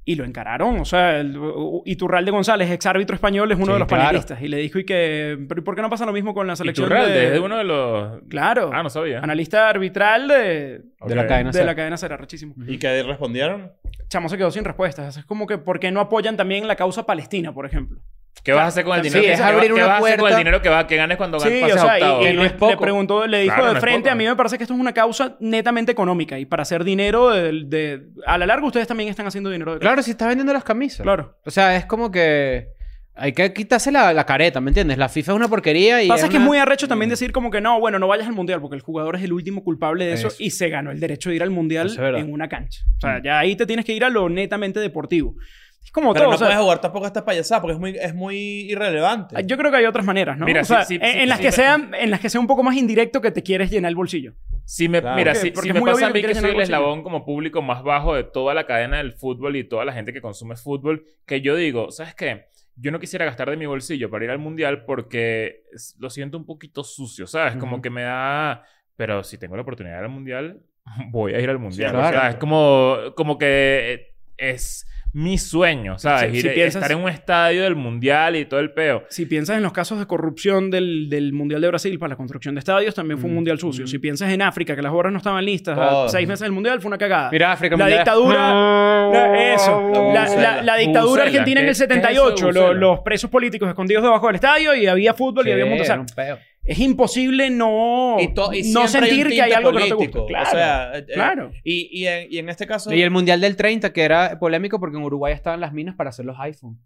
Speaker 1: Y lo encararon, o sea, el- Iturralde González, ex árbitro español, es uno
Speaker 2: Sí,
Speaker 1: de los
Speaker 2: claro.
Speaker 1: panelistas. Y le dijo, ¿y que, ¿Pero ¿y por qué no pasa lo mismo con la selección
Speaker 3: Iturralde
Speaker 1: de...?
Speaker 3: es de uno de los...
Speaker 1: Claro,
Speaker 3: Ah, no sabía.
Speaker 1: analista arbitral de,
Speaker 2: De la
Speaker 3: Ok.
Speaker 2: cadena.
Speaker 1: de
Speaker 2: Ser.
Speaker 1: la cadena Ser, rechísimo.
Speaker 5: ¿Y que respondieron?
Speaker 1: Chamo se quedó sin respuestas. Es como que, ¿por qué no apoyan también la causa palestina, por ejemplo?
Speaker 3: ¿Qué vas a hacer con el
Speaker 1: Sí,
Speaker 3: dinero? que-
Speaker 2: es
Speaker 3: ¿qué
Speaker 2: abrir
Speaker 3: vas-
Speaker 2: una
Speaker 3: ¿Qué vas a hacer con el
Speaker 2: puerta.
Speaker 3: dinero que, va, que ganes cuando
Speaker 1: Sí,
Speaker 3: ganes
Speaker 1: o
Speaker 3: pases
Speaker 1: sea,
Speaker 3: octavos?
Speaker 1: y, y
Speaker 2: Que no
Speaker 1: le,
Speaker 2: es poco.
Speaker 1: le preguntó, le dijo
Speaker 3: Claro,
Speaker 1: de
Speaker 3: no es
Speaker 1: frente,
Speaker 3: poco.
Speaker 1: a mí me parece que esto es una causa netamente económica y para hacer dinero de, de- a la larga ustedes también están haciendo dinero de
Speaker 2: Claro, si estás vendiendo las camisas.
Speaker 1: claro.
Speaker 2: O sea, es como que... Hay que quitarse la, la careta, ¿me entiendes? La FIFA es una porquería y...
Speaker 1: Pasa que es
Speaker 2: una-
Speaker 1: muy arrecho también decir como que no, bueno, no vayas al mundial porque el jugador es el último culpable de eso,
Speaker 2: Eso.
Speaker 1: y se ganó el derecho de ir al mundial
Speaker 2: Eso es verdad.
Speaker 1: en una cancha. O sea, ya ahí te tienes que ir a lo netamente deportivo. Es como
Speaker 5: Pero
Speaker 1: todo,
Speaker 5: no
Speaker 1: o sea,
Speaker 5: puedes jugar tampoco a estas payasadas porque es muy, es muy irrelevante.
Speaker 1: yo creo que hay otras maneras, ¿no?
Speaker 3: Mira,
Speaker 1: o sea,
Speaker 3: sí, sí,
Speaker 1: en,
Speaker 3: sí,
Speaker 1: en las
Speaker 3: sí,
Speaker 1: que
Speaker 3: sí.
Speaker 1: sean, en las que sea un poco más indirecto que te quieres llenar el bolsillo.
Speaker 3: Si me,
Speaker 5: Claro.
Speaker 3: Mira,
Speaker 1: Porque-
Speaker 3: si,
Speaker 1: porque
Speaker 3: si
Speaker 1: es
Speaker 3: me
Speaker 1: muy
Speaker 3: pasa a
Speaker 1: obvio que
Speaker 3: mí que
Speaker 1: quieres
Speaker 3: soy el
Speaker 1: ganar bolsillo.
Speaker 3: eslabón como público más bajo de toda la cadena del fútbol y toda la gente que consume fútbol, que yo digo, ¿sabes qué? Yo no quisiera gastar de mi bolsillo para ir al mundial porque es- lo siento un poquito sucio, ¿sabes? Como
Speaker 2: Ujú.
Speaker 3: que me da... Pero si tengo la oportunidad de ir al mundial, voy a ir al mundial.
Speaker 2: claro.
Speaker 3: O sea, es como, como que eh, es mi sueño, ¿sabes?
Speaker 1: Si-
Speaker 3: Ir-
Speaker 1: si piensas-
Speaker 3: Estar en un estadio del mundial y todo el peo.
Speaker 1: Si piensas en los casos de corrupción del, del Mundial de Brasil para la construcción de estadios, también fue un
Speaker 2: Mm,
Speaker 1: Mundial sucio.
Speaker 2: mm.
Speaker 1: Si piensas en África, que las obras no estaban listas,
Speaker 5: Todo.
Speaker 1: a seis meses del Mundial fue una cagada.
Speaker 2: Mira, África...
Speaker 1: La
Speaker 2: mira-
Speaker 1: dictadura-
Speaker 2: No.
Speaker 1: La- eso.
Speaker 5: Bucela.
Speaker 1: La, la- la dictadura
Speaker 3: Bucela,
Speaker 1: argentina en
Speaker 3: ¿qué-
Speaker 1: el
Speaker 3: qué es eso de
Speaker 1: 78, lo-
Speaker 3: Bucela?
Speaker 1: los presos políticos escondidos debajo del estadio y había fútbol
Speaker 2: Sí,
Speaker 1: y había un montón. O sea,
Speaker 2: era un peo.
Speaker 1: es imposible no,
Speaker 5: Y to- y
Speaker 1: no
Speaker 5: siempre hay un
Speaker 1: sentir que hay
Speaker 5: tinte
Speaker 1: algo que no te
Speaker 5: político.
Speaker 1: gusta. Claro,
Speaker 5: O sea, eh, eh,
Speaker 1: claro.
Speaker 5: Y, y, en, y en este caso.
Speaker 2: Y el Mundial del 30, que era polémico porque en Uruguay estaban las minas para hacer los iPhone.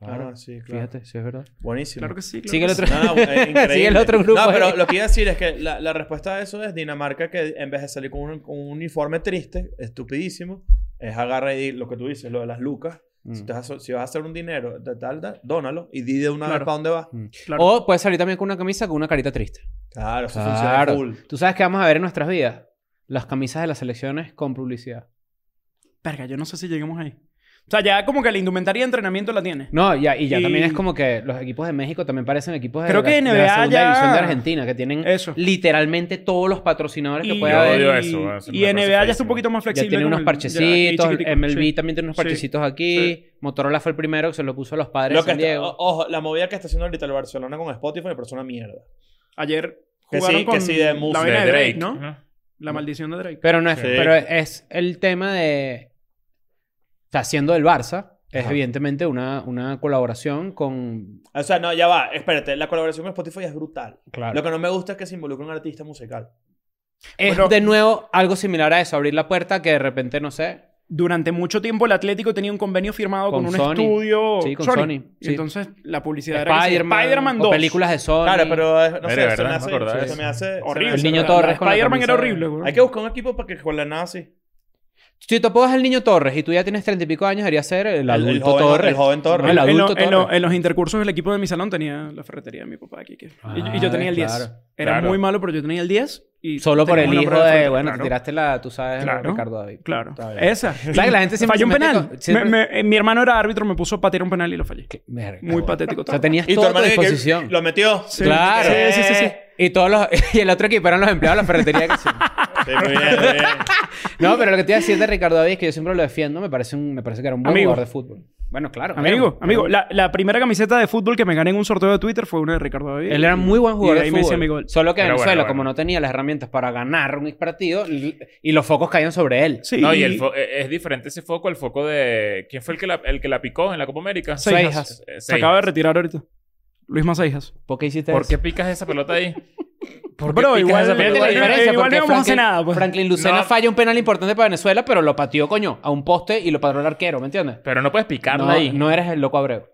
Speaker 5: Ah, sí, claro.
Speaker 2: Fíjate, sí es verdad.
Speaker 5: Buenísimo.
Speaker 1: Claro que sí. claro
Speaker 2: Sigue el
Speaker 1: que
Speaker 2: otro.
Speaker 1: sí.
Speaker 5: No, no, eh, increíble.
Speaker 2: Sigue el otro grupo
Speaker 5: No, pero
Speaker 2: ahí.
Speaker 5: lo que iba a decir es que la, la respuesta a eso es Dinamarca que en vez de salir con un, con un uniforme triste, estupidísimo, es agarra y di lo que tú dices, lo de las lucas.
Speaker 1: Mm.
Speaker 5: Si,
Speaker 2: Mm.
Speaker 5: te vas a, si vas a hacer un dinero de tal, tal, dónalo y di de una
Speaker 1: Claro.
Speaker 5: vez para dónde vas.
Speaker 1: Claro.
Speaker 2: O puedes salir también con una camisa con una carita triste.
Speaker 5: Claro, eso
Speaker 2: Claro.
Speaker 5: funciona full.
Speaker 2: Tú sabes que vamos a ver en nuestras vidas las camisas de las selecciones con publicidad.
Speaker 1: Verga, yo no sé si lleguemos ahí. O sea, ya como que la indumentaria de entrenamiento la tiene.
Speaker 2: No, ya, y ya
Speaker 1: Y-
Speaker 2: también es como que los equipos de México también parecen equipos de,
Speaker 1: Creo
Speaker 2: la,
Speaker 1: que
Speaker 2: de la
Speaker 1: NBA
Speaker 2: segunda
Speaker 1: ya-
Speaker 2: división de Argentina, que tienen
Speaker 1: Eso.
Speaker 2: literalmente todos los patrocinadores que
Speaker 1: Y-
Speaker 2: puede
Speaker 3: Yo
Speaker 2: haber.
Speaker 3: odio eso, eso
Speaker 1: Y
Speaker 3: me parece
Speaker 1: NBA ya está un
Speaker 3: feísimo.
Speaker 1: poquito más
Speaker 2: Ya
Speaker 1: flexible.
Speaker 2: tiene
Speaker 1: con
Speaker 2: unos
Speaker 1: el-
Speaker 2: parchecitos,
Speaker 1: ya- aquí chiquitico,
Speaker 2: MLB
Speaker 1: sí.
Speaker 2: también tiene unos
Speaker 1: Sí.
Speaker 2: parchecitos aquí, Motorola fue el primero, que se lo puso a los padres
Speaker 5: Lo
Speaker 2: de
Speaker 5: que
Speaker 2: San
Speaker 5: está-
Speaker 2: Diego.
Speaker 5: o- ojo, la movida que está haciendo ahorita el Barcelona con Spotify me parece una mierda.
Speaker 1: Ayer
Speaker 5: Que
Speaker 1: jugaron
Speaker 5: sí, que
Speaker 1: con
Speaker 5: sí, de música,
Speaker 1: la
Speaker 3: de
Speaker 1: vaina de Drake,
Speaker 3: Drake,
Speaker 1: ¿no?
Speaker 3: Ajá.
Speaker 1: La maldición de Drake.
Speaker 2: Pero no es,
Speaker 5: Sí.
Speaker 2: pero es el tema de, o sea, siendo del Barça, es
Speaker 5: Ajá.
Speaker 2: evidentemente una, una colaboración con,
Speaker 5: O sea, no, ya va, espérate, la colaboración con Spotify es brutal.
Speaker 2: claro,
Speaker 5: Lo que no me gusta es que se involucre un artista musical.
Speaker 2: es
Speaker 1: Bueno-
Speaker 2: de nuevo algo similar a eso, abrir la puerta que de repente, no sé,
Speaker 1: Durante mucho tiempo el Atlético tenía un convenio firmado con,
Speaker 2: Con
Speaker 1: un
Speaker 2: Sony.
Speaker 1: estudio.
Speaker 2: Sí, con Sony,
Speaker 1: Y
Speaker 2: sí.
Speaker 1: Entonces la publicidad era que sí,
Speaker 2: Spider-Man,
Speaker 1: Spider-Man
Speaker 2: o
Speaker 1: 2.
Speaker 2: películas de Sony.
Speaker 5: Claro, pero eh,
Speaker 3: Mira,
Speaker 5: no sé, se
Speaker 3: ¿verdad?
Speaker 5: me
Speaker 3: No
Speaker 5: hace,
Speaker 3: me acordaba de
Speaker 5: se me
Speaker 3: eso.
Speaker 5: hace- se me
Speaker 1: Horrible.
Speaker 5: hace-
Speaker 2: Oh, El niño
Speaker 1: La-
Speaker 2: Torres con la
Speaker 1: Spider-Man era
Speaker 2: camisa-
Speaker 1: horrible, güey.
Speaker 5: Hay que buscar un equipo para que con la nazi.
Speaker 2: Si tú apodas el niño Torres y tú ya tienes treinta y pico años, debería ser el adulto
Speaker 5: joven,
Speaker 2: Torres.
Speaker 5: El joven Torres.
Speaker 2: No, el
Speaker 1: en, lo-
Speaker 2: adulto
Speaker 1: en lo-
Speaker 2: Torres.
Speaker 1: en los intercursos del equipo de mi salón tenía la ferretería de mi papá aquí. que- y- y, yo
Speaker 2: Ah,
Speaker 1: tenía el 10.
Speaker 2: claro,
Speaker 1: Era
Speaker 3: claro.
Speaker 1: muy malo, pero yo tenía el 10. Y
Speaker 2: Solo por
Speaker 1: tenía
Speaker 2: el
Speaker 1: una
Speaker 2: hijo
Speaker 1: prueba
Speaker 2: de,
Speaker 1: frente,
Speaker 2: bueno,
Speaker 1: claro.
Speaker 2: te tiraste la, tú sabes,
Speaker 1: Claro.
Speaker 2: Ricardo David.
Speaker 1: Claro.
Speaker 5: Está bien.
Speaker 1: Esa.
Speaker 2: ¿Sabes que la gente siempre
Speaker 1: Falló un
Speaker 2: se mete
Speaker 1: penal.
Speaker 2: con- siempre-
Speaker 1: Me- me- eh, mi hermano era árbitro, me puso a patear un penal y lo fallé.
Speaker 2: Qué verga.
Speaker 1: Muy patético.
Speaker 2: O sea, tenías
Speaker 5: Y tu
Speaker 2: todo a tu
Speaker 5: hermano que- que
Speaker 2: disposición.
Speaker 5: lo metió.
Speaker 1: Sí.
Speaker 2: Claro.
Speaker 1: Sí, sí, sí, sí.
Speaker 2: Y, todos los, y el otro equipo eran los empleados de la ferretería. que sí.
Speaker 5: Sí, muy bien, muy bien.
Speaker 2: No, pero lo que te iba a decir de Ricardo David es que yo siempre lo defiendo. Me parece, un, me parece que era un buen
Speaker 1: Amigo.
Speaker 2: jugador de fútbol. Bueno, claro.
Speaker 1: Amigo,
Speaker 2: era-
Speaker 1: amigo, la, la primera camiseta de fútbol que me gané en un sorteo de Twitter fue una de Ricardo David.
Speaker 2: Él era muy buen
Speaker 1: Y
Speaker 2: jugador
Speaker 1: de
Speaker 2: de
Speaker 1: ahí me hice
Speaker 2: fútbol.
Speaker 1: mi gol.
Speaker 2: Solo que
Speaker 3: Era bueno,
Speaker 2: Venezuela,
Speaker 3: bueno.
Speaker 2: como no tenía las herramientas para ganar un partido, l- y los focos caían sobre él.
Speaker 1: Sí,
Speaker 3: No, y el fo- eh, es diferente ese foco al foco de. ¿Quién fue el que la, el que la picó en la Copa América?
Speaker 1: Seijas.
Speaker 2: Seijas.
Speaker 3: Eh,
Speaker 1: Se acaba de
Speaker 3: Seijas.
Speaker 1: retirar ahorita. Luis Maceijas.
Speaker 2: ¿Por qué hiciste
Speaker 3: ¿Por
Speaker 2: eso?
Speaker 3: qué picas esa pelota ahí? ¿Por qué
Speaker 1: Pero
Speaker 3: picas
Speaker 1: igual,
Speaker 3: esa pelota
Speaker 2: Fíjate la
Speaker 1: igual-
Speaker 3: ahí?
Speaker 2: diferencia,
Speaker 1: eh, igual
Speaker 2: porque
Speaker 1: no vamos a hacer
Speaker 2: Franklin-
Speaker 1: nada, pues.
Speaker 2: Franklin Lucena
Speaker 3: No.
Speaker 2: falla un penal importante para Venezuela, pero lo pateó, coño, a un poste y lo paró el arquero, ¿me entiendes?
Speaker 3: Pero no puedes picarla
Speaker 2: No,
Speaker 3: ahí. No.
Speaker 2: no eres el loco Abreu.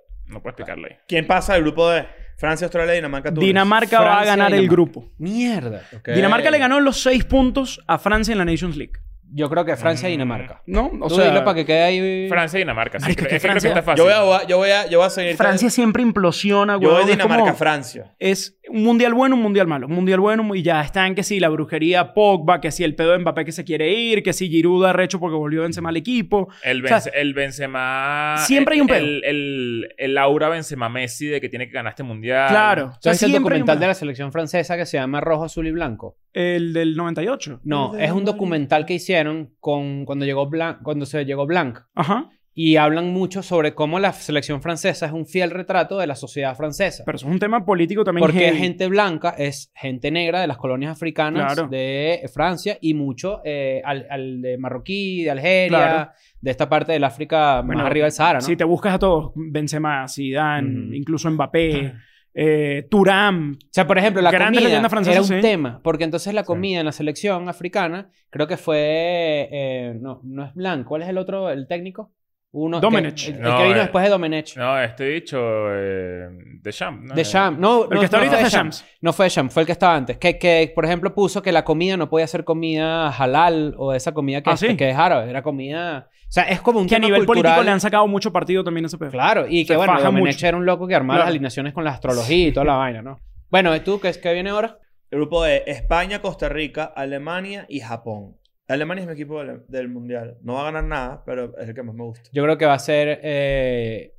Speaker 3: puedes picarla ahí.
Speaker 5: ¿Quién pasa del grupo de Francia, Australia, Dinamarca, Túnez?
Speaker 1: Dinamarca va a
Speaker 2: Francia,
Speaker 1: ganar el
Speaker 2: Dinamarca.
Speaker 1: grupo.
Speaker 2: Mierda.
Speaker 5: Ok.
Speaker 1: Dinamarca le ganó los seis puntos a Francia en la Nations League.
Speaker 2: Yo creo que Francia y Dinamarca.
Speaker 1: ¿No? O
Speaker 2: O
Speaker 1: sea,
Speaker 2: para que quede ahí.
Speaker 3: Francia y Dinamarca. Sí,
Speaker 1: Marico,
Speaker 3: creo-
Speaker 1: que
Speaker 3: es que creo que
Speaker 1: Francia-
Speaker 3: está fácil.
Speaker 5: Yo voy a, yo voy a, yo voy a seguir.
Speaker 1: Francia siempre implosiona,
Speaker 5: Yo
Speaker 1: güey.
Speaker 5: voy Dinamarca-Francia.
Speaker 1: es un mundial bueno, un mundial malo. Un mundial bueno y ya están que si la brujería Pogba, que si el pedo de Mbappé que se quiere ir, que si Giroud arrecho porque volvió a Benzema al equipo.
Speaker 3: El,
Speaker 1: O sea,
Speaker 3: Benz- el Benzema.
Speaker 1: siempre hay un pedo.
Speaker 3: El, el, el aura Benzema Messi de que tiene que ganar este mundial.
Speaker 1: Claro. O
Speaker 2: ¿Tú
Speaker 1: sea,
Speaker 2: has visto el
Speaker 1: siempre hay un
Speaker 2: documental de
Speaker 1: pedo.
Speaker 2: la selección francesa que se llama Rojo, Azul y Blanco?
Speaker 1: El del 98.
Speaker 2: No, es un documental que hicieron con, cuando, llegó Blanc, cuando se llegó Blanc.
Speaker 1: Ajá.
Speaker 2: Y hablan mucho sobre cómo la selección francesa es un fiel retrato de la sociedad francesa.
Speaker 1: Pero eso es un tema político también.
Speaker 2: Porque
Speaker 1: heavy.
Speaker 2: gente blanca es gente negra de las colonias africanas
Speaker 1: Claro.
Speaker 2: de Francia y mucho eh, al, al de marroquí, de Algeria,
Speaker 1: Claro.
Speaker 2: de esta parte del África
Speaker 1: Bueno,
Speaker 2: más arriba del Sahara, ¿no?
Speaker 1: Si te buscas a todos, Benzema, Zidane,
Speaker 2: Ujú.
Speaker 1: incluso Mbappé, eh, Turam.
Speaker 2: O sea, por ejemplo, la
Speaker 1: Grandes
Speaker 2: comida
Speaker 1: leyendas francesas,
Speaker 2: era un
Speaker 1: sí.
Speaker 2: tema, porque entonces la comida en la selección africana creo que fue eh, no no es blanco, ¿cuál es el otro el técnico? Uno que-
Speaker 1: Domenech.
Speaker 2: el, el
Speaker 3: No,
Speaker 2: que vino
Speaker 3: eh,
Speaker 2: después de Domenech.
Speaker 3: No, este dicho. Eh, de Champ. ¿no?
Speaker 2: De Sham. No,
Speaker 1: El
Speaker 2: no,
Speaker 1: que está
Speaker 2: no
Speaker 1: ahorita
Speaker 2: fue
Speaker 1: es de
Speaker 2: Sham.
Speaker 1: Shams.
Speaker 2: No fue Sham, fue el que estaba antes. Que, que, por ejemplo, puso que la comida no podía ser comida halal o esa comida que,
Speaker 1: Ah,
Speaker 2: es,
Speaker 1: ¿sí?
Speaker 2: que es árabe. Era comida... O sea, es como un
Speaker 1: Que a
Speaker 2: tema
Speaker 1: nivel
Speaker 2: cultural.
Speaker 1: político le han sacado mucho partido también a ese pedo.
Speaker 2: Claro, y
Speaker 1: Se
Speaker 2: que bueno,
Speaker 1: faja
Speaker 2: Domenech
Speaker 1: mucho.
Speaker 2: era un loco que armaba
Speaker 1: Claro.
Speaker 2: las alineaciones con la astrología y toda la vaina, ¿no? Bueno, ¿y tú qué, es- qué viene ahora?
Speaker 5: El grupo de España, Costa Rica, Alemania y Japón. Alemania es mi equipo del, del mundial. No va a ganar nada, pero es el que más me gusta.
Speaker 2: Yo creo que va a ser eh,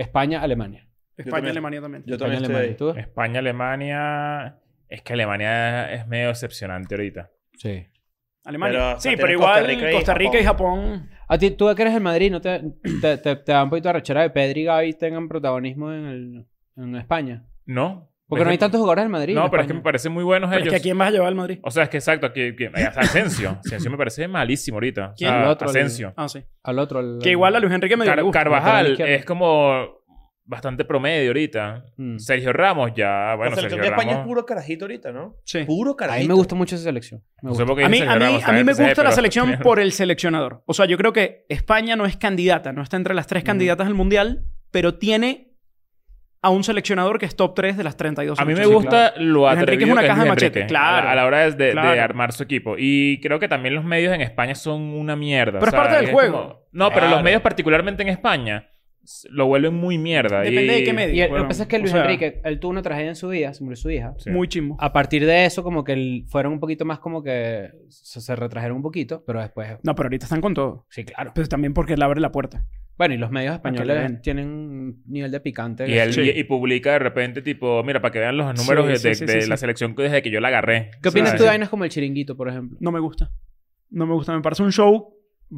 Speaker 2: España-Alemania.
Speaker 1: España y
Speaker 5: también.
Speaker 1: Alemania también.
Speaker 5: Yo también estoy
Speaker 2: España-Alemania.
Speaker 5: ahí.
Speaker 2: ¿Tú?
Speaker 3: España, Alemania. Es que Alemania es medio decepcionante ahorita.
Speaker 2: Sí.
Speaker 1: Alemania.
Speaker 5: Pero, o
Speaker 1: sí,
Speaker 5: sea,
Speaker 1: pero
Speaker 5: tienes
Speaker 1: igual
Speaker 5: Costa Rica y
Speaker 1: Costa Rica y Japón.
Speaker 2: A ti, tú que eres el Madrid, ¿no te, te, te- te da un poquito de arrechera de Pedri y Gaby tengan protagonismo en, el- en España?
Speaker 3: ¿No?
Speaker 2: Porque
Speaker 3: Es
Speaker 2: no
Speaker 3: que-
Speaker 2: hay tantos jugadores del Madrid.
Speaker 3: No,
Speaker 2: en
Speaker 3: pero es que
Speaker 2: España.
Speaker 3: me parecen muy buenos
Speaker 1: Pero es
Speaker 3: ellos.
Speaker 1: que ¿a quién vas a llevar al Madrid?
Speaker 3: O sea, es que exacto. Aquí, aquí- ahí está Asensio. Asensio me parece malísimo ahorita. O sea,
Speaker 2: ¿Quién? El otro, el-
Speaker 3: Asensio.
Speaker 1: Ah, sí.
Speaker 2: Al otro. al-
Speaker 1: Que igual a Luis Enrique me dio
Speaker 3: Car-
Speaker 1: gusto.
Speaker 2: lateral
Speaker 3: Carvajal eh,
Speaker 2: izquierdo.
Speaker 3: es como bastante promedio ahorita.
Speaker 2: Mm.
Speaker 3: Sergio Ramos ya,
Speaker 5: La
Speaker 3: bueno,
Speaker 5: selección
Speaker 3: Sergio
Speaker 5: de
Speaker 3: Ramos.
Speaker 5: España es puro carajito ahorita, ¿no?
Speaker 1: Sí.
Speaker 5: Puro
Speaker 2: A
Speaker 5: carajito.
Speaker 2: mí me gusta mucho esa selección. Me
Speaker 3: No
Speaker 2: gusta.
Speaker 3: sé por qué
Speaker 1: A mí,
Speaker 3: dicen
Speaker 1: a
Speaker 3: Sergio
Speaker 1: mí,
Speaker 3: Ramos,
Speaker 1: a mí me
Speaker 3: ¿sabes?
Speaker 1: gusta la
Speaker 3: Pero-
Speaker 1: selección por el seleccionador. O sea, yo creo que España no es candidata, no está entre las
Speaker 3: Mm.
Speaker 1: tres candidatas al Mundial, pero tiene a un seleccionador que es top 3 de las 32.
Speaker 3: A mí me
Speaker 1: selecciones.
Speaker 3: gusta lo
Speaker 1: Luis Enrique
Speaker 3: atrevido
Speaker 1: es una
Speaker 3: que
Speaker 1: caja de
Speaker 3: Luis
Speaker 1: machete,
Speaker 3: Enrique
Speaker 1: claro.
Speaker 3: a la- A la hora de, de-
Speaker 1: Claro.
Speaker 3: de armar su equipo. Y creo que también los medios en España son una mierda.
Speaker 1: Pero es
Speaker 3: o sea,
Speaker 1: parte del juego.
Speaker 3: como- No, pero los
Speaker 5: Claro.
Speaker 3: medios particularmente en España s- lo vuelven muy mierda. y-
Speaker 1: Depende de qué medio.
Speaker 2: Y el- lo
Speaker 1: bueno,
Speaker 2: que pasa es que
Speaker 1: o
Speaker 2: Luis
Speaker 1: sea,
Speaker 2: Enrique, él tuvo una tragedia en su vida, se murió su hija.
Speaker 3: Sí.
Speaker 1: Muy chimbo.
Speaker 2: A partir de eso, como que él- fueron un poquito más como que se, se retrajeron un poquito, pero después.
Speaker 1: No, pero ahorita están con todo.
Speaker 2: Sí, claro.
Speaker 1: Pero también porque él abre la puerta.
Speaker 2: Bueno, y los medios españoles
Speaker 1: Ah, bien.
Speaker 2: tienen un nivel de picante.
Speaker 3: Y, él,
Speaker 1: Sí.
Speaker 3: y, y publica de repente, tipo, mira, para que vean los números
Speaker 1: Sí,
Speaker 3: de,
Speaker 1: sí,
Speaker 3: de-
Speaker 1: sí,
Speaker 3: de
Speaker 1: sí,
Speaker 3: la
Speaker 1: sí.
Speaker 3: selección que- desde que yo la agarré.
Speaker 2: ¿Qué opinas
Speaker 1: Sí,
Speaker 2: tú
Speaker 1: sí.
Speaker 2: de vainas como el chiringuito, por ejemplo?
Speaker 1: No me gusta. No me gusta. Me parece un show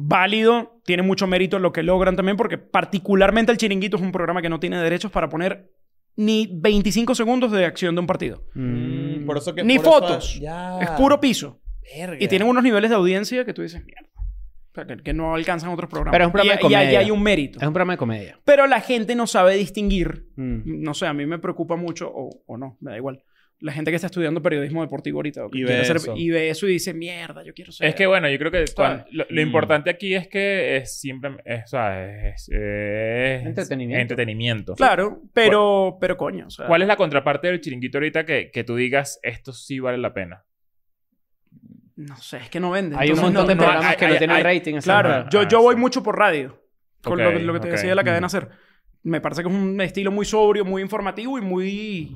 Speaker 1: válido. Tiene mucho mérito lo que logran también, porque particularmente el Chiringuito es un programa que no tiene derechos para poner ni 25 segundos de acción de un partido.
Speaker 5: Mm, por eso que,
Speaker 1: Ni
Speaker 5: por eso-
Speaker 1: fotos.
Speaker 5: ya.
Speaker 1: Es puro piso.
Speaker 5: Verga.
Speaker 1: Y tienen unos niveles de audiencia que tú dices, mierda. O sea, que, que no alcanzan otros programas.
Speaker 2: Pero es un programa
Speaker 1: Y-
Speaker 2: de
Speaker 1: y, ahí
Speaker 2: comedia.
Speaker 1: hay un mérito.
Speaker 2: Es un programa de comedia.
Speaker 1: Pero la gente no sabe distinguir
Speaker 2: Mm.
Speaker 1: no sé, a mí me preocupa mucho, o, o no, me da igual. La gente que está estudiando periodismo deportivo ahorita o que
Speaker 5: Y
Speaker 1: quiere
Speaker 5: ve
Speaker 1: hacer-
Speaker 5: eso.
Speaker 1: y ve eso y dice, mierda, yo quiero ser.
Speaker 3: Es que bueno, yo creo que cuan- lo, lo
Speaker 2: Mm.
Speaker 3: importante aquí es que es siempre, es, o sea, es- es-
Speaker 2: Entretenimiento.
Speaker 3: entretenimiento.
Speaker 1: Claro, pero, pero coño, o sea,
Speaker 3: ¿Cuál es la contraparte del chiringuito ahorita que, que tú digas esto sí vale la pena?
Speaker 1: no sé, es que no vende.
Speaker 2: Hay un
Speaker 1: Entonces,
Speaker 2: montón
Speaker 1: no-
Speaker 2: de
Speaker 1: no-
Speaker 2: programas
Speaker 3: hay-
Speaker 2: que no
Speaker 3: hay-
Speaker 2: tienen
Speaker 3: hay-
Speaker 2: rating. esa
Speaker 1: Claro,
Speaker 2: mierda.
Speaker 1: yo,
Speaker 3: Ah,
Speaker 1: yo voy
Speaker 3: sí.
Speaker 1: mucho por radio, con lo-
Speaker 3: Ok,
Speaker 1: lo, que te
Speaker 3: ok.
Speaker 1: decía de la cadena
Speaker 2: Mm.
Speaker 1: ser. Me parece que es un estilo muy sobrio, muy informativo y muy...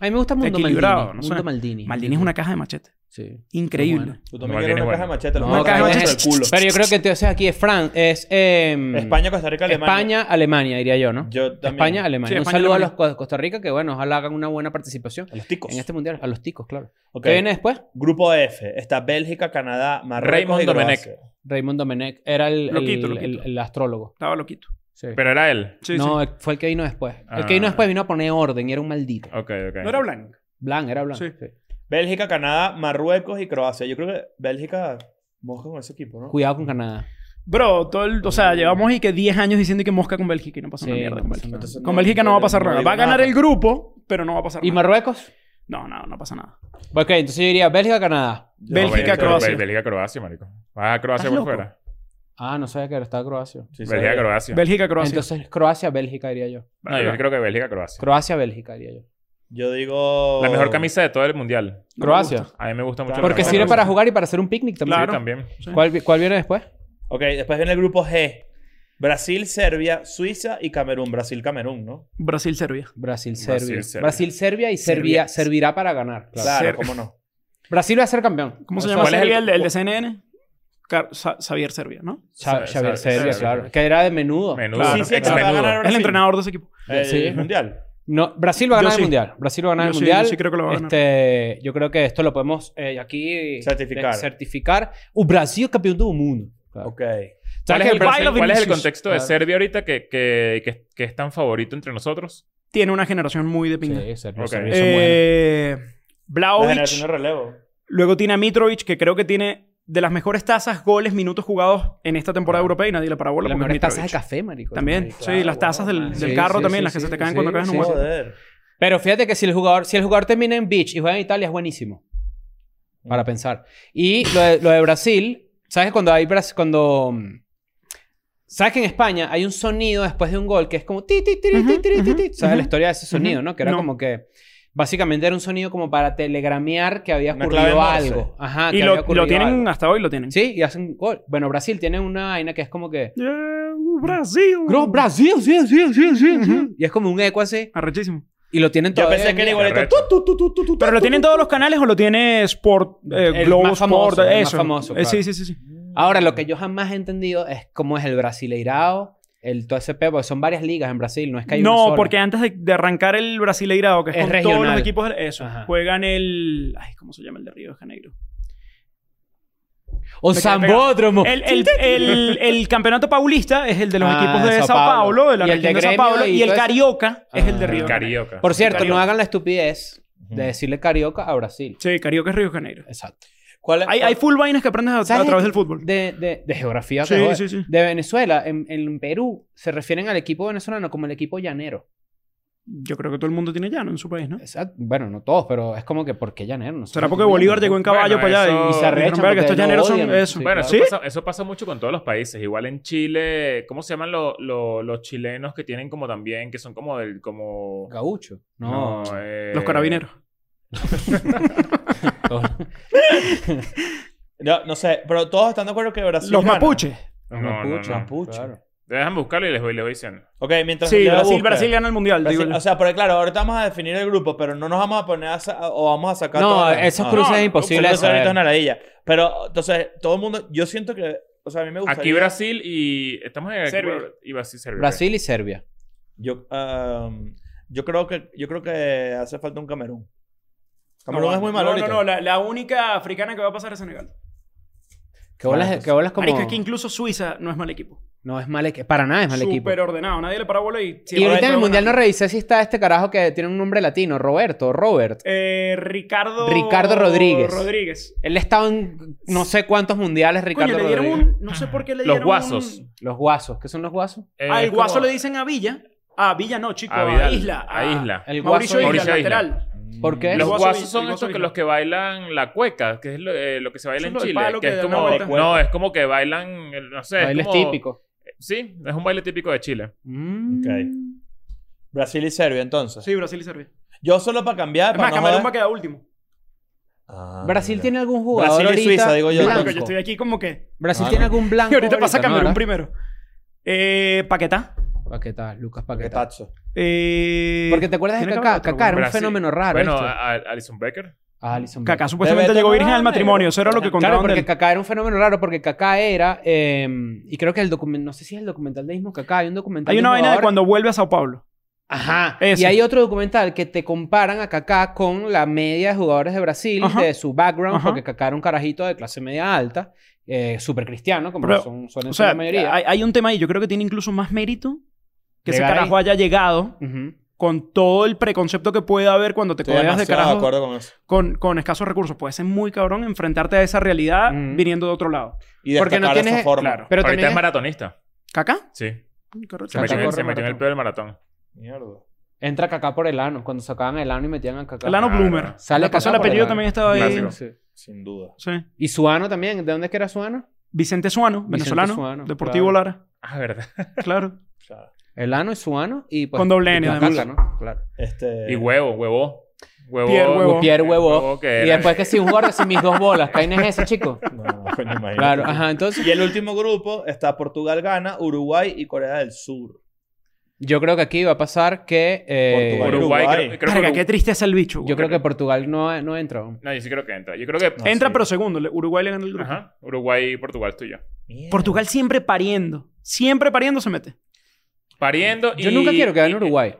Speaker 2: A mí me gusta Mundo
Speaker 1: Equilibrado,
Speaker 2: Maldini.
Speaker 1: no
Speaker 2: Mundo
Speaker 1: suena-
Speaker 2: Maldini.
Speaker 1: Maldini es una caja de machete.
Speaker 2: Sí.
Speaker 1: Increíble.
Speaker 2: Bueno.
Speaker 5: Tú
Speaker 3: No,
Speaker 5: también quieres
Speaker 3: tiene
Speaker 5: una caja de
Speaker 3: bueno.
Speaker 5: machete. Lo
Speaker 2: No,
Speaker 5: no,
Speaker 2: que
Speaker 5: caja de
Speaker 2: no
Speaker 5: machete
Speaker 2: es-
Speaker 5: del culo.
Speaker 2: Pero yo creo que entonces aquí es Fran, es em,
Speaker 5: España, Costa Rica, Alemania.
Speaker 2: España, Alemania, diría yo, ¿no?
Speaker 5: Yo también.
Speaker 2: España,
Speaker 1: Sí,
Speaker 2: Alemania. Un
Speaker 1: España,
Speaker 2: saludo a los
Speaker 1: Alemania.
Speaker 2: co- Costa Rica que bueno, ojalá hagan una buena participación
Speaker 5: A los ticos.
Speaker 2: en este mundial a los ticos, claro.
Speaker 5: Ok.
Speaker 2: ¿Qué viene después?
Speaker 5: Grupo F. Está Bélgica, Canadá, Marruecos
Speaker 3: Raymond
Speaker 5: y Croacia.
Speaker 2: Raymond Domenech era el, el-
Speaker 1: Loquito,
Speaker 2: el-
Speaker 1: loquito.
Speaker 2: el astrólogo.
Speaker 1: Estaba loquito.
Speaker 2: Sí.
Speaker 3: Pero era él.
Speaker 1: Sí,
Speaker 2: no,
Speaker 1: sí.
Speaker 2: el- fue el que vino después. El
Speaker 3: Ah.
Speaker 2: que vino después vino a poner orden y era un maldito.
Speaker 3: Ok, ok.
Speaker 1: No era blanco.
Speaker 2: Blanc, era blanco.
Speaker 1: Ah. Sí.
Speaker 2: sí.
Speaker 5: Bélgica, Canadá, Marruecos y Croacia. Yo creo que Bélgica mosca con ese equipo, ¿no?
Speaker 2: Cuidado con Canadá.
Speaker 1: Bro, todo el, o sea, llevamos y que 10 años diciendo que mosca con Bélgica y no pasa
Speaker 2: Sí,
Speaker 1: una mierda
Speaker 2: no
Speaker 1: con
Speaker 2: pasa
Speaker 1: Bélgica.
Speaker 2: nada.
Speaker 1: Con Bélgica no va a pasar nada.
Speaker 5: digo
Speaker 1: Va a ganar
Speaker 5: nada.
Speaker 1: el grupo, pero no va a pasar
Speaker 2: ¿Y
Speaker 1: nada.
Speaker 2: Marruecos?
Speaker 1: No, no, no pasa nada.
Speaker 2: Ok, entonces yo diría Bélgica, Canadá.
Speaker 5: Yo-
Speaker 1: Bélgica,
Speaker 3: Bel- Bel-
Speaker 1: Croacia.
Speaker 3: Bélgica, Croacia, marico. Vas a Croacia
Speaker 1: ¿Estás
Speaker 3: por
Speaker 1: loco?
Speaker 3: fuera.
Speaker 2: Ah, no sabía que era estaba Croacia.
Speaker 5: Sí,
Speaker 3: Bélgica,
Speaker 5: sí.
Speaker 3: Croacia.
Speaker 1: Bélgica, Croacia.
Speaker 2: Entonces Croacia, Bélgica diría yo.
Speaker 3: No, yo creo que Bélgica, Croacia.
Speaker 2: Croacia, Bélgica diría yo.
Speaker 5: Yo digo...
Speaker 3: La mejor camisa de todo el mundial.
Speaker 1: No me
Speaker 2: Croacia.
Speaker 1: gusta.
Speaker 3: A mí me gusta mucho.
Speaker 5: Claro,
Speaker 3: la
Speaker 2: Porque
Speaker 5: no,
Speaker 3: camisa.
Speaker 2: sirve
Speaker 5: no,
Speaker 2: para
Speaker 5: no.
Speaker 2: jugar y para hacer un picnic
Speaker 3: Sí,
Speaker 2: también.
Speaker 1: Claro.
Speaker 3: también.
Speaker 2: ¿Cuál, vi- cuál viene después?
Speaker 5: Ok, después viene el grupo G. Brasil, Serbia, Suiza y Camerún. Brasil, Camerún, ¿no?
Speaker 1: Brasil, Serbia.
Speaker 2: Brasil,
Speaker 3: Brasil,
Speaker 2: Serbia.
Speaker 3: Serbia.
Speaker 2: Brasil, Serbia y
Speaker 1: Serbia.
Speaker 2: Serbia servirá para ganar. claro.
Speaker 5: Claro,
Speaker 1: Ser-
Speaker 5: cómo no.
Speaker 2: Brasil va a ser campeón.
Speaker 1: ¿Cómo se
Speaker 2: Eso
Speaker 1: llama?
Speaker 2: va a
Speaker 1: ¿Cuál
Speaker 2: ser
Speaker 1: es el,
Speaker 2: el-
Speaker 1: el de CNN? Car- Sa- Xavier Serbia, ¿no?
Speaker 2: Xa-
Speaker 3: Sa-
Speaker 2: Xavier
Speaker 3: Sa-
Speaker 2: Serbia,
Speaker 3: Sa-
Speaker 2: claro.
Speaker 3: Sa-
Speaker 2: Que era de menudo.
Speaker 3: Menudo.
Speaker 1: Claro.
Speaker 5: Sí, sí,
Speaker 3: Ex
Speaker 5: que va a
Speaker 3: menudo.
Speaker 5: ganar
Speaker 1: Es el
Speaker 5: Brasil.
Speaker 1: entrenador de ese equipo.
Speaker 5: El
Speaker 2: Sí.
Speaker 5: mundial.
Speaker 2: No, Brasil va a
Speaker 1: Yo
Speaker 2: ganar
Speaker 1: sí.
Speaker 2: el mundial. Brasil va a ganar
Speaker 1: Yo
Speaker 2: el
Speaker 1: sí,
Speaker 2: mundial.
Speaker 1: yo sí creo que lo va a ganar.
Speaker 2: Este, yo creo que esto lo podemos eh, aquí
Speaker 5: Certificar.
Speaker 2: de- certificar. O Brasil campeón del mundo. Claro.
Speaker 5: Ok.
Speaker 3: ¿Cuál
Speaker 2: ¿Sabes
Speaker 3: es
Speaker 2: que
Speaker 3: el,
Speaker 2: Brasil-
Speaker 3: cuál es el
Speaker 2: Vinicius?
Speaker 3: contexto de
Speaker 2: Claro.
Speaker 3: Serbia ahorita que, que, que, que es tan favorito entre nosotros?
Speaker 1: Tiene una generación muy de pinga.
Speaker 2: Sí, Serbia,
Speaker 3: Ok.
Speaker 2: Serbia son buenos.
Speaker 1: eh,
Speaker 5: La
Speaker 1: Blaovic.
Speaker 5: generación de relevo.
Speaker 1: Luego tiene a Mitrovic, que creo que tiene de las mejores tasas, goles, minutos jugados en esta temporada europea y nadie le paró bola.
Speaker 2: Las
Speaker 1: porque es
Speaker 2: mejores
Speaker 1: Mitrovic.
Speaker 2: tazas de café, marico.
Speaker 1: También,
Speaker 2: Marico.
Speaker 1: sí, las tazas del,
Speaker 5: guau,
Speaker 1: del
Speaker 2: sí,
Speaker 1: carro
Speaker 2: sí,
Speaker 1: también,
Speaker 2: sí,
Speaker 1: las que
Speaker 2: sí,
Speaker 1: se te caen
Speaker 2: sí,
Speaker 1: cuando caes en un
Speaker 2: sí.
Speaker 1: hueco.
Speaker 5: Joder.
Speaker 2: Pero fíjate que si el jugador, si el jugador termina en beach y juega en Italia, es buenísimo.
Speaker 1: Mm.
Speaker 2: Para pensar. Y lo de, lo de Brasil, ¿sabes cuando hay Bras- cuando mm, ¿Sabes que en España hay un sonido después de un gol que es como ti ti ti ti, ti, ti, ti, ti?
Speaker 1: Ujú,
Speaker 2: ¿Sabes
Speaker 1: ujú,
Speaker 2: la historia de ese sonido, no? Que era
Speaker 1: No.
Speaker 2: como que básicamente era un sonido como para telegramear que había
Speaker 5: Una clave
Speaker 2: ocurrido
Speaker 5: Morse.
Speaker 2: algo. Ajá,
Speaker 1: Y
Speaker 2: Ah, que
Speaker 1: lo,
Speaker 2: había ocurrido
Speaker 1: lo tienen
Speaker 2: algo.
Speaker 1: hasta hoy, lo tienen.
Speaker 2: Sí, y hacen gol. Bueno, Brasil tiene una vaina que es como que
Speaker 1: Yeah, Brasil.
Speaker 2: "Gros, Brasil, sí, sí, sí, sí, sí".
Speaker 1: Ujú.
Speaker 2: Y es como un eco así
Speaker 1: Arrechísimo.
Speaker 2: y lo tienen
Speaker 5: Yo
Speaker 2: todavía.
Speaker 5: pensé
Speaker 2: en-
Speaker 5: que era igualito.
Speaker 3: Correcto.
Speaker 5: Tu, tu, tu, tu, tu, tu,
Speaker 1: ¿Pero lo
Speaker 5: tu,
Speaker 1: tienen
Speaker 5: tu.
Speaker 1: todos los canales o lo tiene Sport, eh,
Speaker 2: El
Speaker 1: Globo
Speaker 2: más famoso,
Speaker 1: Sport?
Speaker 2: el más
Speaker 1: eso.
Speaker 2: famoso,
Speaker 1: Eh,
Speaker 2: claro.
Speaker 1: sí, sí, sí, sí.
Speaker 2: Ahora, lo que yo jamás he entendido es cómo es el brasileirao, el todo ese pepo, porque son varias ligas en Brasil, no es que hay una
Speaker 1: no,
Speaker 2: sola.
Speaker 1: porque antes de, de arrancar el Brasileirado, que es,
Speaker 2: Es
Speaker 1: con todos
Speaker 2: regional.
Speaker 1: los equipos, del- eso,
Speaker 2: Ajá.
Speaker 1: juegan el. Ay, ¿cómo se llama el de Río de Janeiro?
Speaker 2: O
Speaker 1: me quedé
Speaker 2: Zambódromo.
Speaker 1: El, el, el- el campeonato paulista es el de los
Speaker 2: Ah,
Speaker 1: equipos de
Speaker 2: Sao
Speaker 1: Sao,
Speaker 2: Paulo.
Speaker 1: Paulo, de la
Speaker 2: Y el
Speaker 1: región
Speaker 2: de
Speaker 1: de, Sao
Speaker 2: Gremio
Speaker 1: Paulo,
Speaker 2: y
Speaker 1: y, el
Speaker 2: todo eso.
Speaker 1: Carioca es el de
Speaker 2: Ah.
Speaker 1: Río de Janeiro.
Speaker 3: Carioca.
Speaker 2: Por cierto,
Speaker 1: Carioca.
Speaker 2: no hagan la estupidez
Speaker 5: Ujú.
Speaker 2: de decirle carioca a Brasil.
Speaker 1: Sí, Carioca es Río de Janeiro.
Speaker 2: Exacto.
Speaker 5: ¿Cuál es?
Speaker 1: Hay, hay full vainas que aprendes a,
Speaker 2: ¿Sabes
Speaker 1: a través
Speaker 2: que-
Speaker 1: del fútbol.
Speaker 2: De, de, de geografía.
Speaker 1: Sí,
Speaker 2: joder.
Speaker 1: sí, sí.
Speaker 2: De Venezuela, en, en Perú, se refieren al equipo venezolano como el equipo llanero.
Speaker 1: Yo creo que todo el mundo tiene llano en su país, ¿no?
Speaker 2: Exacto. Bueno, no todos, pero es como que ¿por qué llanero? No sé.
Speaker 1: ¿Será porque Bolívar llegó en caballo
Speaker 3: Bueno,
Speaker 1: para allá
Speaker 3: eso-
Speaker 1: y,
Speaker 3: Y se
Speaker 2: arrechan
Speaker 1: dijeron, "Verga,
Speaker 2: porque
Speaker 1: estos
Speaker 2: lo
Speaker 1: llaneros
Speaker 2: odian".
Speaker 1: son eso?
Speaker 2: Sí. pues,
Speaker 3: Bueno, eso,
Speaker 1: ¿Sí?
Speaker 3: pasa, eso pasa mucho con todos los países. Igual en Chile, ¿cómo se llaman lo- lo- los chilenos que tienen como también, que son como del, como...
Speaker 2: Gaucho. No.
Speaker 3: eh,
Speaker 1: Los carabineros.
Speaker 5: No, no sé, pero todos están de acuerdo que Brasil.
Speaker 1: Los
Speaker 5: gana.
Speaker 1: mapuches.
Speaker 3: No, no, no.
Speaker 5: mapuches.
Speaker 2: Claro.
Speaker 3: Déjame buscarlo y les voy, les voy diciendo.
Speaker 5: Ok, mientras.
Speaker 1: Sí,
Speaker 5: yo la
Speaker 1: Brasil,
Speaker 5: busco.
Speaker 1: Brasil gana el mundial.
Speaker 5: Brasil-
Speaker 1: digo yo.
Speaker 5: o sea, pero claro, ahorita vamos a definir el grupo, pero no nos vamos a poner a sa- o vamos a sacar.
Speaker 2: No,
Speaker 5: todas las-
Speaker 2: esos
Speaker 5: Ah.
Speaker 2: cruces
Speaker 1: No,
Speaker 2: es
Speaker 5: Son
Speaker 2: imposible. de
Speaker 5: los
Speaker 2: saber.
Speaker 5: ahorita en Aradilla. Pero entonces, todo el mundo, yo siento que o sea, a mí me gustaría...
Speaker 3: Aquí Brasil y... Estamos en...
Speaker 1: Serbia.
Speaker 3: Y Brasil, Serbia.
Speaker 2: Brasil y Serbia.
Speaker 5: Yo, am, yo, creo que, yo creo que hace falta un Camerún. Camerún
Speaker 1: No,
Speaker 5: es muy malo
Speaker 1: No,
Speaker 5: ahorita.
Speaker 1: no, no. La, la única africana que va a pasar es Senegal.
Speaker 2: Que bolas,
Speaker 5: Marcos.
Speaker 2: que bolas como...
Speaker 1: Marico, es que incluso Suiza no es mal equipo.
Speaker 2: No es mal equipo. Para nada es mal equipo.
Speaker 1: Súper ordenado. Nadie le para bola y...
Speaker 2: Y ahorita en el Mundial no revisé si está este carajo que tiene un nombre latino, Roberto, Robert.
Speaker 1: Eh, Ricardo...
Speaker 2: Ricardo Rodríguez.
Speaker 1: Rodríguez.
Speaker 2: Él estaba en no sé cuántos mundiales, Ricardo
Speaker 1: Coño, le dieron
Speaker 2: Rodríguez.
Speaker 1: un... No sé por qué le
Speaker 3: Los
Speaker 1: dieron
Speaker 3: guasos.
Speaker 1: un-
Speaker 2: Los guasos. ¿Qué son los guasos?
Speaker 3: Eh,
Speaker 1: Al
Speaker 3: es
Speaker 1: guaso
Speaker 3: como
Speaker 1: le dicen a Villa. A Villa no, chico.
Speaker 3: A
Speaker 1: A,
Speaker 3: Vidal.
Speaker 1: Isla. Ah.
Speaker 3: A Isla.
Speaker 2: El
Speaker 1: Mauricio
Speaker 2: guaso.
Speaker 1: Isla,
Speaker 3: Mauricio Isla.
Speaker 1: lateral.
Speaker 5: Mm,
Speaker 2: ¿Por qué?
Speaker 3: Los
Speaker 1: guaso
Speaker 3: guasos
Speaker 1: vi-
Speaker 3: son
Speaker 1: el guaso
Speaker 3: estos que
Speaker 1: vi-
Speaker 3: los que bailan la cueca, que es lo, eh, lo que se baila
Speaker 1: Eso
Speaker 3: en
Speaker 1: es lo del
Speaker 3: Chile.
Speaker 1: palo
Speaker 3: que
Speaker 1: que
Speaker 3: es
Speaker 1: da una
Speaker 3: como,
Speaker 1: vuelta.
Speaker 3: no, es como que bailan, eh, no sé. es
Speaker 2: Bailes
Speaker 3: como-
Speaker 2: típicos.
Speaker 3: Sí, es un baile típico de Chile.
Speaker 2: Mm.
Speaker 5: Ok. Brasil y Serbia, entonces.
Speaker 1: Sí, Brasil y Serbia.
Speaker 5: Yo solo para cambiar,
Speaker 1: Es más,
Speaker 5: para no
Speaker 1: Camerún va a
Speaker 5: joder-
Speaker 1: quedar último.
Speaker 5: Ah,
Speaker 2: Brasil
Speaker 5: mira.
Speaker 2: tiene algún jugador
Speaker 5: Brasil y
Speaker 2: ahorita
Speaker 5: Suiza, digo yo.
Speaker 2: blanco?
Speaker 1: Porque yo estoy aquí como que...
Speaker 2: Brasil
Speaker 5: Ah,
Speaker 2: tiene
Speaker 5: no.
Speaker 2: algún blanco.
Speaker 1: Y ahorita pasa Camerún
Speaker 2: ¿no?
Speaker 1: primero. Eh, Paquetá.
Speaker 2: Paquetá, Lucas
Speaker 5: Qué
Speaker 2: Paquetá.
Speaker 5: tazo.
Speaker 1: Eh,
Speaker 2: Porque te acuerdas de
Speaker 1: tiene que
Speaker 2: Kaká.
Speaker 1: haber otro,
Speaker 2: Kaká era un
Speaker 3: Brasil.
Speaker 2: fenómeno raro.
Speaker 3: bueno,
Speaker 2: esto.
Speaker 3: a- a- Alison Becker.
Speaker 2: Ah, Alisson
Speaker 1: Kaká
Speaker 2: Becker.
Speaker 1: supuestamente
Speaker 5: Bebeto
Speaker 1: llegó virgen
Speaker 5: no,
Speaker 1: al matrimonio. Eso era lo que
Speaker 2: Claro,
Speaker 1: contaban
Speaker 2: porque
Speaker 1: del...
Speaker 2: Kaká era un fenómeno raro porque Kaká era eh, y creo que el documental no sé si es el documental de mismo Kaká, hay un documental
Speaker 1: Hay una
Speaker 2: un
Speaker 1: vaina de
Speaker 2: jugador-
Speaker 1: cuando vuelve a Sao Paulo.
Speaker 2: Ajá.
Speaker 1: Ese.
Speaker 2: Y hay otro documental que te comparan a Kaká con la media de jugadores de Brasil,
Speaker 1: Ajá.
Speaker 2: de su background,
Speaker 1: Ajá.
Speaker 2: porque Kaká era un carajito de clase media alta, eh, súper cristiano, como
Speaker 1: Pero,
Speaker 2: son, suelen
Speaker 1: O
Speaker 2: ser
Speaker 1: sea,
Speaker 2: la mayoría.
Speaker 1: hay, hay un tema ahí. Yo creo que tiene incluso más mérito que
Speaker 2: Llegar
Speaker 1: ese carajo haya llegado
Speaker 2: Ujú.
Speaker 1: con todo el preconcepto que puede haber cuando te
Speaker 5: Estoy
Speaker 1: codeas de
Speaker 5: demasiado de
Speaker 1: carajo
Speaker 5: acuerdo con eso.
Speaker 1: con, con escasos recursos. Puede ser muy cabrón enfrentarte a esa realidad
Speaker 2: Mm.
Speaker 1: viniendo de otro lado.
Speaker 5: Y
Speaker 2: Porque no
Speaker 5: destacar de
Speaker 2: tienes-
Speaker 5: esa forma.
Speaker 1: claro.
Speaker 2: Pero
Speaker 3: Ahorita
Speaker 2: también
Speaker 3: es
Speaker 2: es-
Speaker 3: maratonista.
Speaker 1: ¿Caca?
Speaker 3: Sí.
Speaker 1: Ay, qué
Speaker 3: Se
Speaker 1: arrecho.
Speaker 2: Kaká
Speaker 3: metió, en el-
Speaker 2: corre
Speaker 3: se metió en el
Speaker 2: maratón.
Speaker 3: pelo del maratón.
Speaker 5: Mierda.
Speaker 2: Entra Kaká por el ano, cuando sacaban el ano y metían a Kaká.
Speaker 1: El ano
Speaker 3: Claro.
Speaker 1: Bloomer.
Speaker 2: Sale
Speaker 1: Le pasó el
Speaker 2: Kaká por
Speaker 1: apellido
Speaker 2: ano.
Speaker 1: también estaba ahí.
Speaker 3: Clásico.
Speaker 2: Sí.
Speaker 5: Sin duda.
Speaker 1: Sí.
Speaker 2: Y su ano también, ¿de dónde es que era su ano?
Speaker 1: Vicente Suano,
Speaker 2: Vicente
Speaker 1: venezolano.
Speaker 2: Suano,
Speaker 1: Deportivo
Speaker 2: claro.
Speaker 1: Lara.
Speaker 3: Ah, verdad.
Speaker 1: Claro.
Speaker 5: Claro.
Speaker 2: El ano y su ano y pues,
Speaker 1: Con doble N,
Speaker 2: y Kaká,
Speaker 1: además.
Speaker 2: ¿no? Claro.
Speaker 5: Este...
Speaker 3: Y huevo, huevo. Huevo.
Speaker 1: Pierre Huevo.
Speaker 2: Pierre Huevo.
Speaker 3: que
Speaker 2: Y
Speaker 3: era-
Speaker 2: después que si un gordo sin mis dos bolas, ¿quién es ese chico?
Speaker 5: No, coño, imagínate.
Speaker 2: Claro, ajá, entonces
Speaker 5: Y el último grupo está Portugal, Ghana, Uruguay y Corea del Sur.
Speaker 2: yo creo que aquí va a pasar que eh,
Speaker 5: Portugal.
Speaker 3: Uruguay.
Speaker 5: Uruguay.
Speaker 3: Creo, creo que
Speaker 1: Carga,
Speaker 3: Urugu-
Speaker 1: qué triste es el bicho.
Speaker 2: yo
Speaker 1: güey.
Speaker 2: creo que Portugal no, no entra aún.
Speaker 3: No, yo sí creo que entra. Yo creo que.
Speaker 5: No,
Speaker 1: Entra
Speaker 5: sí.
Speaker 1: pero segundo. Le- Uruguay le gana el grupo.
Speaker 3: Ajá. Uruguay y Portugal, estoy yo.
Speaker 1: Portugal siempre pariendo. Siempre pariendo se mete.
Speaker 3: Pariendo y.
Speaker 2: Yo nunca quiero quedar en
Speaker 3: y-
Speaker 2: Uruguay.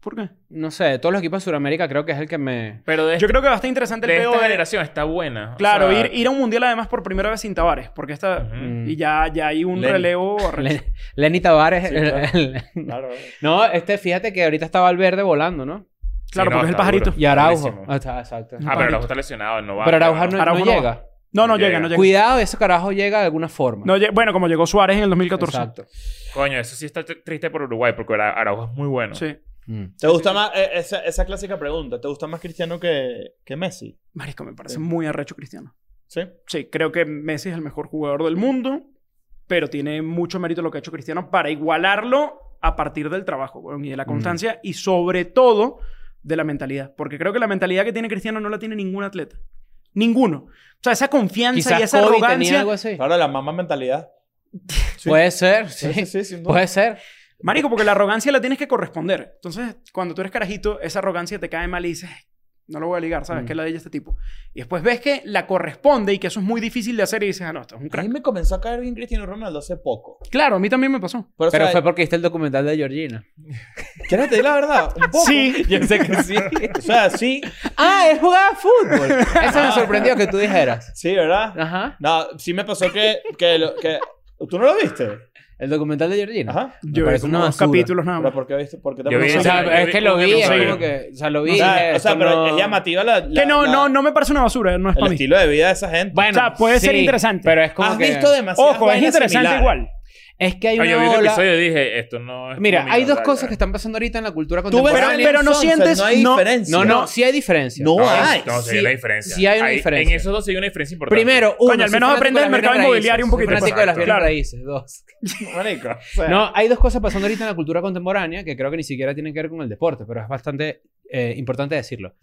Speaker 1: ¿Por qué?
Speaker 2: No sé, de todos los equipos de Sudamérica creo que es el que me...
Speaker 3: Pero de, este,
Speaker 1: Yo creo que va a estar interesante el
Speaker 3: de
Speaker 1: pedo
Speaker 3: esta
Speaker 1: de...
Speaker 3: generación está buena. O
Speaker 1: Claro,
Speaker 3: sea,
Speaker 1: ir, ir a un mundial además por primera vez sin Tavares. Porque esta...
Speaker 3: Ujú.
Speaker 1: Y ya, ya hay un
Speaker 5: Lenny.
Speaker 1: relevo... arrecho.
Speaker 2: mm, Le- Lenny Tavares...
Speaker 5: Sí, claro.
Speaker 2: el-
Speaker 5: Claro.
Speaker 2: no, este, fíjate que ahorita está Valverde volando, ¿no?
Speaker 1: Claro,
Speaker 3: Sí,
Speaker 1: porque es el
Speaker 3: está
Speaker 1: pajarito.
Speaker 3: duro.
Speaker 2: Y Araujo.
Speaker 3: Buenísimo.
Speaker 2: Ah, está, exacto.
Speaker 3: Ah, pero Araujo está lesionado, no va.
Speaker 2: pero Araujo no, no
Speaker 1: Araujo no
Speaker 2: llega.
Speaker 1: No, no
Speaker 3: Llega.
Speaker 1: llega, no llega.
Speaker 2: Cuidado, ese carajo llega de alguna forma.
Speaker 1: No lle- bueno, como llegó Suárez en el 2014.
Speaker 2: Exacto.
Speaker 3: Coño, eso sí está tr- triste por Uruguay, porque Ara- Araujo es muy bueno.
Speaker 1: Sí.
Speaker 2: Mm.
Speaker 5: ¿Te gusta más eh, esa, esa clásica pregunta? ¿Te gusta más Cristiano que, que Messi?
Speaker 1: Marisco, me parece
Speaker 5: Sí.
Speaker 1: muy arrecho Cristiano.
Speaker 5: Sí.
Speaker 1: Sí, creo que Messi es el mejor jugador del mundo, pero tiene mucho mérito lo que ha hecho Cristiano para igualarlo a partir del trabajo weón,
Speaker 2: Mm.
Speaker 1: y de la constancia y sobre todo de la mentalidad. Porque creo que la mentalidad que tiene Cristiano no la tiene ningún atleta. Ninguno. O sea, esa confianza
Speaker 2: Quizás
Speaker 1: y esa
Speaker 2: Kobe tenía
Speaker 1: arrogancia.
Speaker 2: algo así.
Speaker 5: Claro, la mamá mentalidad. Sí.
Speaker 2: Puede ser, sí.
Speaker 5: Sí, sí, sin duda.
Speaker 2: Puede ser.
Speaker 1: Marico, porque la arrogancia la tienes que corresponder. Entonces, cuando tú eres carajito, esa arrogancia te cae mal y dices, no lo voy a ligar, ¿sabes?
Speaker 2: Mm.
Speaker 1: Que la de este tipo. Y después ves que la corresponde y que eso es muy difícil de hacer y dices, ah, no, esto es un
Speaker 5: A mí
Speaker 1: crack.
Speaker 5: me comenzó a caer bien Cristiano Ronaldo hace poco.
Speaker 1: Claro, a mí también me pasó.
Speaker 5: Pero, o
Speaker 2: Pero
Speaker 5: sea,
Speaker 2: fue porque viste el documental de Georgina.
Speaker 5: ¿Quieres decir la verdad? Un poco.
Speaker 1: Sí.
Speaker 2: Yo sé que sí.
Speaker 5: O sea, sí.
Speaker 2: ah, él jugaba fútbol. Eso me sorprendió que tú dijeras.
Speaker 5: Sí, ¿verdad?
Speaker 2: Ajá.
Speaker 5: No, sí me pasó que... que, lo- que- ¿Tú no lo viste?
Speaker 2: El documental de Georgina.
Speaker 5: Ajá.
Speaker 2: Me
Speaker 1: Yo vi
Speaker 2: parece
Speaker 1: como
Speaker 2: una
Speaker 1: dos
Speaker 2: basura.
Speaker 1: capítulos nada
Speaker 5: ¿Pero
Speaker 1: más.
Speaker 5: por qué viste? ¿Por qué te
Speaker 3: Yo vi
Speaker 5: pasó?
Speaker 2: O
Speaker 5: eso?
Speaker 2: sea,
Speaker 3: Sí, yo
Speaker 2: es
Speaker 3: vi
Speaker 2: que lo
Speaker 3: un
Speaker 2: vi, es
Speaker 3: episodio.
Speaker 2: como que. O sea, lo vi.
Speaker 5: O sea,
Speaker 2: dije,
Speaker 5: o sea,
Speaker 2: esto
Speaker 5: pero
Speaker 2: no-
Speaker 5: es llamativa la... la-
Speaker 1: que no,
Speaker 5: la-
Speaker 1: no, no me parece una basura, no es para
Speaker 5: El
Speaker 1: mí.
Speaker 5: estilo de vida de esa gente.
Speaker 2: Bueno,
Speaker 1: o sea, puede ser interesante.
Speaker 2: Pero es como
Speaker 5: Has
Speaker 2: que.
Speaker 5: visto demasiado.
Speaker 1: Ojo, es interesante igual.
Speaker 2: Es que hay
Speaker 3: Coño,
Speaker 2: una
Speaker 3: Ah, yo vi un
Speaker 2: ola-
Speaker 3: episodio y dije, esto no es.
Speaker 2: Mira,
Speaker 3: conmigo,
Speaker 2: hay dos
Speaker 3: tal,
Speaker 2: cosas que
Speaker 3: tal.
Speaker 2: están pasando ahorita en la cultura
Speaker 5: Tú ves
Speaker 2: contemporánea.
Speaker 1: Pero- pero no sientes-
Speaker 5: no hay
Speaker 1: no-
Speaker 5: diferencia.
Speaker 2: No, no, sí hay diferencia.
Speaker 5: No
Speaker 3: No,
Speaker 5: hay.
Speaker 3: no, sí hay
Speaker 2: Sí,
Speaker 3: una diferencia.
Speaker 2: sí hay una diferencia.
Speaker 3: En esos dos sí hay una diferencia importante.
Speaker 2: Primero, uno,
Speaker 1: Coño, al
Speaker 2: soy
Speaker 1: menos
Speaker 2: fanático
Speaker 1: aprende
Speaker 2: de
Speaker 1: el
Speaker 2: las
Speaker 1: mercado
Speaker 2: bienes
Speaker 1: inmobiliario un
Speaker 2: raíces.
Speaker 1: poquito.
Speaker 2: Soy fanático de las
Speaker 3: Exacto.
Speaker 2: bienes
Speaker 1: Claro.
Speaker 2: raíces. Dos.
Speaker 5: Marico, o sea,
Speaker 2: No, hay dos cosas pasando ahorita en la cultura contemporánea que creo que ni siquiera tienen que ver con el deporte, pero es bastante eh, importante decirlo.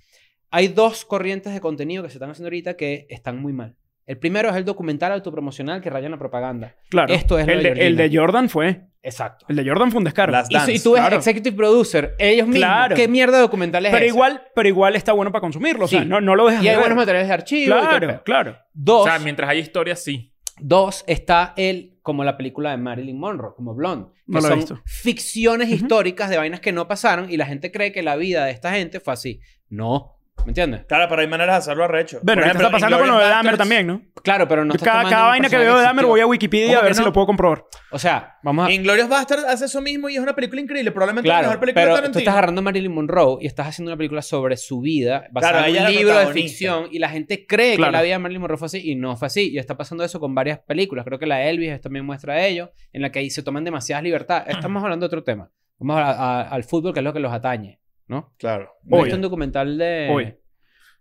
Speaker 2: Hay dos corrientes de contenido que se están haciendo ahorita que están muy mal. El primero es el documental autopromocional que raya en la propaganda.
Speaker 1: Claro.
Speaker 2: Esto es lo
Speaker 1: el,
Speaker 2: de
Speaker 1: de, el de
Speaker 2: Georgina.
Speaker 1: Jordan fue.
Speaker 2: Exacto.
Speaker 1: El de Jordan fue un descaro.
Speaker 5: Las
Speaker 2: Y, si- y
Speaker 5: Dance,
Speaker 2: tú ves
Speaker 1: claro.
Speaker 2: executive producer, ellos mismos.
Speaker 1: Claro.
Speaker 2: ¿Qué mierda de documental es
Speaker 1: pero
Speaker 2: ese?
Speaker 1: igual, pero igual está bueno para consumirlo. O sea,
Speaker 2: Sí.
Speaker 1: no, no lo dejas
Speaker 2: Y hay
Speaker 1: de ver.
Speaker 2: buenos materiales de archivo. y todo el
Speaker 1: Claro,
Speaker 2: pedo.
Speaker 1: claro.
Speaker 2: Dos.
Speaker 3: O sea, mientras hay historias, sí.
Speaker 2: Dos, está él como la película de Marilyn Monroe, como Blonde. Que
Speaker 1: No la he
Speaker 2: son
Speaker 1: visto.
Speaker 2: ficciones
Speaker 1: Ujú.
Speaker 2: históricas de vainas que no pasaron y la gente cree que la vida de esta gente fue así. No. ¿Me entiendes?
Speaker 5: Claro, pero hay maneras de hacerlo arrecho.
Speaker 1: Bueno,
Speaker 5: Por
Speaker 1: ahorita
Speaker 5: ejemplo,
Speaker 1: está pasando con lo de
Speaker 5: Inglourious
Speaker 1: Dahmer
Speaker 5: Basterds-
Speaker 1: también, ¿no?
Speaker 2: Claro, pero no
Speaker 1: Yo
Speaker 2: estás
Speaker 1: cada,
Speaker 2: tomando
Speaker 1: cada
Speaker 2: un
Speaker 1: vaina que
Speaker 2: personaje
Speaker 1: veo de Dahmer
Speaker 2: existió.
Speaker 1: voy a Wikipedia a
Speaker 5: ¿Cómo
Speaker 1: ver
Speaker 5: que
Speaker 1: si
Speaker 5: no?
Speaker 1: lo puedo comprobar.
Speaker 2: O sea, vamos a...
Speaker 5: Inglourious Basterds hace eso mismo y es una película increíble. Probablemente la
Speaker 2: Claro,
Speaker 5: mejor película de
Speaker 2: pero tú
Speaker 5: Tarantino.
Speaker 2: estás agarrando a Marilyn Monroe y estás haciendo una película sobre su vida basada
Speaker 5: Claro,
Speaker 2: en
Speaker 5: ella
Speaker 2: un
Speaker 5: es la
Speaker 2: libro de
Speaker 5: protagonista.
Speaker 2: ficción y la gente cree
Speaker 1: Claro.
Speaker 2: que la vida de Marilyn Monroe fue así y no fue así. Y está pasando eso con varias películas. Creo que la de Elvis también muestra ello, en la que ahí se toman demasiadas libertades. Estamos hablando de otro tema. Vamos a- a- al fútbol, que es lo que los atañe, ¿no?
Speaker 5: Claro.
Speaker 2: He
Speaker 1: Obvio.
Speaker 2: visto un documental de,
Speaker 1: Obvio.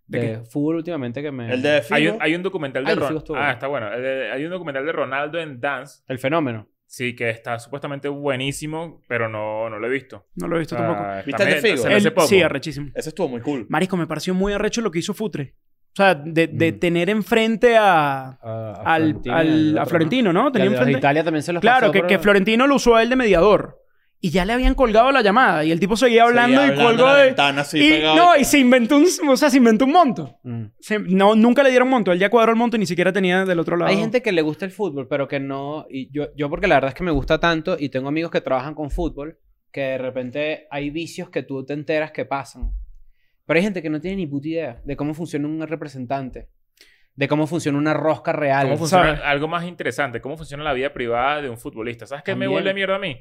Speaker 2: de,
Speaker 1: ¿De
Speaker 2: fútbol últimamente que me...
Speaker 5: El de
Speaker 3: Hay
Speaker 5: Figo.
Speaker 3: un, hay un documental de
Speaker 2: Ay, sí,
Speaker 3: Ronaldo.
Speaker 2: estuvo
Speaker 3: Ah,
Speaker 2: bueno.
Speaker 3: está bueno. El de- Hay un documental de Ronaldo en Dance.
Speaker 2: El fenómeno.
Speaker 3: Sí, que está supuestamente buenísimo, pero no, no lo he visto.
Speaker 1: No lo he visto
Speaker 3: Ah,
Speaker 1: tampoco.
Speaker 3: está
Speaker 5: ¿Viste el de
Speaker 3: medio-
Speaker 5: Figo?
Speaker 3: se me hace
Speaker 1: Él-
Speaker 3: poco.
Speaker 1: sí, arrechísimo.
Speaker 5: Ese estuvo muy cool.
Speaker 1: Marisco, me pareció muy arrecho lo que hizo Futre. O sea, de, de
Speaker 2: Mm.
Speaker 1: tener enfrente a,
Speaker 2: a- a
Speaker 1: al,
Speaker 2: Florentino y
Speaker 1: al-
Speaker 2: al
Speaker 1: a
Speaker 2: otro,
Speaker 1: Florentino, ¿no?
Speaker 2: ¿no? Que a
Speaker 1: Tenía
Speaker 2: los de
Speaker 1: enfrente-
Speaker 2: Italia también se los
Speaker 1: Claro,
Speaker 2: pasó
Speaker 1: que,
Speaker 2: por-
Speaker 1: que Florentino lo usó a él de mediador. Y ya le habían colgado la llamada. Y el tipo seguía hablando
Speaker 5: Seguía
Speaker 1: y
Speaker 5: hablando
Speaker 1: colgó
Speaker 5: a la
Speaker 1: de.
Speaker 5: ventana así
Speaker 1: y,
Speaker 5: pegado.
Speaker 1: no, y se inventó un, o sea, se inventó un monto.
Speaker 2: Mm.
Speaker 1: Se- no, nunca le dieron monto. Él ya cuadró el monto y ni siquiera tenía del otro lado.
Speaker 2: Hay gente que le gusta el fútbol, pero que no. Y yo, yo, porque la verdad es que me gusta tanto y tengo amigos que trabajan con fútbol, que de repente hay vicios que tú te enteras que pasan. Pero hay gente que no tiene ni puta idea de cómo funciona un representante, de cómo funciona una rosca real.
Speaker 3: ¿Cómo funciona?
Speaker 1: ¿sabes?
Speaker 3: Algo más interesante. ¿Cómo funciona la vida privada de un futbolista? ¿Sabes qué me
Speaker 2: También.
Speaker 3: vuelve mierda a mí?